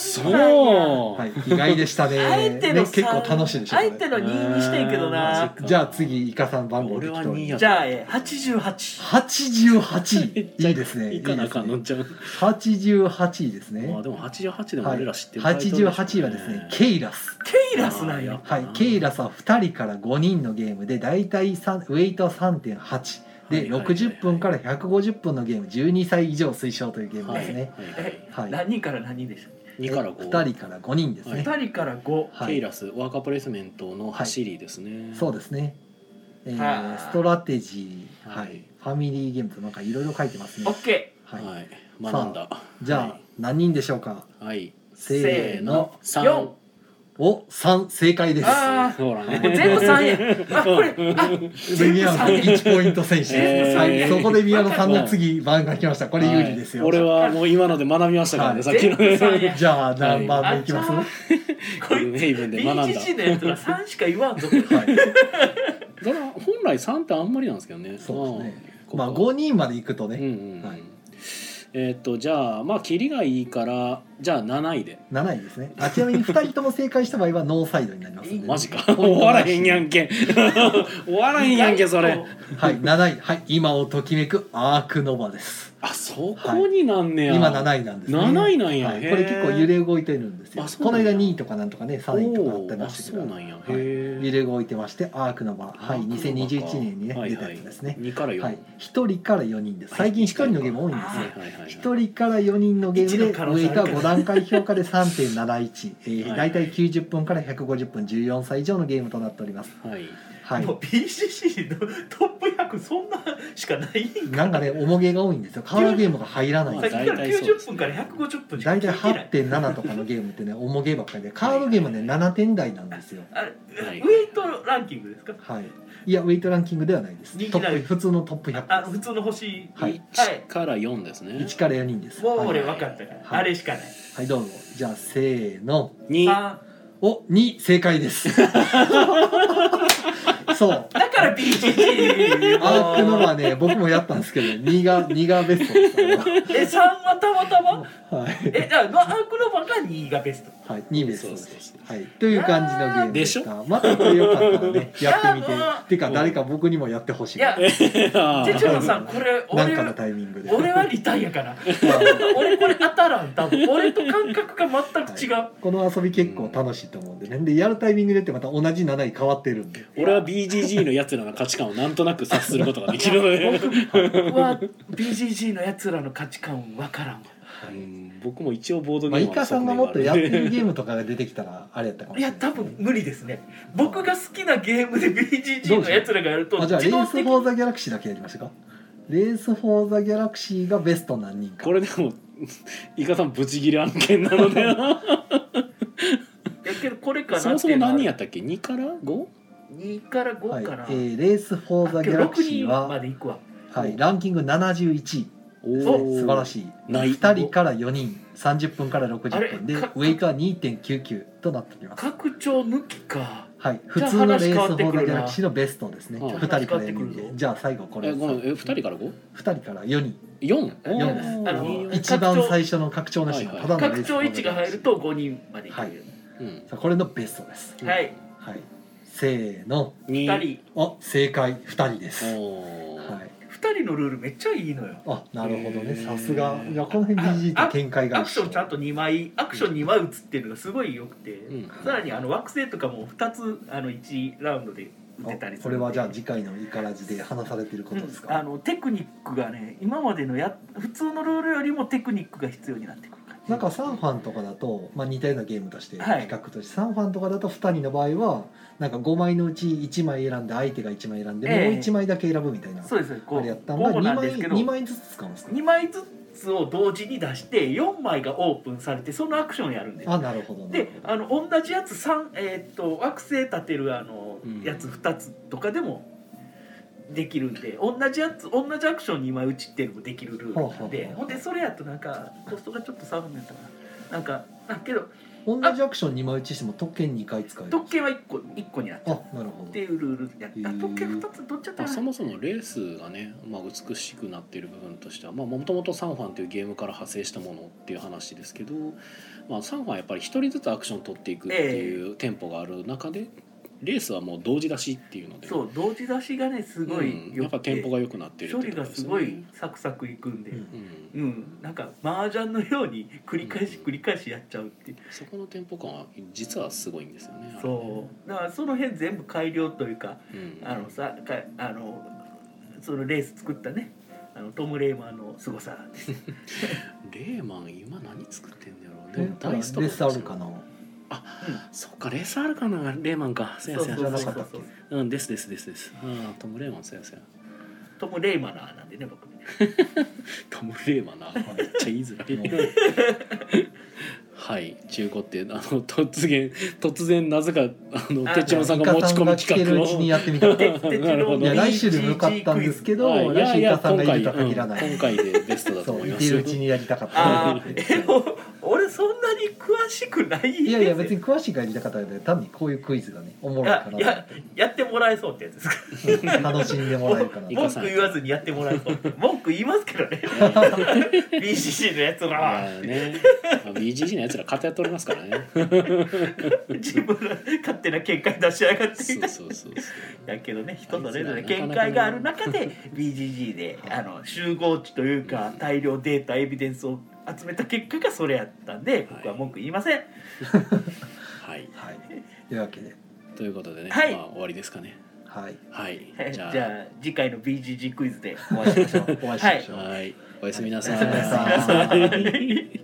S1: そ
S2: はい、意外でしたね。
S3: あえて
S2: ね
S3: の3
S2: 結構楽しいでしょ。
S3: あえ
S2: こ
S3: て
S2: れ
S3: の2にしてんけど
S1: マ
S3: な
S1: ジか
S2: じゃあ次イカさん番号
S1: 俺は
S2: 適当に
S1: 二や
S3: じゃあえー88
S2: 88位いいですね。
S1: い
S2: いい
S1: かな
S2: で
S1: あか
S2: す
S1: んの
S2: ね
S1: ん。ちゃう。
S2: 88位です
S1: ま
S2: ね
S1: あ。でも88でも
S2: はい、
S1: 俺ら知ってるタイトルしょうね、
S2: 88位はですね、ケイラス。
S3: ケイラスなんや
S2: はい、ケイラスは2人から5人のゲームでだいたい3ウェイト3.8
S1: はい
S2: で
S1: はいはいはい
S2: 60分から150分のゲーム12歳以上推奨というゲーム
S1: は
S2: で
S1: い
S2: すね。
S1: はい
S2: はい、
S3: 何人から何人でし
S1: 2から5
S2: 2人から5人です
S1: は
S2: ね
S1: い。
S3: た2人から5
S2: はい
S1: ケイラスワーカープレイスメントの走りですね、
S2: そうですね。えー
S3: はい
S2: ストラテジー、
S1: は
S2: はい
S1: い
S2: ファミリーゲームとなんかいろいろ書いてますね
S3: オ、ッケ
S2: はい
S1: はい、学んだ
S2: じゃあ、
S1: は
S2: 何人でしょうか
S1: い、はい、
S3: ー。
S2: せーの
S1: せーの
S3: 四。
S2: お三正解です
S3: あ
S1: ほら
S3: もう
S1: ね
S3: 全部三円。あこれ
S2: レ
S3: あ
S2: ミアの1ポイント選手、
S1: えー
S2: はい、そこで宮野さんの次番が来ましたこれ有利ですよ、
S1: はい俺はもう今ので学びましたからね、
S2: はい
S1: さっき
S3: 全
S1: の
S3: 部三
S1: ね
S3: 円。
S2: じゃあ何番目いきます、
S3: あ
S2: は
S3: こいつ
S1: メイブンで学んだ
S3: BGC のやつは三しか言わんぞ。
S2: い、
S1: ただ本来3ってあんまりなんですけどね
S2: そうですね
S1: ここ
S2: まあ5人までいくと
S1: う
S2: ね、
S1: んうん、
S2: はい
S1: えーっとじゃあまあキリがいいからじゃあ7位で
S2: 7位ですねあちなみに2人とも正解した場合はノーサイドになりますので、
S1: マジ か終わらへんやんけ終わらへんやんけそれ。
S2: はい7位はい今をときめくアークノバです
S1: あそこになんねや、
S2: 今7位なんですね
S1: 7位なんや
S2: はい、
S1: へー
S2: これ結構揺れ動いてるんですよ
S1: あそう
S2: こ
S1: な
S2: の
S1: んや
S2: 間2位とかなんとかね3位とかあってましたけ
S1: おーあ
S2: ど
S1: そうなんや、
S2: い
S1: へ
S2: 揺れ動いてましてアークノバはい2021年にね、
S1: はい
S2: 出
S1: はい
S2: たやつですね
S1: 2から4、
S2: はい、1人から4人です最近1人のゲーム多いんです
S1: はい
S2: よ
S1: はいはいはい
S2: 1人から4人のゲームで上が5段階評価で3.71、えー
S1: はい
S2: 大体90分から150分14歳以上のゲームとなっております、
S1: はい
S2: はい
S3: も、う BCC のトップ100そんなしかないん か
S2: なんかね重げが多いんですよカードゲームが入らないん
S3: さ
S2: で
S3: っき
S2: す
S3: か
S2: よ
S3: ら90分から150分しか
S2: 大
S3: 聞いて
S2: 体
S3: ない
S2: 8.7とかのゲームってね重げばっかりでカードゲームはね7点台なんですよ
S3: あれ
S1: はい
S3: ウェイトランキングですか
S2: はいいやウェイトランキングではないです
S3: 人気
S2: ト
S3: な
S2: ッ
S3: い
S2: プ普通のトップ
S3: あ
S2: 100
S3: 普通の星
S2: はい
S1: 1から4ですね
S2: 1から4人です
S3: もう
S2: はい
S3: 俺、分かったから、
S2: はい
S3: あれしかない
S2: はい、どうぞじゃあせーの
S1: 2あ
S3: あ
S2: お2正解ですそう
S3: だから BGC
S2: アークのはね僕もやったんですけど2が2がベストです
S3: え3はたまたま
S2: はい、
S3: えだからアークの番が2がベスト
S2: はい、2ベストで
S1: そうそう
S2: す
S1: そ
S2: はい、という感じのゲームでしたまたこれよかったらねやってみて
S3: いやまあ
S2: てか誰か僕にもやってほしい
S3: いや
S1: ー
S3: 哲郎さんこれ
S2: な
S3: 俺
S2: んかのタイミングで
S3: 俺はリタイアかな俺これ当たらん多分俺と感覚が全く違う、
S2: この遊び結構楽しいと思うんでねでやるタイミングでってまた同じ7位変わってるんで
S1: 俺は BGG のやつらの価値観をなんとなく察することができるので
S3: 僕は BGG のやつらの価値観分からんわ
S1: うん僕も一応ボードゲ
S2: まあ
S1: ー
S2: イ
S1: ム
S2: カさんがもっとやってるゲームとかが出てきたらあれやったかもし
S3: い
S2: れ
S3: や
S2: ないです
S3: 多
S2: ね
S3: 分無理ですね僕が好きなゲームで BGG のやつらがやると
S2: あじゃあレ
S3: 自動
S2: ース・
S3: 的
S2: フォー・ザ・ギャラクシーだけやりましたかレース・フォー・ザ・ギャラクシーがベスト何人か
S1: これでもイカさんブチギレ案件なので
S3: いやけどこれかな
S1: そもそも何や
S3: っ
S1: ったっけ2から 5?
S3: 2から
S2: は
S3: 5
S2: い
S3: かな、
S2: えーレース・フォー・ザ・ギャラクシー
S3: 6人ま
S2: は、
S3: で行くわ
S2: はい、ランキング71位
S1: お
S2: 素晴ら
S1: い
S2: しい
S1: ない
S2: 2人から4人30分から60分で
S3: あ
S2: ウェ
S3: れか
S2: イトは2.99となっております、
S3: 拡張抜きか
S2: はい、普通のレース・フォー・ザ・ギャラクシーのベストですね
S1: はい
S2: 2人から4
S3: 変わって
S2: 人
S3: くる
S2: で
S3: ぞ
S2: じゃあ最後これ
S1: えごめんえ
S2: 2
S1: 2人から 5?4
S2: 人から4人
S1: 四
S2: 四です
S3: あの
S2: 一番最初の拡張なしの
S1: はい
S2: た
S1: は
S2: だのレー
S3: 拡
S2: スフォ
S3: 張
S2: ーザギ
S3: 1
S2: ャ
S3: が
S2: ラク
S3: 入
S2: シ
S3: る
S2: ー
S3: と5人まで行ける
S1: うん
S2: さあこれのベストです、
S1: い
S3: はい
S2: はい、せーの
S1: 二
S3: 2人
S2: あ正解2人です、は
S1: おー
S2: い、
S3: 2人のルールめっちゃいいのよ
S2: あなるほど
S1: へ
S2: ね
S1: ー
S2: さすがいやこの辺
S3: あ
S2: BG と見解が
S3: アク
S2: 一
S3: シ
S2: 緒
S3: ョンちゃんと2枚アクション2枚打つっていうのがすごい良くて、
S1: うん
S3: さらにあの惑星とかも2つあの1ラウンドで打てたり
S2: あ
S3: す
S2: こ
S3: る
S2: れ
S3: んで
S2: はじゃあ次回のイカラジで話されてることです
S3: うんあ
S2: か、
S3: のテクニックがね今までのや普通のルールよりもテクニックが必要になってくるから
S2: なんかサンファンとかだと、まあ、似たようなゲームとして比
S3: はい
S2: 較として、サンファンとかだと2人の場合はなんか5枚のうち1枚選んで相手が1枚選んで、
S3: ええ
S2: もう1枚だけ選ぶみたいな
S3: そうですそうですこ
S2: あ
S3: う
S2: れやったん
S3: こ
S2: が
S3: う
S2: 2
S3: なんで
S2: 枚
S3: すけど
S2: 二枚ずつ使うんですか
S3: 2枚ずつを同時に出して4枚がオープンされてそのアクションやるんです
S2: あなるほどなる
S3: であの同じやつ三えーっと惑星立てるあの
S1: うん
S3: やつ2つとかでもできるんで同じやつ同じアクションに今打ちっていうのもできるルールなん
S2: ほうほうほ
S3: で
S2: う
S3: ほんでそれやとなんかコストがちょっと下がるんだったかななんかだけど
S2: ほど同じアクション2枚打ちしても特権2回使える
S3: 特権は1個一個になっち
S2: あ
S3: ゃう
S2: なるほ
S3: っていうルールやった
S2: へー
S3: 特権2つどっちだった
S1: まあ
S3: か
S1: そ
S3: な
S1: もそもレースがね、まあ、美しくなっている部分としてはもともとサンファンというゲームから派生したものっていう話ですけど、まあ、サンファンはやっぱり一人ずつアクションを取っていくっていうテンポがある中でレースはもう同時出しっていうので
S3: そう同時出しがねすごい
S1: うん、や
S3: よ
S1: っぱ
S3: く
S1: テン
S3: て
S1: ポが良くなってる
S3: 処
S1: って
S3: 理
S1: こと
S3: が
S1: ですすね
S3: ごいサクサクいくんで
S2: うん
S1: うん、
S3: うんなんか麻雀のように繰り返し繰り返しやっちゃうっていう
S1: そこのテンポ感は実はすごいんですよね
S3: そうだからその辺全部改良というか
S1: あれねうん、
S3: あのさかあのそのレース作ったねあのトム・レイマーの凄さです
S1: レーマン今何作ってんだろう
S2: ど
S1: ね
S2: ねレースあるかな
S1: あそっかレースあるかなレーマンかそうやそうや
S2: そうそう
S1: そう
S2: そう
S1: ううんですですですですうんトムレーマンそうやそうや
S3: トム・レイマナーなんでね僕 ね
S1: トムレーマンなめっちゃ言いづらいはい中古ってあの突然突然なぜかあの
S3: あ
S1: てっちのさんが持ち込む企画
S2: イカさんが来てるうちに
S1: を
S2: やってみたい
S3: ててちの
S1: い
S2: や来週でも
S3: BGG
S2: よかったんですけど、
S1: はいい
S2: 来
S1: や
S2: 週
S1: い
S2: イカ
S1: や
S2: さん
S1: 今
S2: が
S1: 回
S2: いるとは限らない、
S1: うん今回でベストだと
S2: そう
S1: 思い
S2: 見
S1: ま
S2: て
S1: す
S2: るうちにやりたかっ
S3: あ
S2: た
S3: ーえもう俺そんなに詳しくないです
S2: いやいや別に詳しいからやりたかったので単にこういうクイズがねおもろいか
S3: いややってもらえそうってやつですか
S2: な楽しんでもらえるかな
S1: イカ
S3: 文
S1: さん
S3: 句言わずにやってもらえ そう文句言いますけ どね BCC のやつ
S1: まあ
S3: ら
S1: ね、まあ BGG のやつら偏っておりますから ね
S3: 自分の勝手な見解出し上がって
S1: そ
S3: いうた
S1: そうそうそう
S3: だけどね人それぞれ見解がある 中で BGG であの集合値というか大量データエビデンスを集めた結果がそれやったんで僕は文句言いません
S1: はい
S2: はいというわけで
S1: ということでね、
S3: はい
S1: まあ終わりですかね
S2: はい
S1: はい
S3: はい
S1: じ
S3: じ
S1: ゃあ
S3: ゃあ次回の BGG クイズでお会いしましょう
S2: お会いしましょう、
S1: はいおやすみなさ
S2: おやすみなさい
S1: い